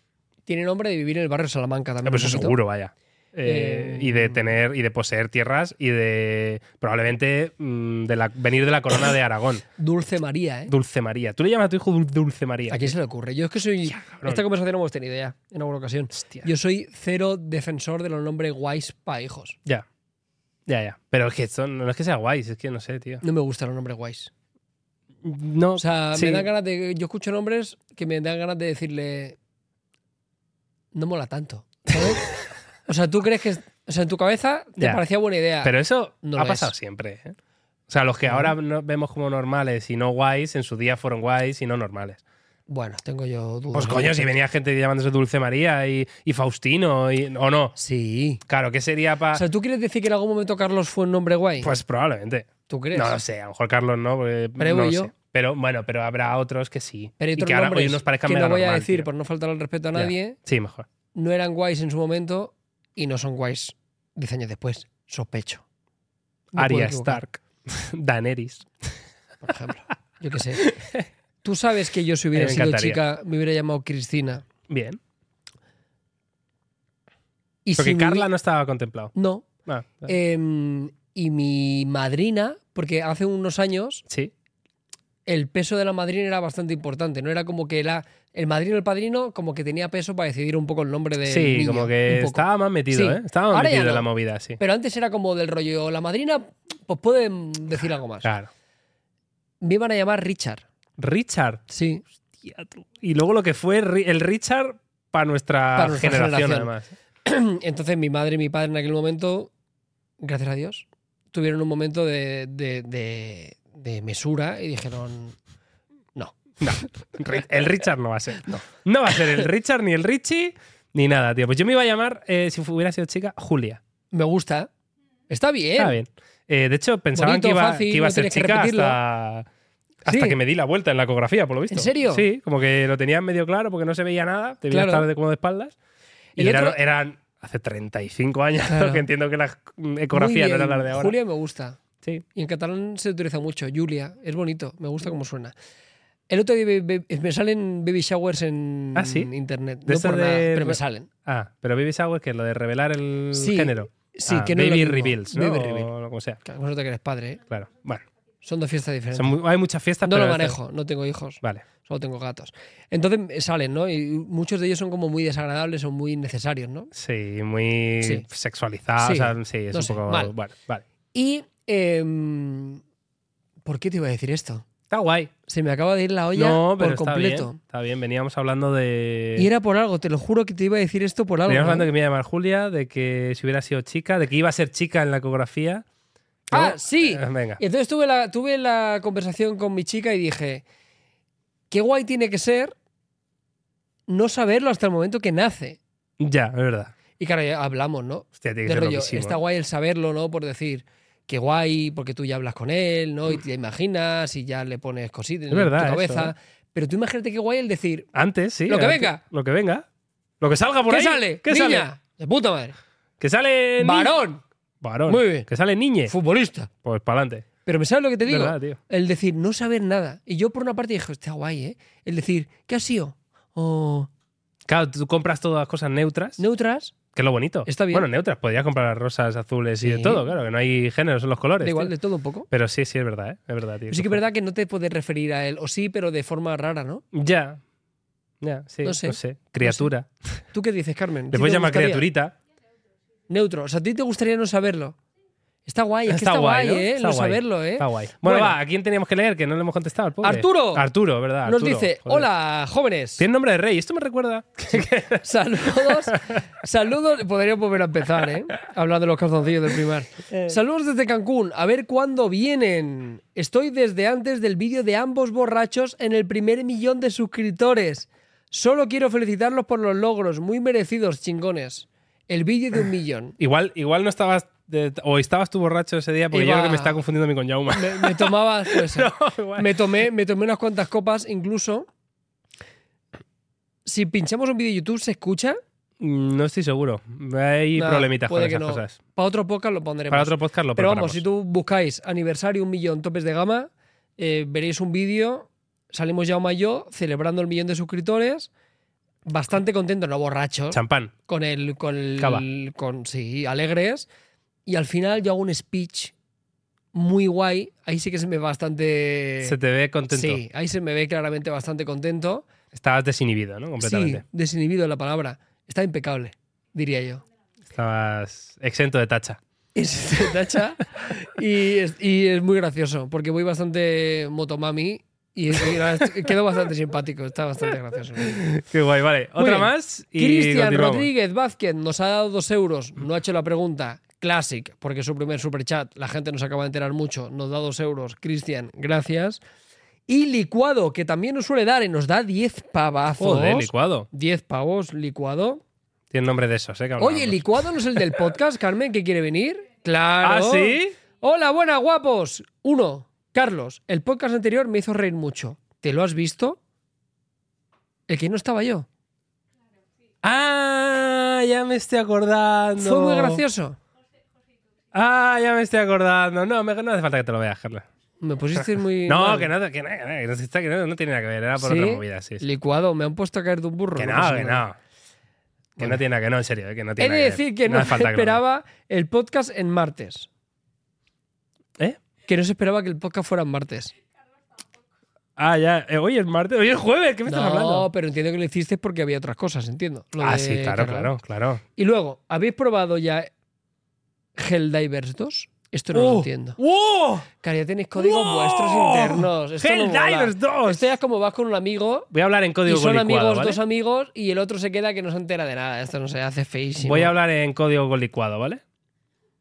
Speaker 2: tiene nombre de vivir en el barrio de Salamanca
Speaker 1: No,
Speaker 2: también.
Speaker 1: pero
Speaker 2: un
Speaker 1: Ah, pues eso
Speaker 2: poquito.
Speaker 1: seguro, vaya. Eh,
Speaker 2: Eh,
Speaker 1: y de tener y de poseer tierras y de probablemente mm, de la, venir de la corona de Aragón.
Speaker 2: Dulce María, ¿eh?
Speaker 1: Dulce María. Tú le llamas a tu hijo Dul- Dulce María.
Speaker 2: ¿A quién se le ocurre? Yo es que soy.
Speaker 1: cabrón.
Speaker 2: Esta conversación la hemos tenido ya en alguna ocasión.
Speaker 1: Hostia.
Speaker 2: Yo soy cero defensor de los nombres guays para hijos.
Speaker 1: Ya. Ya, ya. Pero es que esto no es que sea guay, es que no sé, tío.
Speaker 2: No me gustan los nombres guays.
Speaker 1: No.
Speaker 2: O sea,
Speaker 1: sí.
Speaker 2: me dan ganas de. Yo escucho nombres que me dan ganas de decirle. No mola tanto.
Speaker 1: [LAUGHS]
Speaker 2: ¿sabes? o sea, tú crees que. O sea, en tu cabeza te
Speaker 1: Ya.
Speaker 2: parecía buena idea.
Speaker 1: Pero eso
Speaker 2: No
Speaker 1: ha
Speaker 2: lo
Speaker 1: pasado
Speaker 2: es.
Speaker 1: siempre. ¿eh? O sea, los que ahora no- vemos como normales y no guays, en su día fueron guays y no normales.
Speaker 2: Bueno, tengo yo dudas.
Speaker 1: Pues coño, si venía gente llamándose Dulce María y, y Faustino, y, o no.
Speaker 2: Sí.
Speaker 1: Claro, ¿qué sería para...?
Speaker 2: O sea, ¿tú quieres decir que en algún momento Carlos fue un nombre guay?
Speaker 1: pues probablemente.
Speaker 2: ¿Tú crees?
Speaker 1: No lo sé, a lo mejor Carlos no, porque
Speaker 2: Pero
Speaker 1: no
Speaker 2: voy
Speaker 1: lo
Speaker 2: yo.
Speaker 1: sé. Pero bueno, pero habrá otros que sí.
Speaker 2: Pero hay
Speaker 1: y
Speaker 2: otros
Speaker 1: que ahora
Speaker 2: nombres
Speaker 1: hoy nos parezcan
Speaker 2: que no
Speaker 1: mega
Speaker 2: voy a
Speaker 1: normal,
Speaker 2: decir
Speaker 1: tío.
Speaker 2: por no faltar al respeto a
Speaker 1: Ya.
Speaker 2: nadie,
Speaker 1: Sí, mejor.
Speaker 2: no eran guays en su momento y no son guays 10 años después. Sospecho. Me puedo
Speaker 1: Arya
Speaker 2: equivocar,
Speaker 1: Stark, [LAUGHS] Daenerys.
Speaker 2: Por ejemplo. Yo
Speaker 1: [LAUGHS]
Speaker 2: qué sé. Tú sabes que yo si hubiera
Speaker 1: Me
Speaker 2: sido
Speaker 1: encantaría.
Speaker 2: chica me hubiera llamado Cristina.
Speaker 1: Bien.
Speaker 2: Y
Speaker 1: Porque
Speaker 2: si Eh, me
Speaker 1: Carla
Speaker 2: hubi-
Speaker 1: no estaba contemplado.
Speaker 2: No.
Speaker 1: Ah,
Speaker 2: Em, y mi madrina, porque hace unos años
Speaker 1: sí.
Speaker 2: el peso de la madrina era bastante importante. No era como que la, el madrino el padrino como que tenía peso para decidir un poco el nombre de
Speaker 1: Sí, como que estaba más metido,
Speaker 2: Sí.
Speaker 1: ¿eh? Estaba más
Speaker 2: Ahora ya
Speaker 1: metido en
Speaker 2: no.
Speaker 1: la movida, sí.
Speaker 2: Pero antes era como del rollo, la madrina pues puede mm, decir algo más.
Speaker 1: Claro.
Speaker 2: Me iban a llamar Richard.
Speaker 1: Richard.
Speaker 2: Sí.
Speaker 1: Y luego lo que fue ri- el Richard para nuestra,
Speaker 2: Pa' nuestra
Speaker 1: generación,
Speaker 2: generación.
Speaker 1: además.
Speaker 2: [CLEARS THROAT] Entonces mi madre y mi padre en aquel momento, gracias a Dios, tuvieron un momento de, de- de- de mesura y dijeron, no.
Speaker 1: Ri- El Richard no va a ser. No. va a ser el Richard, ni el Richie, ni nada, tío. Pues yo me iba a llamar, eh, si hubiera sido chica, Julia.
Speaker 2: Me gusta. Está bien.
Speaker 1: Está bien. Eh, de hecho, pensaban
Speaker 2: Bonito,
Speaker 1: que iba,
Speaker 2: fácil,
Speaker 1: que iba a
Speaker 2: no
Speaker 1: ser
Speaker 2: tienes que
Speaker 1: chica
Speaker 2: repetirlo.
Speaker 1: hasta, hasta
Speaker 2: Sí.
Speaker 1: que me di la vuelta en la ecografía, por lo visto.
Speaker 2: ¿En serio?
Speaker 1: Sí, como que lo tenían medio claro porque no se veía nada, te veía
Speaker 2: Claro.
Speaker 1: estar de, como de espaldas. Y
Speaker 2: El
Speaker 1: eran,
Speaker 2: otro-
Speaker 1: eran hace 35 años, [LAUGHS]
Speaker 2: Claro.
Speaker 1: que entiendo que las mm,
Speaker 2: Muy
Speaker 1: ecografías no
Speaker 2: bien.
Speaker 1: eran las de ahora.
Speaker 2: Julia me gusta.
Speaker 1: Sí.
Speaker 2: Y en catalán se utiliza mucho. Julia. Es bonito. Me gusta cómo suena. El otro día be- be- me salen baby showers en
Speaker 1: Ah, ¿sí?
Speaker 2: internet.
Speaker 1: De
Speaker 2: no
Speaker 1: esa
Speaker 2: por
Speaker 1: de-
Speaker 2: nada, pero me salen.
Speaker 1: Ah, pero Baby Shower, que es lo de revelar el
Speaker 2: Sí,
Speaker 1: género.
Speaker 2: sí,
Speaker 1: Ah,
Speaker 2: que no es lo
Speaker 1: Baby
Speaker 2: mismo.
Speaker 1: Reveals, ¿no?
Speaker 2: Baby reveal.
Speaker 1: O como sea.
Speaker 2: Claro, vosotros que eres padre, ¿eh?
Speaker 1: Claro. Bueno,
Speaker 2: Son dos fiestas diferentes.
Speaker 1: son mu- hay muchas fiestas,
Speaker 2: no
Speaker 1: pero
Speaker 2: lo
Speaker 1: a veces-
Speaker 2: manejo, no tengo hijos,
Speaker 1: Vale.
Speaker 2: solo tengo gatos. Entonces eh, salen, ¿no? Y muchos de ellos son como muy desagradables o muy innecesarios, ¿no?
Speaker 1: Sí, muy
Speaker 2: Sí.
Speaker 1: sexualizada.
Speaker 2: Sí.
Speaker 1: O sea, sí, es
Speaker 2: No
Speaker 1: un
Speaker 2: sé,
Speaker 1: poco.
Speaker 2: mal.
Speaker 1: Vale, vale.
Speaker 2: Y. em, ¿Por qué te iba a decir esto?
Speaker 1: Está guay.
Speaker 2: Se me acaba de ir la olla
Speaker 1: no, pero
Speaker 2: por
Speaker 1: está
Speaker 2: completo.
Speaker 1: bien. Está bien, veníamos hablando de.
Speaker 2: Y era por algo, te lo juro que te iba a decir esto por algo.
Speaker 1: veníamos hablando
Speaker 2: ¿eh?
Speaker 1: de que me iba a llamar Julia, de que si hubiera sido chica, de que iba a ser chica en la ecografía. ¿no?
Speaker 2: Ah, sí.
Speaker 1: Eh, venga.
Speaker 2: Y entonces tuve la, tuve la conversación con mi chica y dije, qué guay tiene que ser no saberlo hasta el momento que nace.
Speaker 1: Ya, es verdad.
Speaker 2: Y claro, ya hablamos, ¿no?
Speaker 1: Hostia, tiene que
Speaker 2: De
Speaker 1: ser
Speaker 2: rollo,
Speaker 1: loquísimo,
Speaker 2: está
Speaker 1: ¿eh?
Speaker 2: guay el saberlo, ¿no? Por decir, qué guay, porque tú ya hablas con él, ¿no? Y te imaginas y ya le pones cositas en
Speaker 1: verdad
Speaker 2: tu
Speaker 1: eso, ¿eh?
Speaker 2: cabeza. Pero tú imagínate qué guay el decir,
Speaker 1: Antes, sí.
Speaker 2: Lo que
Speaker 1: antes-
Speaker 2: venga.
Speaker 1: Lo que venga. Lo que salga por
Speaker 2: ¿qué
Speaker 1: ahí.
Speaker 2: sale?
Speaker 1: ¿Qué
Speaker 2: niña,
Speaker 1: sale?
Speaker 2: de puta madre.
Speaker 1: Que sale. ni-
Speaker 2: Varón,
Speaker 1: Varón.
Speaker 2: Muy bien.
Speaker 1: Que sale niñe.
Speaker 2: futbolista.
Speaker 1: Pues para adelante.
Speaker 2: Pero ¿me sabes lo que te digo?
Speaker 1: ¿Verdad, tío?
Speaker 2: El decir, no saber nada. Y yo por una parte dije, está guay, ¿eh? El decir, ¿qué ha sido? Oh, O
Speaker 1: Claro, tú compras todas las cosas neutras,
Speaker 2: neutras,
Speaker 1: que es lo bonito.
Speaker 2: Está bien.
Speaker 1: Bueno, neutras, podrías comprar las rosas azules y de
Speaker 2: Sí.
Speaker 1: todo, claro, que no hay género, son los colores.
Speaker 2: da igual,
Speaker 1: tío.
Speaker 2: de todo un poco.
Speaker 1: Pero sí, sí, es verdad, ¿eh? Es verdad, tío.
Speaker 2: Pero sí que es verdad que no te puedes referir a él, o sí, pero de forma rara, ¿no?
Speaker 1: Ya. Ya, sí. No
Speaker 2: No
Speaker 1: sé.
Speaker 2: sé.
Speaker 1: Criatura.
Speaker 2: ¿Tú qué dices, Carmen? ¿A ti
Speaker 1: Después
Speaker 2: te
Speaker 1: llama
Speaker 2: gustaría?
Speaker 1: criaturita.
Speaker 2: Neutro. O sea, ¿a ti te gustaría no saberlo? Está guay, es que está, guay,
Speaker 1: ¿no?
Speaker 2: ¿eh?
Speaker 1: Está
Speaker 2: no
Speaker 1: guay.
Speaker 2: saberlo, ¿eh?
Speaker 1: Está guay. Bueno,
Speaker 2: Bueno.
Speaker 1: va, ¿a quién teníamos que leer? Que no le hemos contestado. al pobre.
Speaker 2: ¡Arturo!
Speaker 1: Arturo, ¿verdad?
Speaker 2: Nos
Speaker 1: Arturo,
Speaker 2: dice,
Speaker 1: joder.
Speaker 2: hola, jóvenes.
Speaker 1: Tiene nombre de rey, esto me recuerda.
Speaker 2: Saludos. saludos. Podría volver a empezar, ¿eh? Hablar de los calzoncillos del primar.
Speaker 1: Eh.
Speaker 2: Saludos desde Cancún. A ver cuándo vienen. Estoy desde antes del vídeo de ambos borrachos en el primer millón de suscriptores. Solo quiero felicitarlos por los logros. Muy merecidos, chingones. El vídeo de un millón.
Speaker 1: Igual, igual no estabas. de- o estabas tú borracho ese día, porque yo
Speaker 2: Iba-
Speaker 1: creo que me está confundiendo a mí con Jauma.
Speaker 2: [LAUGHS] Me,
Speaker 1: [LAUGHS]
Speaker 2: me tomaba... puede ser.
Speaker 1: Igual.
Speaker 2: me tomé, me tomé unas cuantas copas, incluso. Si pinchamos un vídeo de YouTube, ¿se escucha?
Speaker 1: Mm, No estoy seguro. Hay
Speaker 2: Nah,
Speaker 1: problemitas con
Speaker 2: puede
Speaker 1: esas
Speaker 2: que no.
Speaker 1: cosas.
Speaker 2: Para otro podcast lo pondremos.
Speaker 1: Para otro podcast lo
Speaker 2: Pero
Speaker 1: preparamos.
Speaker 2: vamos, si tú buscáis aniversario un millón topes de gama, eh, veréis un vídeo. Salimos ya y yo celebrando el millón de suscriptores. Bastante contentos, no borrachos.
Speaker 1: Champán.
Speaker 2: Con el. Con el-
Speaker 1: Cava.
Speaker 2: Con, sí, alegres. Y al final yo hago un speech muy guay. Ahí sí que se me ve bastante.
Speaker 1: Se te ve contento.
Speaker 2: Sí, ahí se me ve claramente bastante contento.
Speaker 1: Estabas desinhibido, ¿no?
Speaker 2: Sí,
Speaker 1: Completamente.
Speaker 2: desinhibido la palabra. Está impecable, diría yo.
Speaker 1: Estabas exento de tacha.
Speaker 2: Es de tacha y es, y es muy gracioso porque voy bastante motomami y, y la- quedo bastante simpático. Está bastante gracioso. [LAUGHS]
Speaker 1: Qué guay, vale.
Speaker 2: Muy
Speaker 1: Otra
Speaker 2: bien.
Speaker 1: más y
Speaker 2: Cristian
Speaker 1: continuamos.
Speaker 2: Rodríguez Vázquez nos ha dado dos euros. No ha hecho la pregunta. Classic, porque es su primer superchat. La gente nos acaba de enterar mucho. Nos da dos euros. Cristian, gracias. Y Licuado, que también nos suele dar y nos da 10 pavazos.
Speaker 1: Joder, licuado.
Speaker 2: 10 pavos, Licuado.
Speaker 1: Tiene nombre de esos, ¿eh? que hablábamos.
Speaker 2: Oye, licuado no es el del podcast, Carmen, que quiere venir. Claro.
Speaker 1: ¿Ah, sí?
Speaker 2: Hola, buenas, guapos. Uno, Carlos, el podcast anterior me hizo reír mucho. ¿Te lo has visto? El que no estaba yo.
Speaker 1: Ah, ya me estoy acordando.
Speaker 2: Fue muy gracioso.
Speaker 1: Ah, ya me estoy acordando. No, me- no hace falta que te lo veas, Carlos.
Speaker 2: Me pusiste
Speaker 1: [LAUGHS]
Speaker 2: muy.
Speaker 1: No,
Speaker 2: mal.
Speaker 1: que nada, que nada, que nada, que no se está- que no, no tiene nada que ver, era por
Speaker 2: ¿Sí?
Speaker 1: otra movida, sí. sí.
Speaker 2: Licuado, me han puesto a caer de un burro.
Speaker 1: Que
Speaker 2: pasa
Speaker 1: no, que
Speaker 2: nada.
Speaker 1: no. Que no tiene nada que no, en serio, eh, que no
Speaker 2: He
Speaker 1: tiene
Speaker 2: de
Speaker 1: nada
Speaker 2: decir que
Speaker 1: ver.
Speaker 2: no,
Speaker 1: hace falta
Speaker 2: se
Speaker 1: que lo veas.
Speaker 2: esperaba el podcast en martes.
Speaker 1: ¿Eh?
Speaker 2: Que no se esperaba que el podcast fuera en martes.
Speaker 1: Ah, ya. Eh, hoy es martes, hoy es jueves, ¿qué me estás hablando?
Speaker 2: No, pero entiendo que lo hiciste porque había otras cosas, entiendo. lo
Speaker 1: Ah,
Speaker 2: de
Speaker 1: sí, claro,
Speaker 2: cargar.
Speaker 1: claro, claro.
Speaker 2: Y luego, ¿habéis probado ya Helldivers 2? Esto no lo
Speaker 1: ¡Oh!
Speaker 2: entiendo.
Speaker 1: ¡Wow!
Speaker 2: Cara, ya tenéis códigos
Speaker 1: ¡Wow!
Speaker 2: vuestros internos. Esto no mola.
Speaker 1: Helldivers 2.
Speaker 2: Esto ya es como vas con un amigo
Speaker 1: Voy a hablar en
Speaker 2: y
Speaker 1: código
Speaker 2: son
Speaker 1: golicuado,
Speaker 2: amigos,
Speaker 1: ¿vale?
Speaker 2: dos amigos, y el otro se queda que no se entera de nada. Esto no se hace feísimo.
Speaker 1: Voy a hablar en código golicuado, ¿vale?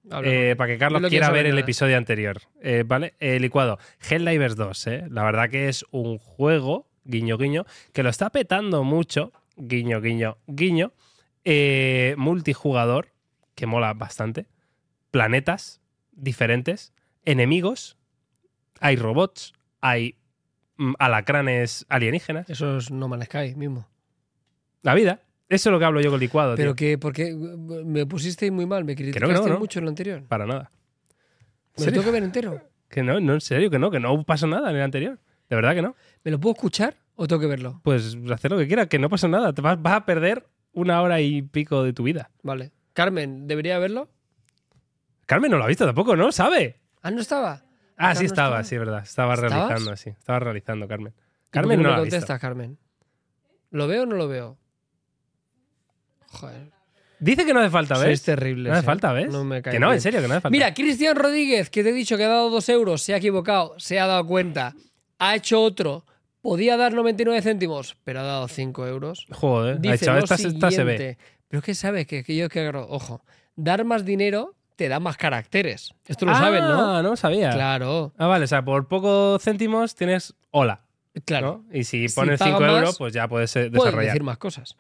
Speaker 2: Habla.
Speaker 1: Eh, para que Carlos
Speaker 2: No quiero
Speaker 1: quiera
Speaker 2: saber
Speaker 1: ver el
Speaker 2: nada.
Speaker 1: episodio anterior. Eh, ¿Vale? Eh, licuado. Helldivers 2, ¿eh? La verdad que es un juego, guiño, guiño, que lo está petando mucho, guiño, guiño, guiño. Eh, multijugador, que mola bastante. Planetas diferentes, enemigos, hay robots, hay mm, alacranes alienígenas.
Speaker 2: Eso es No Man's Sky mismo.
Speaker 1: La vida. Eso es lo que hablo yo con licuado, tío.
Speaker 2: Pero que, porque me pusisteis muy mal, me criticaste
Speaker 1: ¿no?
Speaker 2: mucho en lo anterior.
Speaker 1: Para nada.
Speaker 2: Me lo
Speaker 1: serio?
Speaker 2: tengo que ver entero.
Speaker 1: Que no, no, en serio, que no, que no pasó nada en el anterior. De verdad que no.
Speaker 2: ¿Me lo puedo escuchar o tengo que verlo?
Speaker 1: Pues hacer lo que quieras, que no pasa nada. Te vas, vas a perder una hora y pico de tu vida.
Speaker 2: Vale. Carmen, ¿debería verlo?
Speaker 1: Carmen no lo ha visto tampoco, ¿no? ¿Sabe?
Speaker 2: Ah, no estaba.
Speaker 1: Ah,
Speaker 2: Carmen
Speaker 1: sí
Speaker 2: no
Speaker 1: estaba,
Speaker 2: estaba.
Speaker 1: sí, es verdad. Estaba
Speaker 2: ¿Estabas?
Speaker 1: realizando, sí. Estaba realizando, Carmen.
Speaker 2: ¿Y por qué
Speaker 1: Carmen no
Speaker 2: me
Speaker 1: lo ha visto.
Speaker 2: contestas, Carmen. ¿Lo veo o no lo veo? Joder.
Speaker 1: Dice que no hace falta,
Speaker 2: Sois
Speaker 1: ¿ves?
Speaker 2: terribles.
Speaker 1: No hace
Speaker 2: eh.
Speaker 1: falta, ¿ves?
Speaker 2: No me cae
Speaker 1: que no,
Speaker 2: bien.
Speaker 1: en serio, que no hace falta.
Speaker 2: Mira, Cristian Rodríguez, que te he dicho que ha dado dos euros, se ha equivocado, se ha dado cuenta, ha hecho otro, podía dar 99 céntimos, pero ha dado 5 euros.
Speaker 1: joder, ha
Speaker 2: Dice
Speaker 1: dicho,
Speaker 2: lo
Speaker 1: esta, esta se ve.
Speaker 2: siguiente. Pero es que sabes que, que yo que agarro- ojo, dar más dinero te da más caracteres. Esto lo saben, ¿no?
Speaker 1: Ah, no lo sabía.
Speaker 2: Claro,
Speaker 1: Ah, vale, o sea, por pocos céntimos tienes hola,
Speaker 2: claro.
Speaker 1: ¿no? Y si
Speaker 2: Si
Speaker 1: pones
Speaker 2: paga
Speaker 1: 5
Speaker 2: más,
Speaker 1: euros, pues ya puedes eh,
Speaker 2: Pueden
Speaker 1: desarrollar.
Speaker 2: decir más cosas.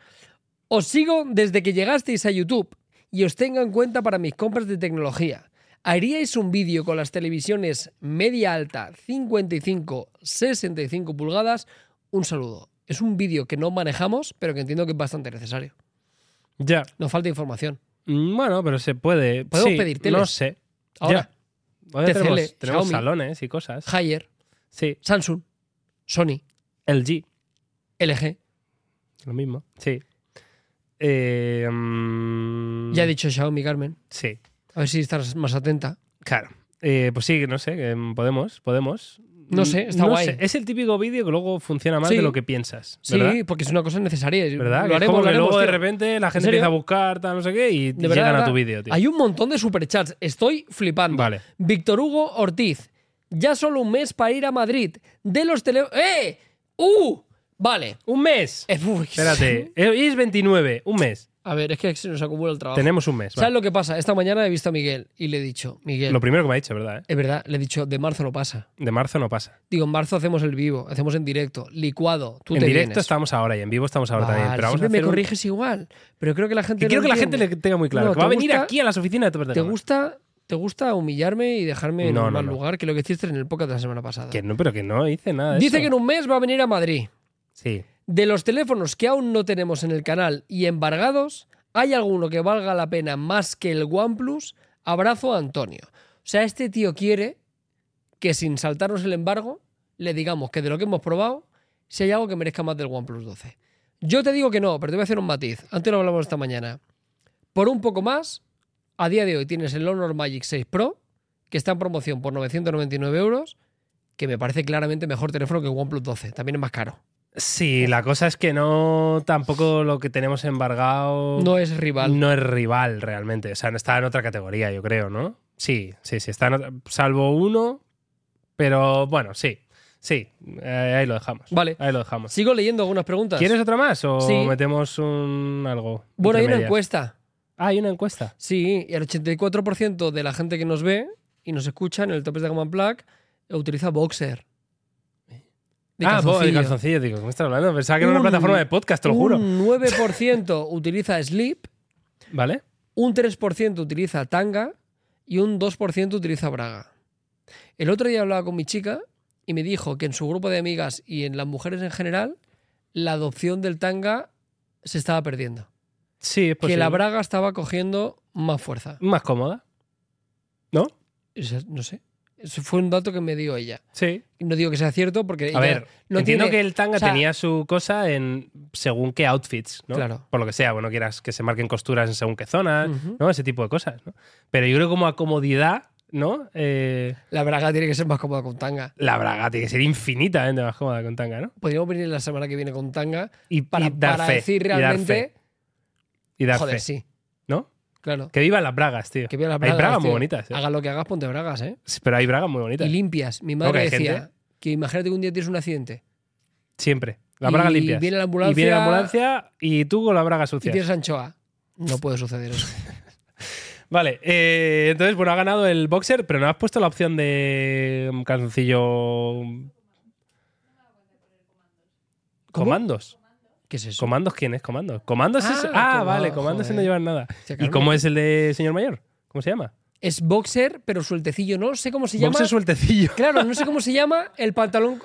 Speaker 2: Os sigo desde que llegasteis a YouTube y os tengo en cuenta para mis compras de tecnología. ¿Haríais un vídeo con las televisiones media alta 55-65 pulgadas? Un saludo. Es un vídeo que no manejamos, pero que entiendo que es bastante necesario.
Speaker 1: Ya.
Speaker 2: Nos falta información.
Speaker 1: Mm, Bueno, pero se puede.
Speaker 2: Podemos
Speaker 1: sí,
Speaker 2: pedir
Speaker 1: No
Speaker 2: teles.
Speaker 1: sé. Ya.
Speaker 2: Ahora,
Speaker 1: Ahora
Speaker 2: TCL,
Speaker 1: tenemos, tenemos
Speaker 2: Xiaomi.
Speaker 1: salones y cosas.
Speaker 2: Haier,
Speaker 1: Sí,
Speaker 2: Samsung, Sony,
Speaker 1: LG,
Speaker 2: LG.
Speaker 1: lo mismo. Sí. Eh, mm,
Speaker 2: Ya he dicho Xiaomi, Carmen.
Speaker 1: Sí,
Speaker 2: A ver si estás más atenta.
Speaker 1: claro. Eh, pues sí, no sé, que, mm, podemos, podemos.
Speaker 2: No sé, está
Speaker 1: No
Speaker 2: guay.
Speaker 1: sé, Es el típico vídeo que luego funciona más
Speaker 2: Sí.
Speaker 1: de lo que piensas.
Speaker 2: Sí,
Speaker 1: ¿verdad?
Speaker 2: porque es una cosa necesaria.
Speaker 1: ¿Verdad? Que
Speaker 2: Lo
Speaker 1: es
Speaker 2: haremos,
Speaker 1: como
Speaker 2: lo
Speaker 1: que
Speaker 2: haremos,
Speaker 1: luego de
Speaker 2: tío.
Speaker 1: repente la gente
Speaker 2: serio?
Speaker 1: empieza a buscar, tal, no sé qué, y
Speaker 2: De verdad,
Speaker 1: llegan a
Speaker 2: verdad.
Speaker 1: tu vídeo, tío.
Speaker 2: Hay un montón de superchats. Estoy flipando.
Speaker 1: Vale.
Speaker 2: Víctor Hugo Ortiz. Ya solo un mes para ir a Madrid. De los tele... ¡Eh! ¡Uh! Vale.
Speaker 1: Un
Speaker 2: [LAUGHS]
Speaker 1: mes.
Speaker 2: Eh, uy.
Speaker 1: Espérate, eh, hoy es 29, un mes.
Speaker 2: [LAUGHS] A ver, es que se nos acumula el trabajo.
Speaker 1: Tenemos un mes. va.
Speaker 2: ¿Sabes lo que pasa? Esta mañana he visto a Miguel y le he dicho, Miguel,
Speaker 1: Lo primero que me ha dicho, ¿verdad? eh?
Speaker 2: es verdad, le he dicho, de marzo no pasa.
Speaker 1: De marzo no pasa.
Speaker 2: Digo, en marzo hacemos el vivo, hacemos en directo, licuado, tú
Speaker 1: en
Speaker 2: te
Speaker 1: directo
Speaker 2: vienes.
Speaker 1: estamos ahora y en vivo estamos ahora
Speaker 2: Vale,
Speaker 1: también. Pero vamos a
Speaker 2: siempre me
Speaker 1: hacer un-
Speaker 2: corriges igual, pero creo que la gente
Speaker 1: Que quiero
Speaker 2: no
Speaker 1: que la gente le
Speaker 2: entiende.
Speaker 1: tenga muy claro.
Speaker 2: No,
Speaker 1: que va a
Speaker 2: ¿te
Speaker 1: venir
Speaker 2: gusta?
Speaker 1: aquí a las oficinas de Tope de
Speaker 2: ¿Te
Speaker 1: Gama.
Speaker 2: gusta, ¿Te gusta humillarme y dejarme en
Speaker 1: No,
Speaker 2: un
Speaker 1: no,
Speaker 2: mal
Speaker 1: no.
Speaker 2: lugar que lo que hiciste en el podcast de la semana pasada?
Speaker 1: Que no, pero que no hice nada de
Speaker 2: Dice
Speaker 1: eso.
Speaker 2: que en un mes va a venir a Madrid.
Speaker 1: Sí.
Speaker 2: De los teléfonos que aún no tenemos en el canal y embargados, ¿hay alguno que valga la pena más que el OnePlus? Abrazo a Antonio. O sea, este tío quiere que sin saltarnos el embargo, le digamos que de lo que hemos probado, si hay algo que merezca más del OnePlus 12. Yo te digo que no, pero te voy a hacer un matiz. Antes lo hablamos esta mañana. Por un poco más, a día de hoy tienes el Honor Magic 6 Pro, que está en promoción por 999 euros, que me parece claramente mejor teléfono que el OnePlus 12. También es más caro.
Speaker 1: Sí, la cosa es que no tampoco lo que tenemos embargado
Speaker 2: No es rival.
Speaker 1: no es rival realmente. O sea, no está en otra categoría, yo creo, ¿no? Sí, sí, sí. Está en otra- salvo uno, pero bueno, sí. Sí, eh, ahí lo dejamos.
Speaker 2: Vale.
Speaker 1: Ahí lo dejamos.
Speaker 2: Sigo leyendo algunas preguntas.
Speaker 1: ¿Quieres otra más o
Speaker 2: Sí.
Speaker 1: metemos un algo?
Speaker 2: bueno, hay
Speaker 1: entre
Speaker 2: una
Speaker 1: medias?
Speaker 2: encuesta.
Speaker 1: Ah, hay una encuesta.
Speaker 2: Sí, y el 84% de la gente que nos ve y nos escucha en el Topes de Gama Black eh, utiliza Boxer. De
Speaker 1: ah, bo- de
Speaker 2: calzoncillo.
Speaker 1: calzoncillo, digo, ¿qué me estás hablando? Pensaba que era una
Speaker 2: Un-
Speaker 1: plataforma de podcast, te lo juro.
Speaker 2: Un 9% [LAUGHS] utiliza Sleep,
Speaker 1: ¿Vale?
Speaker 2: un 3% utiliza Tanga y un 2% utiliza Braga. El otro día hablaba con mi chica y me dijo que en su grupo de amigas y en las mujeres en general, la adopción del Tanga se estaba perdiendo.
Speaker 1: Pues Sí, es
Speaker 2: que
Speaker 1: posible.
Speaker 2: la braga estaba cogiendo más fuerza.
Speaker 1: Más cómoda. ¿No?
Speaker 2: Ese- No sé. Ese fue un dato que me dio ella.
Speaker 1: Sí.
Speaker 2: No digo que sea cierto porque.
Speaker 1: A
Speaker 2: ella
Speaker 1: ver,
Speaker 2: Eh, no
Speaker 1: entiendo
Speaker 2: tiene-
Speaker 1: que el tanga
Speaker 2: o sea,
Speaker 1: tenía su cosa en según qué outfits, ¿no?
Speaker 2: Claro. Mm.
Speaker 1: Por lo que sea, bueno, quieras que se marquen costuras en según qué zonas,
Speaker 2: Ujú.
Speaker 1: ¿no? Ese tipo de cosas, ¿no? Pero yo creo que como a comodidad ¿no? Eh,
Speaker 2: La braga tiene que ser más cómoda con tanga.
Speaker 1: la braga tiene que ser infinitamente más cómoda con tanga, ¿no?
Speaker 2: Podríamos venir la semana que viene con tanga
Speaker 1: Y
Speaker 2: para,
Speaker 1: y dar
Speaker 2: para
Speaker 1: fe,
Speaker 2: decir
Speaker 1: y dar
Speaker 2: realmente.
Speaker 1: fe, Y dar
Speaker 2: joder,
Speaker 1: fe,
Speaker 2: sí,
Speaker 1: ¿no?
Speaker 2: claro.
Speaker 1: Que vivan las bragas, tío.
Speaker 2: Que viva las
Speaker 1: hay
Speaker 2: bragas,
Speaker 1: bragas muy
Speaker 2: tío.
Speaker 1: bonitas, eh.
Speaker 2: Haga lo que hagas, ponte bragas, ¿eh?
Speaker 1: Sí, pero hay bragas muy
Speaker 2: Y
Speaker 1: bonitas.
Speaker 2: limpias. Mi
Speaker 1: que
Speaker 2: madre
Speaker 1: hay
Speaker 2: decía
Speaker 1: gente.
Speaker 2: que imagínate que un día tienes un accidente.
Speaker 1: Siempre. Las
Speaker 2: Y
Speaker 1: bragas limpias.
Speaker 2: viene la
Speaker 1: Y viene la
Speaker 2: ambulancia-
Speaker 1: ambulancia y tú con las bragas
Speaker 2: Y
Speaker 1: sucias.
Speaker 2: tienes anchoa. No puede
Speaker 1: [LAUGHS]
Speaker 2: suceder eso.
Speaker 1: Vale, eh, entonces, bueno, ha ganado el boxer, pero no has puesto la opción de un calzoncillo. Comandos.
Speaker 2: ¿Qué es eso?
Speaker 1: ¿Comandos quién es? Comandos. ¿Comandos es.? Ah,
Speaker 2: Ah, coma-
Speaker 1: vale, comandos es no
Speaker 2: joder.
Speaker 1: llevan nada.
Speaker 2: Se acabó.
Speaker 1: ¿Y cómo es el de señor mayor? ¿Cómo se llama?
Speaker 2: Es boxer, pero sueltecillo, no sé cómo se llama.
Speaker 1: Boxer sueltecillo. [LAUGHS]
Speaker 2: Claro, no sé cómo se llama el pantalón.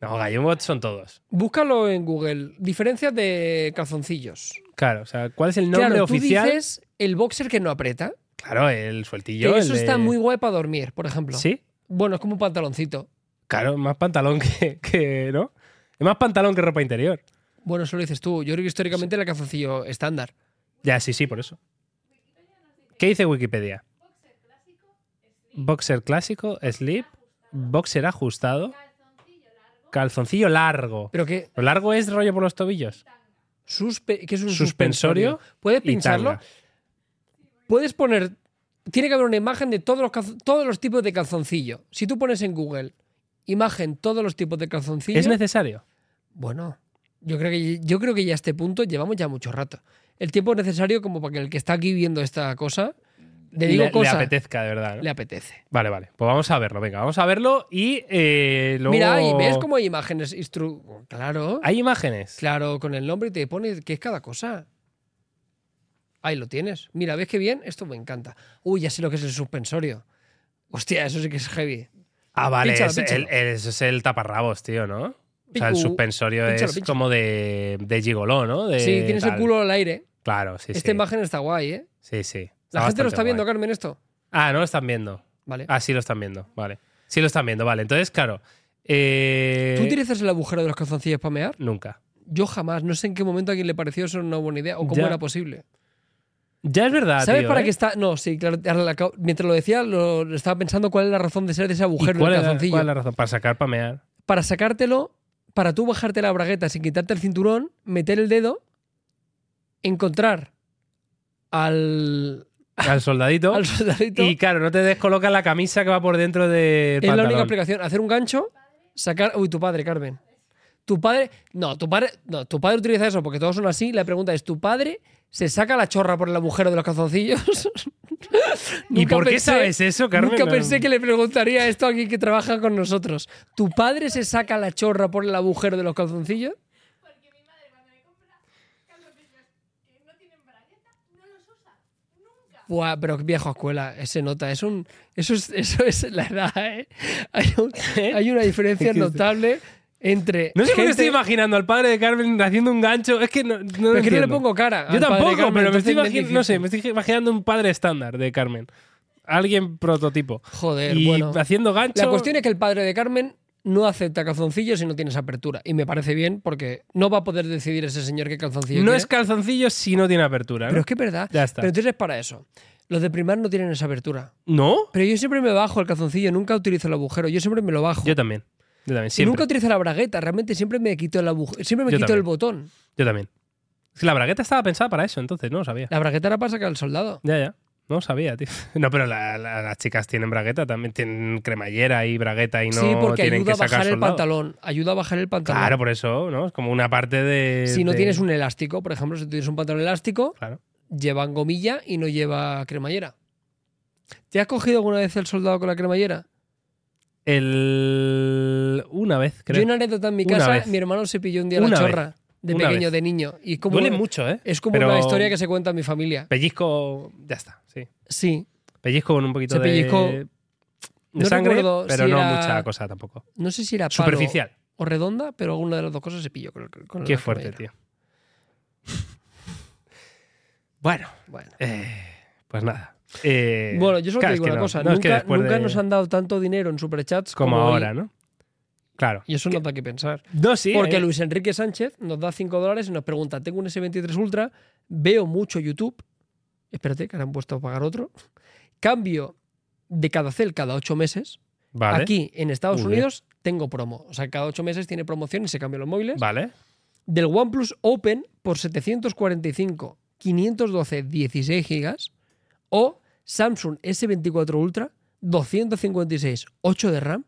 Speaker 1: No, Gallumbo son todos.
Speaker 2: Búscalo en Google. Diferencias de calzoncillos.
Speaker 1: Claro, o sea, ¿cuál es el nombre
Speaker 2: claro,
Speaker 1: oficial?
Speaker 2: tú dices el boxer que no aprieta.
Speaker 1: Claro, el
Speaker 2: Que
Speaker 1: sueltillo. el
Speaker 2: eso está
Speaker 1: de-
Speaker 2: muy guay para dormir, por ejemplo.
Speaker 1: Sí,
Speaker 2: Bueno, es como un pantaloncito.
Speaker 1: claro, más pantalón que, que- ¿No? Es más pantalón que ropa interior.
Speaker 2: Bueno, eso lo dices tú. Yo creo que históricamente era el calzoncillo estándar.
Speaker 1: Ya, sí, sí, por eso. ¿Qué dice Wikipedia? Boxer clásico, slip, boxer ajustado, calzoncillo largo.
Speaker 2: Pero que
Speaker 1: ¿Lo largo es rollo por los tobillos?
Speaker 2: suspe- ¿qué es un
Speaker 1: Suspensorio
Speaker 2: suspensorio? ¿Puedes
Speaker 1: Y
Speaker 2: pincharlo?
Speaker 1: tanga.
Speaker 2: Puedes poner. Tiene que haber una imagen de todos los, calzo- todos los tipos de calzoncillo. Si tú pones en Google imagen todos los tipos de calzoncillo.
Speaker 1: ¿Es necesario?
Speaker 2: Bueno, yo creo que yo creo que ya a este punto llevamos ya mucho rato. El tiempo necesario como para que el que está aquí viendo esta cosa le digo
Speaker 1: le,
Speaker 2: cosa,
Speaker 1: apetezca, de verdad. ¿no?
Speaker 2: le apetece.
Speaker 1: Vale, vale. Pues vamos a verlo, venga, vamos a verlo y eh, luego...
Speaker 2: Mira, y ves cómo hay imágenes instru- claro,
Speaker 1: Hay imágenes.
Speaker 2: claro, con el nombre y te pone qué es cada cosa. Ahí lo tienes. Mira, ves qué bien, esto me encanta. Uy, ya sé lo que es el suspensorio. Hostia, eso sí que es heavy.
Speaker 1: Ah, vale,
Speaker 2: Pínchalo,
Speaker 1: es el-
Speaker 2: pínchalo.
Speaker 1: el- eso es el taparrabos, tío, ¿no? O sea, el
Speaker 2: Picu.
Speaker 1: suspensorio
Speaker 2: Pínchalo,
Speaker 1: es
Speaker 2: pínchalo.
Speaker 1: como de, de gigoló, ¿no? De
Speaker 2: sí, tienes el
Speaker 1: tal.
Speaker 2: culo al aire.
Speaker 1: Claro, sí,
Speaker 2: Esta
Speaker 1: sí.
Speaker 2: imagen está guay, ¿eh?
Speaker 1: Sí, sí.
Speaker 2: La gente lo está
Speaker 1: bastante
Speaker 2: viendo,
Speaker 1: guay.
Speaker 2: Carmen, esto.
Speaker 1: Ah, no lo están viendo.
Speaker 2: Vale.
Speaker 1: Ah, sí lo están viendo, vale. Sí lo están viendo, vale. Entonces, claro. eh,
Speaker 2: ¿Tú utilizas el agujero de los calzoncillos para mear?
Speaker 1: Nunca.
Speaker 2: Yo jamás, no sé en qué momento a quien le pareció eso una buena idea o cómo
Speaker 1: Ya.
Speaker 2: era posible.
Speaker 1: Ya es verdad.
Speaker 2: ¿Sabes
Speaker 1: tío,
Speaker 2: para
Speaker 1: ¿eh?
Speaker 2: qué está? No, sí, claro, ahora la acabo- mientras lo decía, lo, lo estaba pensando cuál es la razón de ser de ese
Speaker 1: ¿Y
Speaker 2: agujero
Speaker 1: ¿Cuál
Speaker 2: del
Speaker 1: es, la,
Speaker 2: calzoncillo.
Speaker 1: cuál es la razón? Para sacar, para mear.
Speaker 2: Para sacártelo, para tú bajarte la bragueta sin quitarte el cinturón, meter el dedo, encontrar al,
Speaker 1: Al soldadito.
Speaker 2: [LAUGHS] al soldadito.
Speaker 1: y claro, no te descolocas la camisa que va por dentro del
Speaker 2: es la única
Speaker 1: pantalón.
Speaker 2: explicación. Hacer un gancho, sacar. Uy, tu padre, Carmen. Tu padre. No, tu padre. No, tu padre utiliza eso porque todos son así. La pregunta es: ¿tu padre se saca la chorra por el agujero de los calzoncillos? [LAUGHS]
Speaker 1: ¿Y
Speaker 2: Nunca
Speaker 1: por qué
Speaker 2: pensé-
Speaker 1: sabes eso, Carmen?
Speaker 2: Nunca
Speaker 1: No-
Speaker 2: pensé que le preguntaría esto a alguien que trabaja con nosotros. ¿Tu padre se saca la chorra por el agujero de los calzoncillos?
Speaker 3: Porque mi madre cuando me compra calzoncillos que no tienen bragueta, no los usa. Nunca.
Speaker 2: Buah, pero qué viejo escuela, se nota. Es un, eso, es, eso es la edad, ¿eh? Hay,
Speaker 1: [LAUGHS]
Speaker 2: un-
Speaker 1: ¿Eh?
Speaker 2: hay una diferencia notable entre.
Speaker 1: No sé por qué
Speaker 2: gente-
Speaker 1: estoy imaginando al padre de Carmen haciendo un gancho. Es que no, no lo
Speaker 2: Pero es que no le
Speaker 1: entiendo.
Speaker 2: pongo cara.
Speaker 1: Yo
Speaker 2: al padre
Speaker 1: tampoco,
Speaker 2: Carmen,
Speaker 1: pero me estoy
Speaker 2: entonces es
Speaker 1: imaginando, no sé,
Speaker 2: difícil.
Speaker 1: me estoy imaginando un padre estándar de Carmen. Alguien prototipo.
Speaker 2: Joder,
Speaker 1: y
Speaker 2: bueno.
Speaker 1: haciendo gancho.
Speaker 2: La cuestión es que el padre de Carmen no acepta calzoncillos si no tienes apertura. Y me parece bien porque no va a poder decidir ese señor qué calzoncillo
Speaker 1: no
Speaker 2: quiere.
Speaker 1: es calzoncillo si no tiene apertura. ¿no?
Speaker 2: Pero es que es verdad.
Speaker 1: Ya está.
Speaker 2: Pero entonces es para eso. Los de primar no tienen esa apertura.
Speaker 1: ¿No?
Speaker 2: Pero yo siempre me bajo el calzoncillo, nunca utilizo el agujero. Yo siempre me lo bajo.
Speaker 1: Yo también. Yo también.
Speaker 2: Y
Speaker 1: Siempre.
Speaker 2: nunca utilizo la bragueta. Realmente siempre me quito el agujero. Siempre me
Speaker 1: Yo
Speaker 2: quito
Speaker 1: también.
Speaker 2: el botón.
Speaker 1: Yo también. Es que la bragueta estaba pensada para eso, entonces no lo sabía.
Speaker 2: La bragueta era para sacar al soldado.
Speaker 1: Ya, ya. No lo sabía, tío. [LAUGHS] No, pero la- la- las chicas tienen bragueta, también tienen cremallera y bragueta y no
Speaker 2: sí, porque
Speaker 1: tienen
Speaker 2: ayuda a
Speaker 1: que sacar
Speaker 2: bajar el
Speaker 1: soldado.
Speaker 2: pantalón. Ayuda a bajar el pantalón.
Speaker 1: Claro, por eso, ¿no? Es como una parte de.
Speaker 2: si no
Speaker 1: de-
Speaker 2: tienes un elástico, por ejemplo, si tienes un pantalón elástico,
Speaker 1: Claro.
Speaker 2: llevan gomilla y no lleva cremallera. ¿Te has cogido alguna vez el soldado con la cremallera?
Speaker 1: El. Una vez, creo.
Speaker 2: Yo una anécdota en mi
Speaker 1: Una
Speaker 2: casa,
Speaker 1: vez.
Speaker 2: mi hermano se pilló un día
Speaker 1: Una
Speaker 2: la
Speaker 1: vez.
Speaker 2: chorra de
Speaker 1: Una
Speaker 2: pequeño,
Speaker 1: vez.
Speaker 2: de niño. Y es como,
Speaker 1: Duele mucho, ¿eh?
Speaker 2: es como
Speaker 1: Pero
Speaker 2: una historia que se cuenta en mi familia.
Speaker 1: Pellizco, ya está, sí.
Speaker 2: Sí,
Speaker 1: Pellizco con un poquito
Speaker 2: Se
Speaker 1: de,
Speaker 2: pellizcó.
Speaker 1: de
Speaker 2: No
Speaker 1: sangre,
Speaker 2: recuerdo
Speaker 1: pero
Speaker 2: si
Speaker 1: no
Speaker 2: era-
Speaker 1: mucha cosa tampoco.
Speaker 2: no sé si era palo
Speaker 1: Superficial.
Speaker 2: o redonda, pero alguna de las dos cosas se pilló con, el- con la
Speaker 1: Qué fuerte,
Speaker 2: cremallera.
Speaker 1: tío. bueno,
Speaker 2: Bueno.
Speaker 1: eh, pues nada. Eh,
Speaker 2: Bueno, yo solo
Speaker 1: claro,
Speaker 2: te
Speaker 1: es
Speaker 2: digo
Speaker 1: que
Speaker 2: una
Speaker 1: no,
Speaker 2: cosa.
Speaker 1: no, es que
Speaker 2: nunca
Speaker 1: después
Speaker 2: nunca
Speaker 1: de-
Speaker 2: nos han dado tanto dinero en superchats
Speaker 1: Como
Speaker 2: hoy.
Speaker 1: ahora, ¿no? Claro.
Speaker 2: Y eso no da que pensar.
Speaker 1: No, sí.
Speaker 2: Porque
Speaker 1: eh,
Speaker 2: Luis Enrique Sánchez nos da 5 dólares y nos pregunta, tengo un S23 Ultra, veo mucho YouTube, espérate que ahora han puesto a pagar otro, cambio de cada cel cada ocho meses.
Speaker 1: Vale.
Speaker 2: Aquí, en Estados
Speaker 1: Muy bien.
Speaker 2: Unidos, tengo promo. O sea, cada ocho meses tiene promoción y se cambian los móviles.
Speaker 1: Vale.
Speaker 2: Del OnePlus Open por 745, 512, 16 gigas. O Samsung S24 Ultra, 256, 8 de RAM,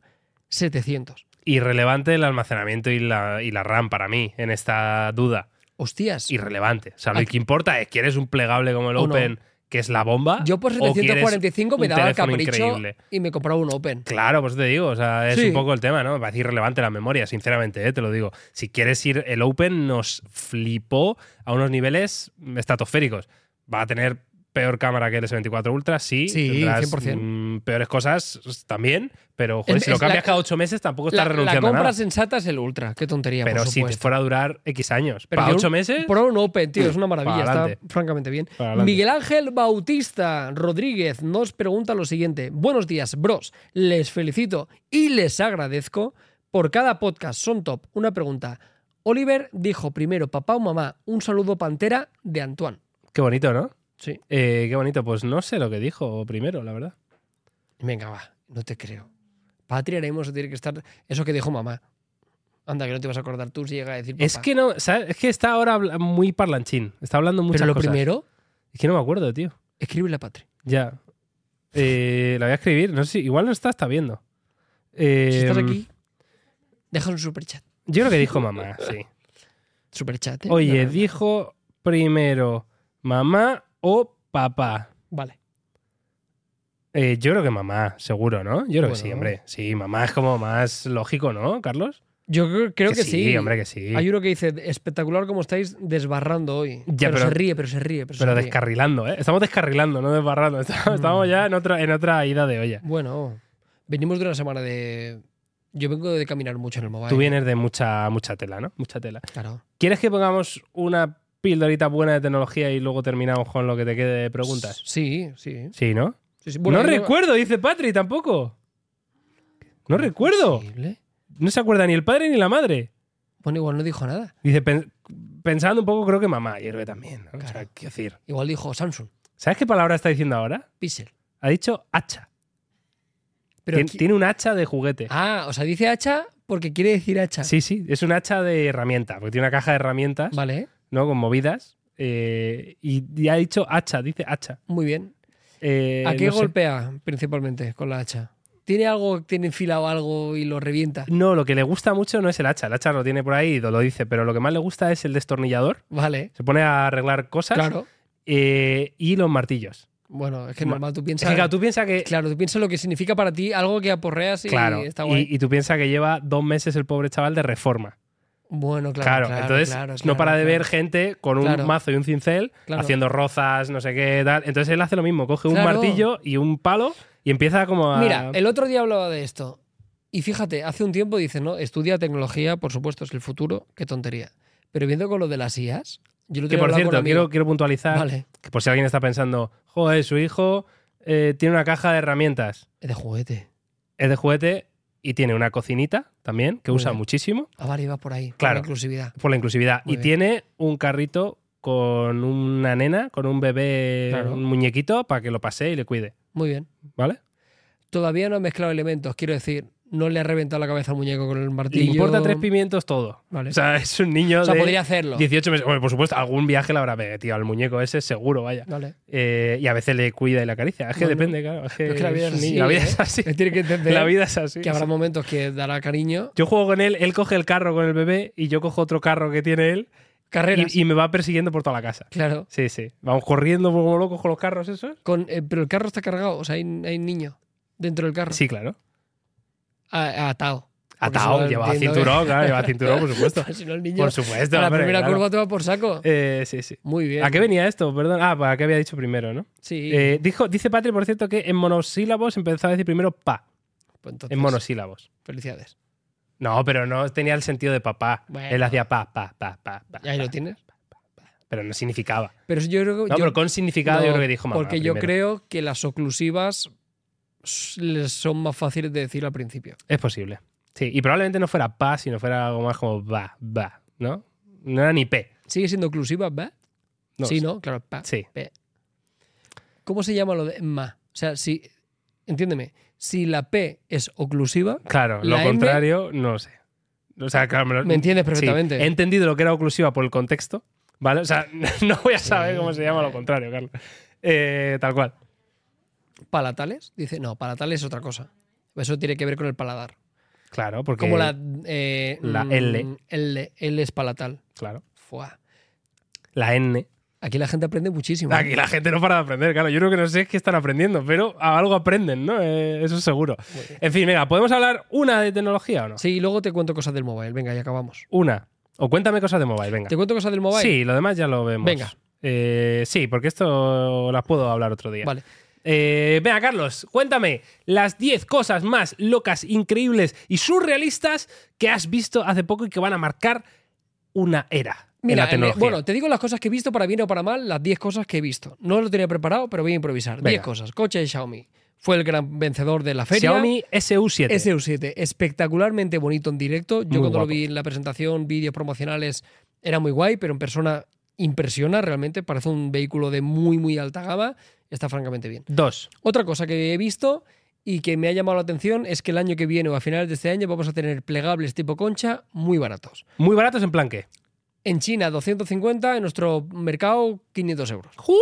Speaker 2: 700.
Speaker 1: Irrelevante el almacenamiento y la, y la RAM para mí en esta duda.
Speaker 2: Hostias.
Speaker 1: Irrelevante. O sea, lo
Speaker 2: Aquí-
Speaker 1: que importa es, ¿quieres un plegable como el
Speaker 2: O no.
Speaker 1: Open, que es la bomba?
Speaker 2: Yo por
Speaker 1: o quieres
Speaker 2: 745 me
Speaker 1: un
Speaker 2: daba el
Speaker 1: teléfono
Speaker 2: capricho y me compraba un Open.
Speaker 1: Claro, pues te digo, o sea, es
Speaker 2: Sí.
Speaker 1: un poco el tema, ¿no? Me parece irrelevante la memoria, sinceramente, ¿eh? te lo digo. Si quieres ir, el Open nos flipó a unos niveles estratosféricos. Va a tener peor cámara que el S24 Ultra, sí.
Speaker 2: Sí,
Speaker 1: tendrás,
Speaker 2: 100%.
Speaker 1: mm, peores cosas s- también, pero joder,
Speaker 2: Es-
Speaker 1: si lo
Speaker 2: es la-
Speaker 1: cambias cada ocho meses tampoco
Speaker 2: La,
Speaker 1: estás
Speaker 2: la
Speaker 1: renunciando a
Speaker 2: compra
Speaker 1: nada.
Speaker 2: sensata es el Ultra, qué tontería.
Speaker 1: Pero
Speaker 2: por
Speaker 1: si te
Speaker 2: supuesto.
Speaker 1: fuera a durar X años.
Speaker 2: Pero
Speaker 1: ¿Para
Speaker 2: yo-
Speaker 1: ocho meses?
Speaker 2: Pro un Open, tío, es una maravilla,
Speaker 1: Pa'
Speaker 2: está
Speaker 1: adelante.
Speaker 2: francamente bien.
Speaker 1: Pa' adelante.
Speaker 2: Miguel Ángel Bautista Rodríguez nos pregunta lo siguiente. Buenos días, bros. Les felicito y les agradezco por cada podcast. Son top. Una pregunta. Oliver dijo primero papá o mamá, un saludo pantera de Antoine.
Speaker 1: Qué bonito, ¿no?
Speaker 2: Sí.
Speaker 1: Eh, qué bonito. Pues no sé lo que dijo primero, la verdad.
Speaker 2: Venga, va, no te creo. Patria haremos tiene que estar. Eso que dijo mamá. Anda, que no te vas a acordar tú si llega a decir papá.
Speaker 1: Es que no, ¿sabes? es que está ahora habla- muy parlanchín. Está hablando muchas
Speaker 2: Pero lo
Speaker 1: cosas.
Speaker 2: primero,
Speaker 1: Es que no me acuerdo, tío.
Speaker 2: escribe la patria.
Speaker 1: Ya. Eh, la voy a escribir. No sé si, igual no está, está viendo. Eh,
Speaker 2: Si estás aquí, deja un superchat.
Speaker 1: Yo creo que dijo mamá,
Speaker 2: [LAUGHS]
Speaker 1: sí.
Speaker 2: Superchat. ¿eh?
Speaker 1: Oye,
Speaker 2: No, no, no.
Speaker 1: dijo primero mamá o papá.
Speaker 2: Vale.
Speaker 1: Eh, yo creo que mamá, seguro, ¿no? Yo creo que sí,
Speaker 2: Bueno.
Speaker 1: hombre. Sí, mamá es como más lógico, ¿no, Carlos?
Speaker 2: Yo creo, creo que, sí.
Speaker 1: hombre, que sí.
Speaker 2: Hay uno que dice, espectacular como estáis desbarrando hoy.
Speaker 1: Ya,
Speaker 2: pero,
Speaker 1: pero-
Speaker 2: se ríe, pero se ríe. Pero, se
Speaker 1: Pero
Speaker 2: ríe.
Speaker 1: descarrilando, ¿eh? Estamos descarrilando, no desbarrando. [LAUGHS] Estamos,
Speaker 2: Mm.
Speaker 1: estamos ya en otra, en otra ida de olla.
Speaker 2: Bueno, venimos de una semana de... Yo vengo de caminar mucho en el mobile.
Speaker 1: Tú vienes de mucha, mucha tela, ¿no? Mucha tela.
Speaker 2: Claro.
Speaker 1: ¿Quieres que pongamos una pildorita buena de tecnología y luego terminamos con lo que te quede de preguntas?
Speaker 2: Sí, sí.
Speaker 1: Sí, ¿no?
Speaker 2: sí, sí. Bueno,
Speaker 1: no
Speaker 2: ahí
Speaker 1: recuerdo, dice Patri, tampoco. No recuerdo.
Speaker 2: Posible.
Speaker 1: No se acuerda ni el padre ni la madre.
Speaker 2: Bueno, igual no dijo nada.
Speaker 1: Dice, "Pen- pensando un poco, creo que mamá, yo creo que también. ¿no? O sea,
Speaker 2: Claro.
Speaker 1: quiero decir.
Speaker 2: Igual dijo Samsung,
Speaker 1: ¿Sabes qué palabra está diciendo ahora?
Speaker 2: Pixel.
Speaker 1: Ha dicho hacha.
Speaker 2: Pero
Speaker 1: Tien-
Speaker 2: qui-
Speaker 1: Tiene un hacha de juguete.
Speaker 2: Ah, o sea, dice hacha porque quiere decir hacha.
Speaker 1: Sí, sí, es un hacha de herramienta, porque tiene una caja de herramientas,
Speaker 2: Vale,
Speaker 1: ¿no? Con movidas. eh, y, y ha dicho hacha, dice hacha.
Speaker 2: muy bien.
Speaker 1: Eh,
Speaker 2: ¿A qué
Speaker 1: no sé.
Speaker 2: golpea principalmente con la hacha? ¿Tiene algo, tiene enfilado algo y lo revienta?
Speaker 1: No, lo que le gusta mucho no es el hacha. El hacha lo tiene por ahí y lo dice, pero lo que más le gusta es el destornillador.
Speaker 2: Vale,
Speaker 1: Se pone a arreglar cosas
Speaker 2: claro.
Speaker 1: eh, y los martillos.
Speaker 2: Bueno, es que
Speaker 1: Ma-
Speaker 2: normal, tú
Speaker 1: Es
Speaker 2: piensas...
Speaker 1: que claro, tú piensas que.
Speaker 2: Claro, tú piensas lo que significa para ti algo que aporreas y
Speaker 1: Claro,
Speaker 2: está
Speaker 1: y,
Speaker 2: guay.
Speaker 1: y tú piensas que lleva dos meses el pobre chaval de reforma.
Speaker 2: bueno,
Speaker 1: Claro,
Speaker 2: claro. claro,
Speaker 1: entonces
Speaker 2: claro,
Speaker 1: no
Speaker 2: claro,
Speaker 1: para de
Speaker 2: claro.
Speaker 1: ver gente con un
Speaker 2: Claro.
Speaker 1: mazo y un cincel
Speaker 2: Claro.
Speaker 1: haciendo rozas, no sé qué tal. Entonces él hace lo mismo, coge un
Speaker 2: Claro.
Speaker 1: martillo y un palo y empieza como a.
Speaker 2: Mira, el otro día hablaba de esto. Y fíjate, hace un tiempo dice, no, estudia tecnología, por supuesto, es el futuro, qué tontería. Pero viendo con lo de las IAS, yo lo
Speaker 1: que por cierto, quiero, quiero puntualizar
Speaker 2: Vale,
Speaker 1: que por si alguien está pensando, joder, su hijo eh, tiene una caja de herramientas.
Speaker 2: es de juguete.
Speaker 1: es de juguete y tiene una cocinita también, que
Speaker 2: Muy
Speaker 1: usa
Speaker 2: bien.
Speaker 1: muchísimo
Speaker 2: Ah, vale, iba por ahí. por
Speaker 1: Claro.
Speaker 2: la inclusividad.
Speaker 1: por la inclusividad.
Speaker 2: Muy
Speaker 1: y
Speaker 2: bien.
Speaker 1: tiene un carrito con una nena, con un bebé,
Speaker 2: Claro.
Speaker 1: un muñequito para que lo pase y le cuide.
Speaker 2: Muy bien.
Speaker 1: ¿Vale?
Speaker 2: Todavía no he mezclado elementos, quiero decir, no le ha reventado la cabeza al muñeco con el
Speaker 1: Le
Speaker 2: martillo.
Speaker 1: importa tres pimientos todo.
Speaker 2: Vale.
Speaker 1: O sea, [LAUGHS] es un niño
Speaker 2: O sea,
Speaker 1: de
Speaker 2: podría hacerlo.
Speaker 1: 18 meses. Bueno, por supuesto, algún viaje le habrá metido al muñeco ese, seguro, vaya.
Speaker 2: Vale.
Speaker 1: Eh, y a veces le cuida y la acaricia. Es que
Speaker 2: Bueno.
Speaker 1: depende, claro. Es que,
Speaker 2: Pero es que la vida
Speaker 1: es
Speaker 2: es
Speaker 1: un
Speaker 2: así.
Speaker 1: niño. La vida
Speaker 2: ¿eh?
Speaker 1: es así.
Speaker 2: Tiene que
Speaker 1: [LAUGHS]
Speaker 2: entender
Speaker 1: La vida es así.
Speaker 2: que habrá momentos que dará cariño.
Speaker 1: Yo juego con él, él coge el carro con el bebé y yo cojo otro carro que tiene él
Speaker 2: Carreras.
Speaker 1: y, y me va persiguiendo por toda la casa.
Speaker 2: Claro.
Speaker 1: Sí, sí. Vamos corriendo como locos con los carros esos.
Speaker 2: Con, eh, pero el carro está cargado, o sea, hay, hay niño dentro del carro.
Speaker 1: Sí, claro.
Speaker 2: A- [LAUGHS] atado. Porque si
Speaker 1: Atado,
Speaker 2: no,
Speaker 1: lleva
Speaker 2: entiendo
Speaker 1: cinturón, claro, lleva cinturón, por supuesto.
Speaker 2: que- si no, el [LAUGHS] niño.
Speaker 1: Por supuesto,
Speaker 2: a la
Speaker 1: hombre,
Speaker 2: primera
Speaker 1: claro.
Speaker 2: curva te va por saco.
Speaker 1: Eh, sí, sí.
Speaker 2: Muy bien.
Speaker 1: ¿A qué venía esto? Perdón. Ah, pues a qué había dicho primero, ¿no?
Speaker 2: Sí.
Speaker 1: Eh, dijo, dice Patri, por cierto, que en monosílabos empezó a decir primero pa,
Speaker 2: Pues entonces,
Speaker 1: en monosílabos.
Speaker 2: Felicidades.
Speaker 1: No, pero no tenía el sentido de papá.
Speaker 2: Bueno.
Speaker 1: Él hacía pa, pa, pa, pa, pa.
Speaker 2: Y ahí lo
Speaker 1: pa,
Speaker 2: tienes.
Speaker 1: Pero no significaba.
Speaker 2: Pero yo creo que.
Speaker 1: No,
Speaker 2: yo-
Speaker 1: pero con significado yo
Speaker 2: no,
Speaker 1: creo que dijo mamá.
Speaker 2: Porque yo
Speaker 1: primero.
Speaker 2: creo que las oclusivas s- les son más fáciles de decir al principio.
Speaker 1: Es posible. Sí, y probablemente no fuera pa, sino fuera algo más como ba, ba, ¿no? No era ni p.
Speaker 2: ¿Sigue siendo oclusiva, va?
Speaker 1: No,
Speaker 2: sí, ¿no? Claro, pa.
Speaker 1: Sí.
Speaker 2: ¿Cómo se llama lo de ma? O sea, si entiéndeme, si la P es oclusiva,
Speaker 1: Claro, lo
Speaker 2: La M-
Speaker 1: contrario, no sé. O sea, claro, lo-
Speaker 2: me entiendes
Speaker 1: sí,
Speaker 2: perfectamente.
Speaker 1: he entendido lo que era oclusiva por el contexto, ¿vale? O sea, [LAUGHS] no voy a saber cómo se llama lo contrario, Carlos. Eh, tal cual.
Speaker 2: palatales, dice, no, palatales es otra cosa. Eso tiene que ver con el paladar.
Speaker 1: Claro, porque.
Speaker 2: Como la, eh,
Speaker 1: la
Speaker 2: mm,
Speaker 1: L.
Speaker 2: L. L es palatal.
Speaker 1: Claro.
Speaker 2: Fuá.
Speaker 1: La N.
Speaker 2: Aquí la gente aprende muchísimo. ¿eh?
Speaker 1: Aquí la gente no para de aprender, claro. Yo creo que no sé qué están aprendiendo, pero a algo aprenden, ¿no? Eh, eso es seguro.
Speaker 2: Muy bien.
Speaker 1: En fin, venga, ¿podemos hablar una de tecnología o no?
Speaker 2: Sí, y luego te cuento cosas del mobile. Venga, ya acabamos.
Speaker 1: Una. O cuéntame cosas de mobile, venga.
Speaker 2: ¿Te cuento cosas del mobile?
Speaker 1: Sí, lo demás ya lo vemos.
Speaker 2: Venga.
Speaker 1: Eh, sí, porque esto las puedo hablar otro día.
Speaker 2: Vale.
Speaker 1: Eh, venga, Carlos, cuéntame las 10 cosas más locas, increíbles y surrealistas que has visto hace poco y que van a marcar una era en
Speaker 2: Mira,
Speaker 1: la
Speaker 2: en el-
Speaker 1: tecnología.
Speaker 2: bueno, te digo las cosas que he visto, para bien o para mal, las 10 cosas que he visto. No lo tenía preparado, pero voy a improvisar.
Speaker 1: Venga.
Speaker 2: 10 cosas. Coche de Xiaomi. Fue el gran vencedor de la feria.
Speaker 1: Xiaomi SU7.
Speaker 2: SU7, espectacularmente bonito en directo. Yo
Speaker 1: Muy
Speaker 2: cuando
Speaker 1: guapo.
Speaker 2: lo vi en la presentación, vídeos promocionales, era muy guay, pero en persona impresiona realmente. Parece un vehículo de muy, muy alta gama. Está francamente bien.
Speaker 1: Dos.
Speaker 2: Otra cosa que he visto y que me ha llamado la atención es que el año que viene o a finales de este año vamos a tener plegables tipo concha muy baratos.
Speaker 1: Muy baratos en plan qué.
Speaker 2: En China 250, en nuestro mercado 500 euros.
Speaker 1: ¡Ju!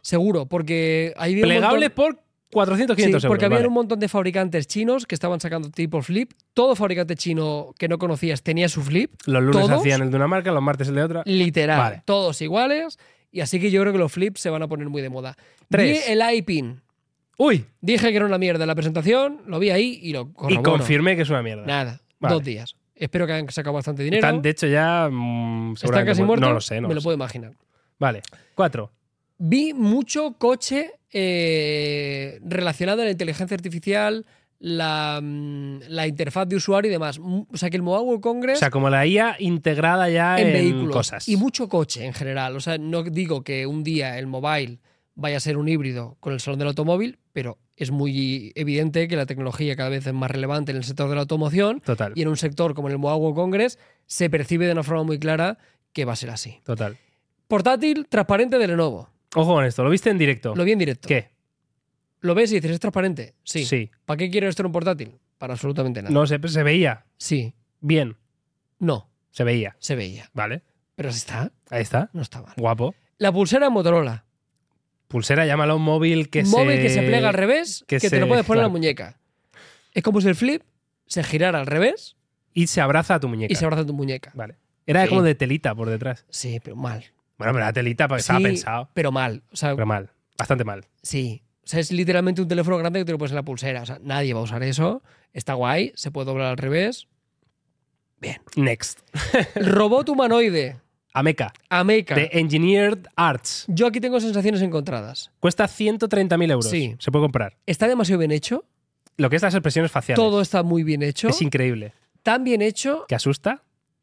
Speaker 2: Seguro, porque ahí había un montón-
Speaker 1: Plegables por 400, 500
Speaker 2: Sí, porque
Speaker 1: euros.
Speaker 2: había
Speaker 1: vale.
Speaker 2: un montón de fabricantes chinos que estaban sacando tipo flip. Todo fabricante chino que no conocías tenía su flip.
Speaker 1: Los lunes
Speaker 2: todos-
Speaker 1: hacían el de una marca, los martes el de otra.
Speaker 2: Literal.
Speaker 1: Vale.
Speaker 2: Todos iguales. Y así que yo creo que los flips se van a poner muy de moda.
Speaker 1: Tres.
Speaker 2: Vi el iPin.
Speaker 1: Uy,
Speaker 2: Dije que era una mierda en la presentación, lo vi ahí y lo
Speaker 1: y
Speaker 2: corroboro.
Speaker 1: confirmé que es una mierda.
Speaker 2: Nada,
Speaker 1: Vale.
Speaker 2: dos días. Espero que hayan sacado bastante dinero.
Speaker 1: Están, de hecho, ya. mm,
Speaker 2: Están
Speaker 1: seguramente
Speaker 2: casi
Speaker 1: mu-
Speaker 2: muertos.
Speaker 1: No lo sé, no.
Speaker 2: me
Speaker 1: lo
Speaker 2: lo
Speaker 1: sé.
Speaker 2: puedo imaginar.
Speaker 1: Vale. Cuatro.
Speaker 2: Vi mucho coche eh, relacionado a la inteligencia artificial, la, mm, la interfaz de usuario y demás. Mu- O sea, que el Mobile World
Speaker 1: O
Speaker 2: Congress
Speaker 1: sea, como la IA integrada ya en,
Speaker 2: en vehículos
Speaker 1: cosas.
Speaker 2: y mucho coche en general. O sea, no digo que un día el mobile vaya a ser un híbrido con el salón del automóvil, pero es muy evidente que la tecnología cada vez es más relevante en el sector de la automoción
Speaker 1: Total,
Speaker 2: y en un sector como el Mobile World Congress se percibe de una forma muy clara que va a ser así.
Speaker 1: total.
Speaker 2: Portátil transparente de Lenovo.
Speaker 1: Ojo con esto, ¿lo viste en directo?
Speaker 2: Lo vi en directo.
Speaker 1: ¿Qué?
Speaker 2: ¿Lo ves y dices, es transparente? Sí. ¿Para qué quiero esto en un portátil? Para absolutamente nada.
Speaker 1: No, se, se veía.
Speaker 2: Sí.
Speaker 1: Bien,
Speaker 2: No.
Speaker 1: se veía.
Speaker 2: Se veía.
Speaker 1: Vale,
Speaker 2: Pero si está,
Speaker 1: ahí está.
Speaker 2: no está mal.
Speaker 1: Guapo.
Speaker 2: La pulsera Motorola.
Speaker 1: Pulsera, llámalo móvil que se.
Speaker 2: móvil que se plega al revés,
Speaker 1: que
Speaker 2: que,
Speaker 1: se-
Speaker 2: te lo puedes poner en
Speaker 1: claro.
Speaker 2: la muñeca. Es como si el flip se girara al revés
Speaker 1: Y se abraza a tu muñeca.
Speaker 2: y se abraza tu muñeca.
Speaker 1: Vale. Era
Speaker 2: Sí.
Speaker 1: como de telita por detrás.
Speaker 2: Sí, pero mal.
Speaker 1: Bueno, pero la telita pa- estaba
Speaker 2: Sí,
Speaker 1: pensado.
Speaker 2: Pero mal. O sea,
Speaker 1: Pero mal. Bastante mal.
Speaker 2: sí. O sea, es literalmente un teléfono grande que te lo pones en la pulsera. O sea, nadie va a usar eso. Está guay, se puede doblar
Speaker 1: [LAUGHS]
Speaker 2: al revés.
Speaker 1: Next.
Speaker 2: Robot humanoide.
Speaker 1: Ameca.
Speaker 2: Ameca.
Speaker 1: De Engineered Arts.
Speaker 2: Yo aquí tengo sensaciones encontradas.
Speaker 1: Cuesta 130.000 euros.
Speaker 2: Sí.
Speaker 1: Se puede comprar.
Speaker 2: Está demasiado bien hecho.
Speaker 1: Lo que es las expresiones faciales.
Speaker 2: Todo está muy bien hecho.
Speaker 1: Es increíble.
Speaker 2: Tan bien hecho
Speaker 1: Que asusta.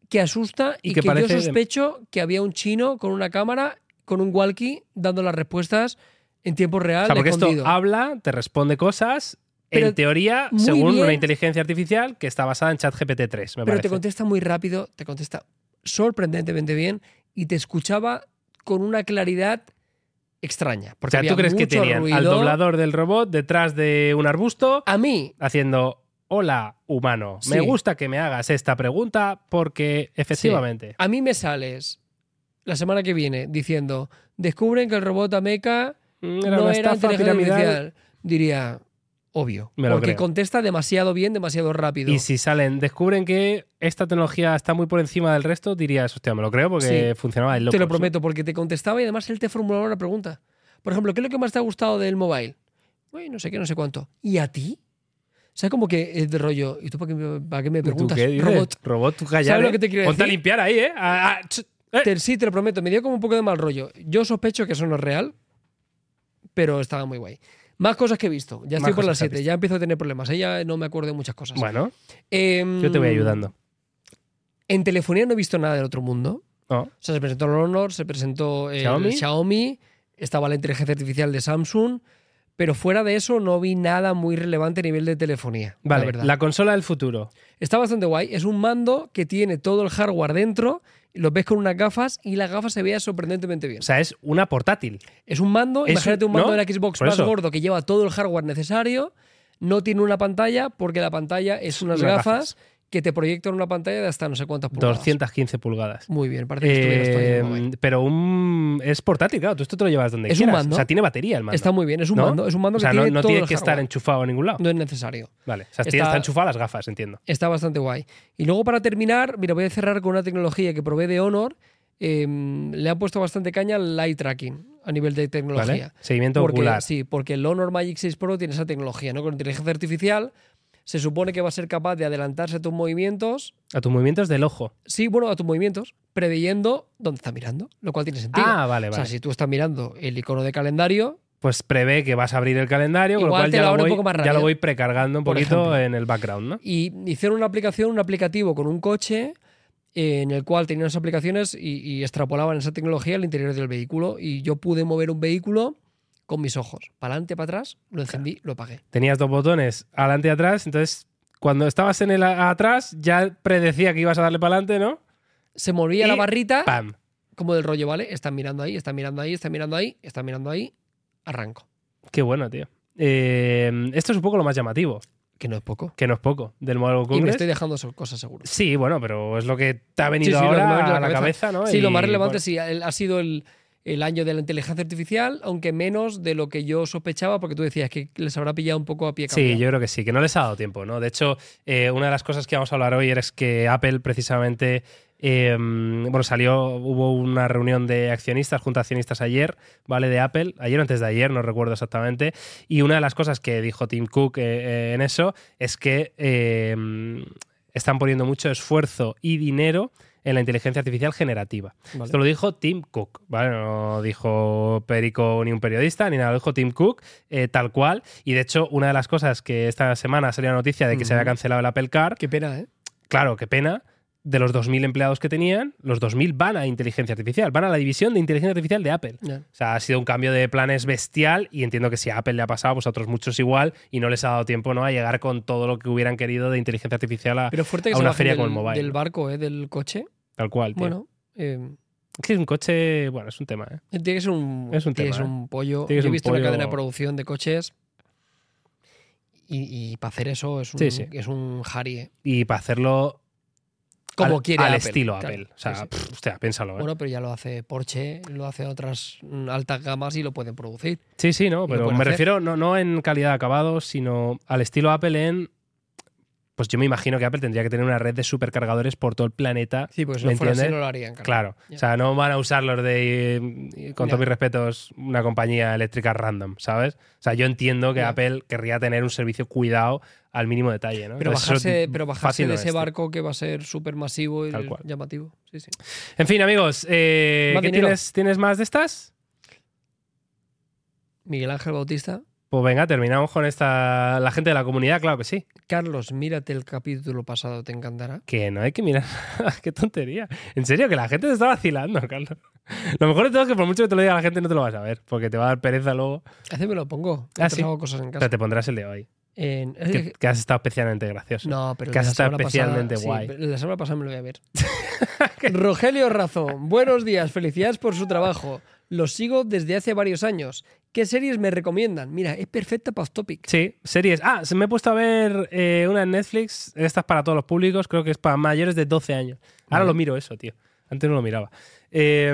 Speaker 2: que asusta
Speaker 1: Y
Speaker 2: y,
Speaker 1: que
Speaker 2: que,
Speaker 1: parece de-
Speaker 2: yo sospecho que había un chino con una cámara, con un walkie, dando las respuestas en tiempo real,
Speaker 1: O sea, porque
Speaker 2: escondido.
Speaker 1: esto habla, te responde cosas, en
Speaker 2: Pero
Speaker 1: teoría,
Speaker 2: muy
Speaker 1: según
Speaker 2: bien.
Speaker 1: una inteligencia artificial que está basada en ChatGPT 3, me
Speaker 2: Pero
Speaker 1: parece.
Speaker 2: te contesta muy rápido, te contesta sorprendentemente bien y te escuchaba con una claridad extraña.
Speaker 1: o
Speaker 2: Porque
Speaker 1: sea,
Speaker 2: había
Speaker 1: ¿tú crees que
Speaker 2: mucho
Speaker 1: tenían
Speaker 2: ruido.
Speaker 1: al doblador del robot detrás de un arbusto
Speaker 2: A mí,
Speaker 1: haciendo hola, humano, me
Speaker 2: Sí.
Speaker 1: gusta que me hagas esta pregunta porque efectivamente...
Speaker 2: a mí me sales la semana que viene diciendo descubren que el robot Ameca
Speaker 1: mm, Era
Speaker 2: no
Speaker 1: una
Speaker 2: era
Speaker 1: estafa
Speaker 2: inteligencia
Speaker 1: piramidal.
Speaker 2: artificial. Diría, obvio.
Speaker 1: Me lo
Speaker 2: porque
Speaker 1: creo.
Speaker 2: contesta demasiado bien, demasiado rápido.
Speaker 1: Y si salen, descubren que esta tecnología está muy por encima del resto, dirías, hostia, me lo creo porque funcionaba el loco.
Speaker 2: Te lo prometo, porque te contestaba y además él te formulaba una pregunta. Por ejemplo, ¿qué es lo que más te ha gustado del mobile? Uy, no sé qué, no sé cuánto. ¿Y a ti? O sea, como que es de rollo. ¿Y tú para qué me, para qué me preguntas?
Speaker 1: ¿Tú qué dices?
Speaker 2: Robot.
Speaker 1: Robot, tú callar,
Speaker 2: lo
Speaker 1: eh.
Speaker 2: que te quiero
Speaker 1: Ponte a
Speaker 2: decir?
Speaker 1: limpiar ahí, ¿eh? Ah, ah, ch- eh.
Speaker 2: Te- sí, te lo prometo. Me dio como un poco de mal rollo. Yo sospecho que eso no es real, pero estaba muy guay. Más cosas que he visto. Ya
Speaker 1: Más
Speaker 2: estoy por
Speaker 1: cosas
Speaker 2: las
Speaker 1: que has
Speaker 2: 7. Ya empiezo a tener problemas. Ahí ya no me acuerdo de muchas cosas.
Speaker 1: Bueno,
Speaker 2: Em,
Speaker 1: yo te voy ayudando.
Speaker 2: En telefonía no he visto nada del otro mundo.
Speaker 1: No.
Speaker 2: O sea, se presentó el Honor, se presentó el
Speaker 1: ¿Xiaomi?
Speaker 2: Xiaomi? estaba la inteligencia artificial de Samsung, pero fuera de eso no vi nada muy relevante a nivel de telefonía. la,
Speaker 1: Vale, la,
Speaker 2: verdad.
Speaker 1: consola del futuro.
Speaker 2: Está bastante guay. Es un mando que tiene todo el hardware dentro, lo ves con unas gafas y las gafas se veía sorprendentemente bien.
Speaker 1: O sea, es una portátil.
Speaker 2: Es un mando,
Speaker 1: Es
Speaker 2: imagínate
Speaker 1: un-
Speaker 2: un mando
Speaker 1: ¿no?
Speaker 2: de la Xbox
Speaker 1: Por
Speaker 2: más
Speaker 1: eso.
Speaker 2: gordo que lleva todo el hardware necesario, No tiene una pantalla porque la pantalla es unas
Speaker 1: Unas
Speaker 2: gafas, que te proyectan una pantalla de hasta no sé cuántas pulgadas.
Speaker 1: 215 pulgadas.
Speaker 2: Muy bien, parece que estuvieras todo
Speaker 1: Eh,
Speaker 2: el día móvil.
Speaker 1: pero un es portátil, claro. Tú esto te lo llevas donde
Speaker 2: Es un
Speaker 1: quieras.
Speaker 2: mando.
Speaker 1: O sea, tiene batería el mando.
Speaker 2: Está muy bien, es un
Speaker 1: ¿No?
Speaker 2: mando, es un mando
Speaker 1: o sea,
Speaker 2: que
Speaker 1: no,
Speaker 2: tiene
Speaker 1: no
Speaker 2: todo
Speaker 1: tiene
Speaker 2: el
Speaker 1: que estar
Speaker 2: hardware.
Speaker 1: enchufado a ningún lado.
Speaker 2: No es necesario.
Speaker 1: Vale. O sea,
Speaker 2: Está-
Speaker 1: tiene- está enchufada las gafas, entiendo.
Speaker 2: Está bastante guay. Y luego para terminar, mira, voy a cerrar con una tecnología que provee de Honor. eh, le han puesto bastante caña al eye tracking a nivel de tecnología.
Speaker 1: ¿Vale? Seguimiento
Speaker 2: porque,
Speaker 1: ocular.
Speaker 2: Sí, porque el Honor Magic 6 Pro tiene esa tecnología, ¿no? Con inteligencia artificial se supone que va a ser capaz de adelantarse a tus movimientos.
Speaker 1: A tus movimientos del ojo.
Speaker 2: Sí, bueno, a tus movimientos, preveyendo dónde estás mirando, lo cual tiene sentido.
Speaker 1: Ah, vale,
Speaker 2: o
Speaker 1: vale.
Speaker 2: sea, si tú estás mirando el icono de calendario,
Speaker 1: Pues prevé que vas a abrir el calendario, con lo
Speaker 2: Igual
Speaker 1: cual
Speaker 2: te
Speaker 1: ya
Speaker 2: la
Speaker 1: lo,
Speaker 2: abre un
Speaker 1: voy,
Speaker 2: poco más
Speaker 1: ya
Speaker 2: rápido.
Speaker 1: lo voy precargando un
Speaker 2: Por
Speaker 1: poquito
Speaker 2: ejemplo.
Speaker 1: en el background, ¿no?
Speaker 2: y hicieron una aplicación, un aplicativo con un coche eh, en el cual tenían esas aplicaciones y, y extrapolaban esa tecnología al interior del vehículo. Y yo pude mover un vehículo con mis ojos, para adelante, para atrás, lo encendí, lo apagué.
Speaker 1: Tenías dos botones, adelante y atrás. Entonces, cuando estabas en el a- atrás, ya predecía que ibas a darle para adelante, ¿no?
Speaker 2: Se movía la
Speaker 1: Y
Speaker 2: barrita.
Speaker 1: ¡Pam!
Speaker 2: como del rollo, ¿vale? Están mirando ahí, están mirando ahí, están mirando ahí, están mirando ahí, arranco.
Speaker 1: Qué bueno, tío. Eh, esto es un poco lo más llamativo,
Speaker 2: Que no es poco.
Speaker 1: que no es poco, del modelo
Speaker 2: Y me
Speaker 1: Congress.
Speaker 2: estoy dejando so- cosas seguro.
Speaker 1: Sí, bueno, pero es lo que te ha venido
Speaker 2: sí, lo que me
Speaker 1: ahora
Speaker 2: ha venido
Speaker 1: a la cabeza, ¿no?
Speaker 2: sí, lo
Speaker 1: Ah, Y,
Speaker 2: más relevante
Speaker 1: bueno,
Speaker 2: sí, el- ha sido el, el año de la inteligencia artificial, aunque menos de lo que yo sospechaba, porque tú decías que les habrá pillado un poco a pie
Speaker 1: Sí,
Speaker 2: cambiado.
Speaker 1: yo creo que sí, que no les ha dado tiempo, ¿no? De hecho, eh, una de las cosas que vamos a hablar hoy es que Apple precisamente, eh, bueno, salió, hubo una reunión de accionistas, junta de accionistas ayer, ¿vale? De Apple, ayer o antes de ayer, no recuerdo exactamente, y una de las cosas que dijo Tim Cook eh, eh, en eso es que eh, están poniendo mucho esfuerzo y dinero en la inteligencia artificial generativa.
Speaker 2: Vale.
Speaker 1: Esto lo dijo Tim Cook, ¿vale? No dijo Perico ni un periodista ni nada, lo dijo Tim Cook eh, tal cual. Y de hecho, una de las cosas que esta semana salió la noticia de que se
Speaker 2: Ujú.
Speaker 1: había cancelado el Apple Car,
Speaker 2: Qué pena, ¿eh?
Speaker 1: claro, qué pena, de los 2.000 empleados que tenían, los 2.000 van a inteligencia artificial, van a la división de inteligencia artificial de Apple.
Speaker 2: Ya.
Speaker 1: O sea, ha sido un cambio de planes bestial y entiendo que si a Apple le ha pasado, pues a otros muchos igual y no les ha dado tiempo ¿no? a llegar con todo lo que hubieran querido de inteligencia artificial a-
Speaker 2: Pero fuerte que
Speaker 1: A
Speaker 2: se
Speaker 1: una
Speaker 2: bajen
Speaker 1: feria
Speaker 2: del,
Speaker 1: como el Mobile,
Speaker 2: del
Speaker 1: ¿no? tal
Speaker 2: barco, ¿eh? Del coche.
Speaker 1: cual. Tío.
Speaker 2: Bueno, eh,
Speaker 1: Es que es un coche, bueno, es un tema. ¿eh?
Speaker 2: Tiene que ser un,
Speaker 1: Es un
Speaker 2: tiene que
Speaker 1: tema,
Speaker 2: ser
Speaker 1: ¿eh?
Speaker 2: un pollo.
Speaker 1: Tiene que
Speaker 2: Yo
Speaker 1: ser
Speaker 2: he
Speaker 1: un
Speaker 2: visto una cadena de
Speaker 1: pollo-
Speaker 2: producción de coches y, para hacer eso es un,
Speaker 1: Sí, sí.
Speaker 2: es un jari. ¿eh?
Speaker 1: Y para hacerlo
Speaker 2: Como
Speaker 1: al,
Speaker 2: quiere
Speaker 1: al
Speaker 2: Apple,
Speaker 1: estilo
Speaker 2: claro.
Speaker 1: Apple. O sea,
Speaker 2: Sí, sí.
Speaker 1: pff, hostia, piénsalo. ¿eh?
Speaker 2: Bueno, pero ya lo hace Porsche, lo hace otras mm, altas gamas y lo pueden producir.
Speaker 1: Sí, sí, no,
Speaker 2: lo
Speaker 1: pero
Speaker 2: pueden
Speaker 1: me
Speaker 2: hacer.
Speaker 1: refiero no, no en calidad de acabado, sino al estilo Apple en. Pues yo me imagino que Apple tendría que tener una red de supercargadores por todo el planeta.
Speaker 2: Sí, porque si
Speaker 1: ¿Me
Speaker 2: no fuera así
Speaker 1: entiendes?
Speaker 2: no lo harían. claro.
Speaker 1: Claro.
Speaker 2: Ya.
Speaker 1: O sea, no van a usar los de, eh, con
Speaker 2: Ya.
Speaker 1: todos mis respetos, una compañía eléctrica random, ¿sabes? O sea, yo entiendo que
Speaker 2: Ya.
Speaker 1: Apple querría tener un servicio cuidado al mínimo detalle, ¿no?
Speaker 2: Pero
Speaker 1: Entonces, eso
Speaker 2: bajarse,
Speaker 1: es
Speaker 2: pero bajarse
Speaker 1: fácil
Speaker 2: de
Speaker 1: no
Speaker 2: ese
Speaker 1: es, tío.
Speaker 2: barco que va a ser súper masivo y
Speaker 1: Tal cual.
Speaker 2: llamativo. Sí, sí.
Speaker 1: En fin, amigos, eh,
Speaker 2: Más
Speaker 1: ¿qué
Speaker 2: dinero.
Speaker 1: tienes, ¿tienes más de estas?
Speaker 2: Miguel Ángel Bautista.
Speaker 1: Pues venga, terminamos con esta. La gente de la comunidad, claro que sí.
Speaker 2: Carlos, mírate el capítulo pasado, te encantará.
Speaker 1: Que no hay que mirar. [LAUGHS] Qué tontería. En serio, que la gente te está vacilando, Carlos. Lo mejor de todo es que por mucho que te lo diga la gente, no te lo vas a ver, porque te va a dar pereza luego.
Speaker 2: Hacémelo, lo
Speaker 1: Ah,
Speaker 2: pongo. Mientras
Speaker 1: sí.
Speaker 2: hago cosas en
Speaker 1: Pero
Speaker 2: casa.
Speaker 1: te pondrás el de hoy.
Speaker 2: En- es
Speaker 1: Que,
Speaker 2: que-
Speaker 1: que has estado especialmente gracioso.
Speaker 2: No, pero
Speaker 1: que has
Speaker 2: el de la
Speaker 1: estado
Speaker 2: semana
Speaker 1: especialmente
Speaker 2: pasada-
Speaker 1: guay.
Speaker 2: sí, el de la semana pasada me lo voy
Speaker 1: [LAUGHS]
Speaker 2: a ver. [LAUGHS] Rogelio Razón, buenos días, felicidades por su trabajo. Los sigo desde hace varios años. ¿Qué series me recomiendan? Mira, es perfecta para Topic.
Speaker 1: Sí, series. Ah, se me he puesto a ver eh, una en Netflix. Esta es para todos los públicos, creo que es para mayores de 12 años. Ahora
Speaker 2: Vale.
Speaker 1: lo miro eso, tío. Antes no lo miraba. Eh,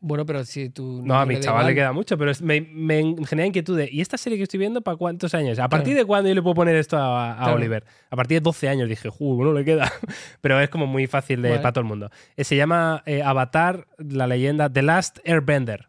Speaker 2: Bueno, pero si tú.
Speaker 1: No, a
Speaker 2: le
Speaker 1: mi
Speaker 2: da
Speaker 1: chaval le
Speaker 2: igual.
Speaker 1: queda mucho, pero es- me, me genera inquietud de, ¿y esta serie que estoy viendo para cuántos años? ¿A partir
Speaker 2: Claro.
Speaker 1: de cuándo yo le puedo poner esto a, a
Speaker 2: Claro.
Speaker 1: Oliver? A partir de 12 años dije, ¡uh, no le queda! [LAUGHS] pero es como muy fácil de,
Speaker 2: Vale.
Speaker 1: para todo el mundo. Eh, se llama eh, Avatar, la leyenda, The Last Airbender.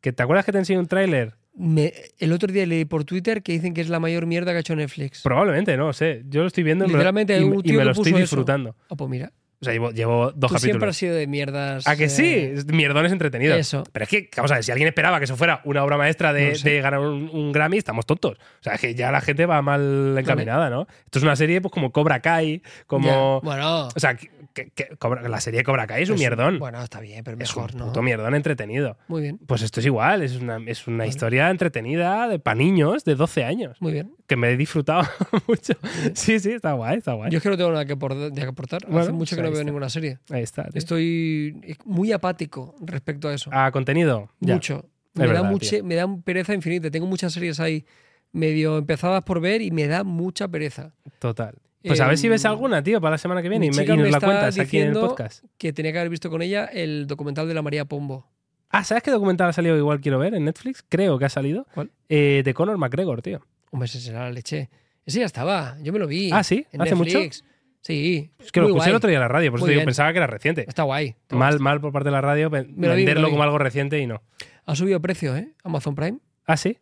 Speaker 1: Que, ¿Te acuerdas que te enseñé un tráiler?
Speaker 2: Me- el otro día leí por Twitter que dicen que es la mayor mierda que ha hecho Netflix.
Speaker 1: Probablemente, no lo sé. Yo lo estoy viendo en verdad,
Speaker 2: Literalmente,
Speaker 1: y,
Speaker 2: un
Speaker 1: y
Speaker 2: tío
Speaker 1: me
Speaker 2: que
Speaker 1: lo estoy
Speaker 2: puso eso.
Speaker 1: disfrutando.
Speaker 2: Ah, pues mira.
Speaker 1: O sea, llevo, llevo dos
Speaker 2: tú siempre has
Speaker 1: capítulos.
Speaker 2: sido de mierdas.
Speaker 1: ¿A que sí?
Speaker 2: eh,
Speaker 1: Mierdones entretenidos.
Speaker 2: Eso.
Speaker 1: Pero es que, vamos a ver, si alguien esperaba que eso fuera una obra maestra de,
Speaker 2: No sé.
Speaker 1: de ganar un, un Grammy, estamos tontos. O sea, es que ya la gente va mal encaminada, ¿no? Esto es una serie pues como Cobra Kai, como...
Speaker 2: ya. Bueno.
Speaker 1: O sea, que- que- que Cobra- la serie Cobra Kai es un
Speaker 2: es
Speaker 1: mierdón.
Speaker 2: Bueno, está bien, pero
Speaker 1: es un
Speaker 2: mejor, ¿no?
Speaker 1: puto mierdón entretenido.
Speaker 2: Muy bien,
Speaker 1: Pues esto es igual, es una, es una historia entretenida de pa' niños de 12 años,
Speaker 2: muy bien.
Speaker 1: que me he disfrutado [LAUGHS] mucho. Sí, sí, está guay, está guay.
Speaker 2: Yo es que no tengo nada que apor- de que aportar. Hace
Speaker 1: Bueno,
Speaker 2: mucho que
Speaker 1: ahí
Speaker 2: no veo
Speaker 1: está.
Speaker 2: ninguna serie.
Speaker 1: Ahí está. tío.
Speaker 2: Estoy muy apático respecto a eso.
Speaker 1: Ah, contenido. Ya.
Speaker 2: Mucho. Me, da
Speaker 1: verdad,
Speaker 2: muche-
Speaker 1: tío.
Speaker 2: me da pereza infinita. Tengo muchas series ahí medio empezadas por ver y me da mucha pereza.
Speaker 1: Total. Pues a ver si ves
Speaker 2: Em,
Speaker 1: alguna, tío, para la semana que viene
Speaker 2: mi
Speaker 1: y, me-
Speaker 2: chica
Speaker 1: y nos
Speaker 2: me
Speaker 1: la
Speaker 2: está
Speaker 1: cuentas aquí en el
Speaker 2: diciendo-
Speaker 1: podcast.
Speaker 2: Que tenía que haber visto con ella el documental de la María Pombo.
Speaker 1: Ah, ¿sabes qué documental ha salido que igual quiero ver en Netflix? Creo que ha salido.
Speaker 2: ¿Cuál?
Speaker 1: Eh, de Conor McGregor, tío.
Speaker 2: Hombre, ese será la leche. Ese ya estaba, yo me lo vi.
Speaker 1: Ah, ¿sí?
Speaker 2: en
Speaker 1: ¿Hace mucho?
Speaker 2: Netflix. Sí.
Speaker 1: Es que lo
Speaker 2: muy
Speaker 1: puse el
Speaker 2: guay.
Speaker 1: otro día en la radio, por eso
Speaker 2: Muy
Speaker 1: te digo,
Speaker 2: bien.
Speaker 1: pensaba que era reciente.
Speaker 2: Está guay.
Speaker 1: Mal, mal por parte de la radio ven-
Speaker 2: Me lo vi, me
Speaker 1: venderlo
Speaker 2: lo vi.
Speaker 1: como algo reciente y no.
Speaker 2: Ha subido precio, ¿eh? Amazon Prime.
Speaker 1: Ah, sí.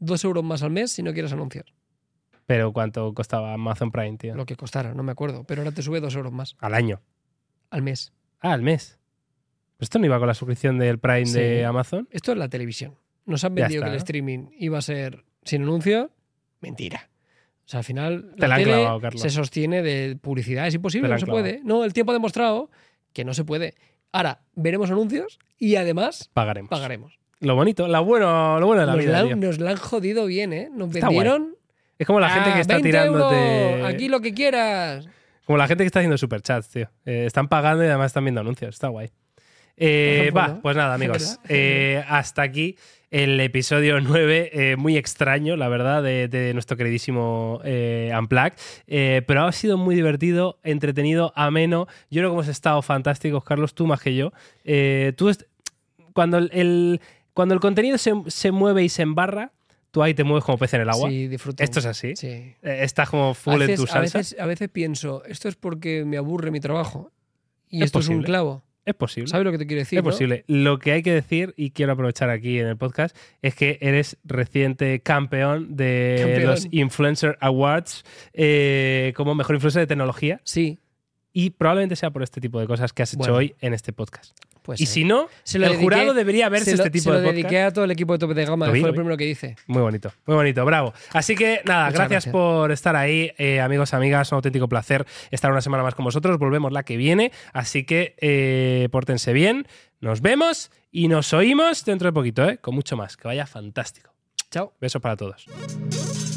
Speaker 2: Dos euros más al mes si no quieres anunciar.
Speaker 1: Pero ¿cuánto costaba Amazon Prime, tío?
Speaker 2: Lo que costara, no me acuerdo. Pero ahora te sube dos euros más
Speaker 1: Al año.
Speaker 2: al mes.
Speaker 1: Ah, al mes. Pues esto no iba con la suscripción del Prime
Speaker 2: Sí.
Speaker 1: de Amazon.
Speaker 2: Esto es la televisión. Nos han
Speaker 1: Ya
Speaker 2: vendido
Speaker 1: está,
Speaker 2: que el
Speaker 1: ¿no?
Speaker 2: streaming iba a ser sin anuncio. Mentira. O sea, al final
Speaker 1: Te la han
Speaker 2: tele
Speaker 1: clavado, Carlos.
Speaker 2: se sostiene de publicidad. Es imposible,
Speaker 1: Te la
Speaker 2: no
Speaker 1: han
Speaker 2: se
Speaker 1: clavado.
Speaker 2: puede. No, el tiempo ha demostrado que no se puede. Ahora, veremos anuncios y además
Speaker 1: Pagaremos.
Speaker 2: pagaremos.
Speaker 1: Lo bonito, lo bueno, lo bueno de la
Speaker 2: Nos
Speaker 1: vida,
Speaker 2: la,
Speaker 1: tío.
Speaker 2: nos la han jodido bien, ¿eh? Nos
Speaker 1: Está guay.
Speaker 2: vendieron
Speaker 1: Es como la gente
Speaker 2: a
Speaker 1: que está
Speaker 2: 20
Speaker 1: tirándote.
Speaker 2: euros, aquí lo que quieras.
Speaker 1: Como la gente que está haciendo superchats, tío. Eh, están pagando y además están viendo anuncios. Está guay. Eh,
Speaker 2: Por ejemplo,
Speaker 1: va,
Speaker 2: ¿no?
Speaker 1: pues nada, amigos.
Speaker 2: [LAUGHS] ¿Verdad?
Speaker 1: Eh, hasta aquí el episodio 9, eh, muy extraño, la verdad, de, de nuestro queridísimo eh, Unplug. Eh, pero ha sido muy divertido, entretenido, ameno. Yo creo que hemos estado fantásticos, Carlos, tú más que yo. Eh, tú, est- cuando el, el- cuando el contenido se, se mueve y se embarra, tú ahí te mueves como pez en el agua.
Speaker 2: Sí, disfruto.
Speaker 1: Esto es así.
Speaker 2: Sí.
Speaker 1: Eh, estás como
Speaker 2: A
Speaker 1: full en tu
Speaker 2: veces, a,
Speaker 1: salsa.
Speaker 2: veces, a veces pienso, esto es porque me aburre mi trabajo. Y
Speaker 1: Es
Speaker 2: esto es un
Speaker 1: posible.
Speaker 2: clavo.
Speaker 1: Es posible.
Speaker 2: ¿Sabes lo que te quiero decir?
Speaker 1: es
Speaker 2: no?
Speaker 1: posible. Lo que hay que decir, y quiero aprovechar aquí en el podcast, es que eres reciente campeón de
Speaker 2: Campeón.
Speaker 1: los Influencer Awards eh, como mejor influencer de tecnología.
Speaker 2: Sí.
Speaker 1: Y probablemente sea por este tipo de cosas que has hecho
Speaker 2: Bueno.
Speaker 1: hoy en este podcast.
Speaker 2: Pues
Speaker 1: y
Speaker 2: sí.
Speaker 1: si no,
Speaker 2: Se
Speaker 1: el
Speaker 2: lo dediqué-
Speaker 1: jurado debería verse
Speaker 2: se lo,
Speaker 1: este tipo
Speaker 2: se lo
Speaker 1: de podcast.
Speaker 2: dediqué a todo el equipo de tope de gama,
Speaker 1: Lo
Speaker 2: que
Speaker 1: vi,
Speaker 2: fue
Speaker 1: lo
Speaker 2: lo
Speaker 1: vi.
Speaker 2: primero que hice.
Speaker 1: Muy bonito, muy bonito, bravo. Así que nada,
Speaker 2: Muchas
Speaker 1: gracias,
Speaker 2: gracias.
Speaker 1: por estar ahí, eh, amigos, amigas, un auténtico placer estar una semana más con vosotros. Volvemos la que viene, así que eh, pórtense bien, nos vemos y nos oímos dentro de poquito, ¿eh? con mucho más, que vaya fantástico.
Speaker 2: Chao.
Speaker 1: Besos para todos.